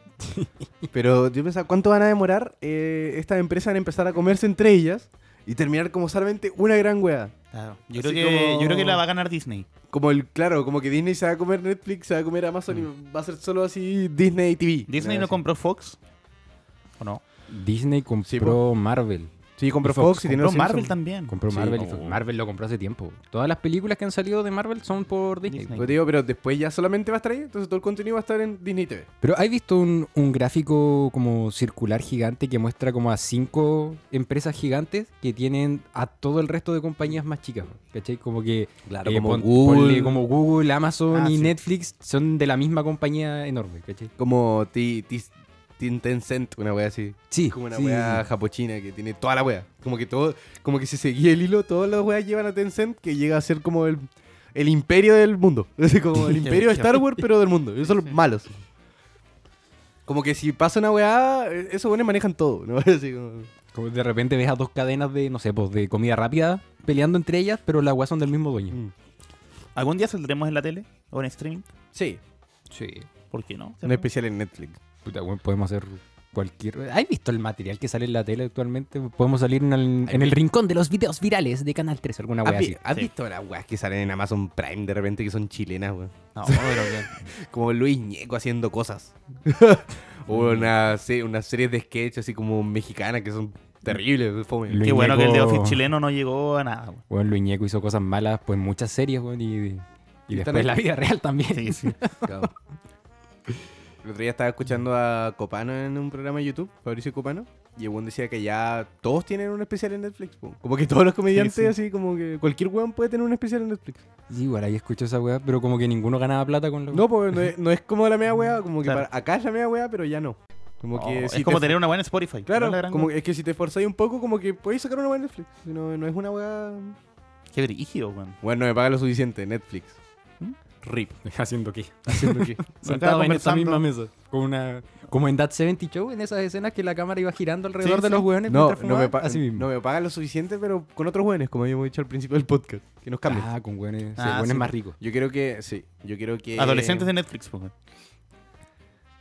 [SPEAKER 4] Pero yo pensaba, ¿cuánto van a demorar eh, estas empresas en empezar a comerse entre ellas y terminar como solamente una gran wea?
[SPEAKER 1] Claro. Yo, creo
[SPEAKER 4] Así
[SPEAKER 1] que,
[SPEAKER 4] como-
[SPEAKER 1] yo creo que la va a ganar Disney.
[SPEAKER 4] Como el, claro, como que Disney se va a comer Netflix, se va a comer Amazon y va a ser solo así Disney TV.
[SPEAKER 1] Disney
[SPEAKER 4] Una
[SPEAKER 1] no
[SPEAKER 4] así.
[SPEAKER 1] compró Fox. ¿O no?
[SPEAKER 2] Disney
[SPEAKER 4] Sí,
[SPEAKER 2] compró Marvel.
[SPEAKER 4] Sí, compró
[SPEAKER 2] Y Fox,
[SPEAKER 4] Fox, y tiene
[SPEAKER 1] Compró
[SPEAKER 4] los
[SPEAKER 1] Marvel
[SPEAKER 4] Simpsons.
[SPEAKER 1] también. oh.
[SPEAKER 2] Compró
[SPEAKER 4] Sí,
[SPEAKER 2] Marvel. y
[SPEAKER 4] no.
[SPEAKER 2] fue- Marvel lo compró hace tiempo. Todas las películas que han salido de Marvel son por Disney.
[SPEAKER 1] Disney.
[SPEAKER 4] Pero te digo, pero después ya solamente va a estar ahí, entonces todo el contenido va a estar en Disney TV.
[SPEAKER 2] Pero ¿hay visto un, un gráfico como circular gigante que muestra como a cinco empresas gigantes que tienen a todo el resto de compañías más chicas? ¿Cachai? Como que
[SPEAKER 4] Claro,
[SPEAKER 2] eh,
[SPEAKER 4] como
[SPEAKER 2] pon-
[SPEAKER 4] Google.
[SPEAKER 2] ponle como Google, Amazon
[SPEAKER 1] Ah,
[SPEAKER 2] y
[SPEAKER 1] sí.
[SPEAKER 2] Netflix son de la misma compañía enorme, ¿cachai?
[SPEAKER 4] Como Ti- Ti- Tin Tencent, una wea así.
[SPEAKER 2] Sí.
[SPEAKER 4] Es como una
[SPEAKER 2] sí,
[SPEAKER 4] weá
[SPEAKER 2] sí,
[SPEAKER 4] japochina que tiene toda la weá. Como que todo, como que si seguía el hilo, todas las weas llevan a Tencent que llega a ser como el, el imperio del mundo. Es como el imperio de Star Wars, pero del mundo. Ellos son los malos. Como que si pasa una weá, eh, esos weones manejan todo, ¿no? Así como-
[SPEAKER 2] sí. Como de repente ves a dos cadenas de, no sé, pues de comida rápida peleando entre ellas, pero las weas son del mismo dueño.
[SPEAKER 1] ¿Algún día saldremos en la tele? ¿O en streaming?
[SPEAKER 4] Sí,
[SPEAKER 2] Sí.
[SPEAKER 1] ¿Por qué no?
[SPEAKER 4] un especial en Netflix.
[SPEAKER 2] Puta, weón, podemos hacer cualquier. ¿Has visto el material que sale en la tele actualmente? Podemos salir en el, en el rincón de los videos virales de Canal 3, alguna
[SPEAKER 4] ¿Has,
[SPEAKER 2] wea
[SPEAKER 4] vi-
[SPEAKER 2] así.
[SPEAKER 4] has
[SPEAKER 1] Sí.
[SPEAKER 4] visto las weas que salen en Amazon Prime de repente que son chilenas, weón?
[SPEAKER 1] No, pero ya-
[SPEAKER 4] Como Luis Ñeco haciendo cosas. o una, se- una serie de sketches así como mexicanas que son terribles. fome.
[SPEAKER 2] Luis
[SPEAKER 1] Qué bueno que el de
[SPEAKER 2] Ñeco-
[SPEAKER 1] Office chileno no llegó a nada. güey.
[SPEAKER 2] Weón, Luis Ñeco hizo cosas malas, pues muchas series, weón, y, y
[SPEAKER 4] Y están
[SPEAKER 2] después en la
[SPEAKER 4] ahí.
[SPEAKER 2] vida real también.
[SPEAKER 1] Sí, sí.
[SPEAKER 4] Claro. El otro día estaba escuchando a Copano en un programa de YouTube, Fabricio Copano, y el weón decía que ya todos tienen un especial en Netflix. po. Como que todos los comediantes,
[SPEAKER 1] Sí, sí.
[SPEAKER 4] así como que cualquier weón puede tener un especial en Netflix.
[SPEAKER 2] Sí, igual ahí escucho esa weá, pero como que ninguno ganaba plata con lo
[SPEAKER 4] No, pues no es, no es como la media weá, como que
[SPEAKER 1] Claro.
[SPEAKER 4] para- acá es la media weá, pero ya no. Como que
[SPEAKER 1] Oh,
[SPEAKER 4] si
[SPEAKER 1] es como
[SPEAKER 4] te-
[SPEAKER 1] tener una buena Spotify.
[SPEAKER 4] Claro,
[SPEAKER 1] No la gran-
[SPEAKER 4] como que- es que si te esforzáis un poco, como que podéis sacar una buena Netflix. Si No, no es una weá.
[SPEAKER 1] Qué brígido, weón.
[SPEAKER 4] Bueno, no me paga lo suficiente, Netflix. RIP.
[SPEAKER 2] Haciendo qué. Haciendo qué. Sentado
[SPEAKER 1] Acá
[SPEAKER 2] en esta
[SPEAKER 1] conversando.
[SPEAKER 2] misma mesa. Con una, como en That 70 Show, en esas escenas que la cámara iba girando alrededor
[SPEAKER 1] Sí,
[SPEAKER 2] de
[SPEAKER 1] sí.
[SPEAKER 2] los hueones
[SPEAKER 4] No,
[SPEAKER 2] mientras
[SPEAKER 4] no me,
[SPEAKER 2] fumaban,
[SPEAKER 4] pa-
[SPEAKER 2] Así mismo.
[SPEAKER 4] no me paga lo suficiente, pero con otros buenos, como habíamos dicho al principio del podcast. Que nos cambien.
[SPEAKER 2] ah, con hueones, sí,
[SPEAKER 1] Ah,
[SPEAKER 2] hueones
[SPEAKER 1] sí.
[SPEAKER 2] más ricos.
[SPEAKER 4] Yo creo que, sí, yo creo que...
[SPEAKER 1] Adolescentes de Netflix, po, weón.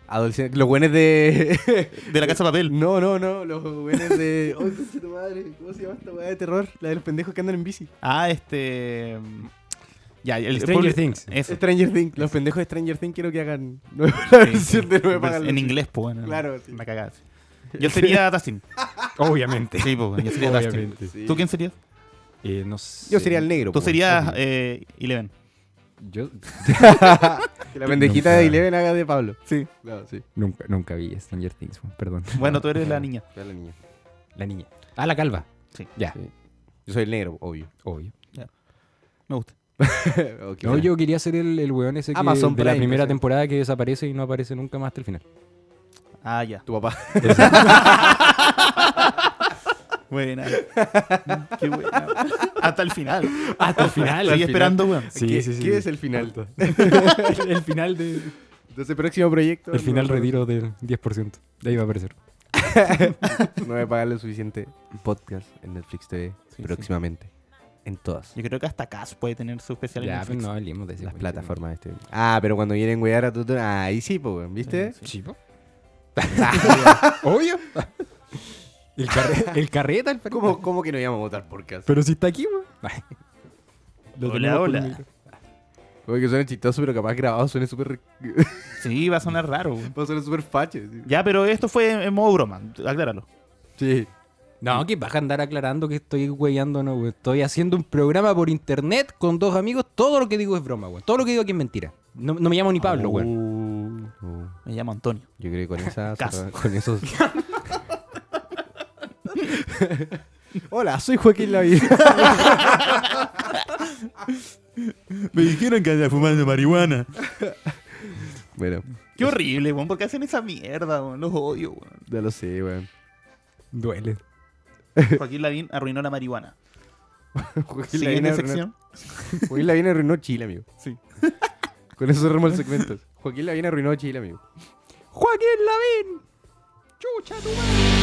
[SPEAKER 4] Adolescentes, los buenos de...
[SPEAKER 1] De la Casa de Papel.
[SPEAKER 4] no, no, no, los buenos de... Oh, concha tu madre, ¿cómo se llama esta weá de terror? La de los pendejos que andan en bici.
[SPEAKER 1] Ah, este. Ya, el
[SPEAKER 2] Stranger
[SPEAKER 1] public-
[SPEAKER 2] Things.
[SPEAKER 1] Eso.
[SPEAKER 4] Stranger Things, los pendejos de Stranger Things quiero que hagan nueva- la versión de No me pagan lo
[SPEAKER 1] en
[SPEAKER 4] suficiente.
[SPEAKER 1] inglés, pues, bueno.
[SPEAKER 4] Claro, sí.
[SPEAKER 1] Una cagada. sí. Yo sería Dustin.
[SPEAKER 2] Obviamente.
[SPEAKER 1] Sí, pues, yo sería Dustin.
[SPEAKER 2] Obviamente.
[SPEAKER 4] Sí.
[SPEAKER 1] ¿Tú quién serías?
[SPEAKER 2] Eh, no sé.
[SPEAKER 4] Yo sería el negro.
[SPEAKER 1] Tú
[SPEAKER 4] po,
[SPEAKER 1] serías
[SPEAKER 4] obvio.
[SPEAKER 1] eh, Eleven.
[SPEAKER 2] Yo
[SPEAKER 4] Que la pendejita de
[SPEAKER 2] Nunca.
[SPEAKER 4] Eleven haga de Pablo. Sí. No, sí.
[SPEAKER 2] nunca, nunca vi Stranger Things, weón, perdón.
[SPEAKER 1] Bueno, tú eres la niña.
[SPEAKER 4] Ya la niña.
[SPEAKER 2] La niña. Ah, la calva.
[SPEAKER 1] Sí.
[SPEAKER 2] Ya,
[SPEAKER 4] Sí. Yo soy el negro, obvio.
[SPEAKER 2] obvio.
[SPEAKER 1] Me gusta.
[SPEAKER 4] Ok.
[SPEAKER 2] No, yo quería ser el, el weón ese que,
[SPEAKER 4] Amazon
[SPEAKER 2] de la
[SPEAKER 4] Prime,
[SPEAKER 2] primera
[SPEAKER 4] sí.
[SPEAKER 2] temporada que desaparece y no aparece nunca más hasta el final.
[SPEAKER 1] Ah, ya.
[SPEAKER 4] Tu papá.
[SPEAKER 1] Buena. Mm, Qué buena. Hasta el final.
[SPEAKER 2] Hasta el final.
[SPEAKER 1] Estoy esperando, weón.
[SPEAKER 4] ¿Qué, qué es el final?
[SPEAKER 2] el, final de,
[SPEAKER 4] Entonces, próximo proyecto.
[SPEAKER 2] el final
[SPEAKER 4] no,
[SPEAKER 2] retiro del 10%. De ahí va a aparecer.
[SPEAKER 4] No me pagan lo suficiente. Podcast en Netflix TV.
[SPEAKER 1] Sí,
[SPEAKER 4] próximamente. En todas
[SPEAKER 1] Yo creo que hasta Cass puede tener su especial en
[SPEAKER 2] Ya, pero
[SPEAKER 1] Netflix.
[SPEAKER 2] no hablemos de ese
[SPEAKER 4] las
[SPEAKER 2] weón.
[SPEAKER 4] plataformas de este. Ah, pero cuando vienen wear a tu. tu- Ah, ahí sí, pues, weón, ¿viste?
[SPEAKER 1] Sí, sí.
[SPEAKER 2] ¿Chipo? Obvio. El, carre- el carreta, el
[SPEAKER 4] ¿Cómo, ¿Cómo que no íbamos a votar podcast?
[SPEAKER 2] Pero si está aquí, weón. Lo
[SPEAKER 1] Hola,
[SPEAKER 2] tenemos por
[SPEAKER 1] hola.
[SPEAKER 2] el micro.
[SPEAKER 4] Oye, que suena chistoso, pero capaz grabado suena súper.
[SPEAKER 1] Sí, va a sonar raro, weón.
[SPEAKER 4] Va a sonar súper facho. sí.
[SPEAKER 1] Ya, pero esto fue en modo broma. Acláralo.
[SPEAKER 4] Sí.
[SPEAKER 2] No, que vas a andar aclarando que estoy weyando, no, weón. Estoy haciendo un programa por internet con dos amigos. Todo lo que digo es broma, weón. Todo lo que digo aquí es mentira. No, no me llamo ni
[SPEAKER 1] Oh.
[SPEAKER 2] Pablo, weón.
[SPEAKER 1] Uh, Me llamo Antonio.
[SPEAKER 4] yo creo que con esa.
[SPEAKER 1] Caso.
[SPEAKER 4] con esos. Hola, soy Joaquín Lavín.
[SPEAKER 1] Me dijeron que andaba fumando marihuana.
[SPEAKER 4] bueno,
[SPEAKER 1] Qué horrible, weón. ¿Por qué hacen esa mierda, weón? Los odio, weón.
[SPEAKER 4] ya lo sé, weón.
[SPEAKER 2] Duele.
[SPEAKER 1] Joaquín Lavín arruinó la marihuana.
[SPEAKER 4] Joaquín Lavín
[SPEAKER 1] Siguiente
[SPEAKER 4] arruinó,
[SPEAKER 1] sección.
[SPEAKER 4] Joaquín Lavín arruinó Chile, amigo.
[SPEAKER 1] Sí.
[SPEAKER 4] Con eso cerramos el segmento. Joaquín Lavín arruinó Chile, amigo.
[SPEAKER 2] Joaquín Lavín. Chucha tu madre.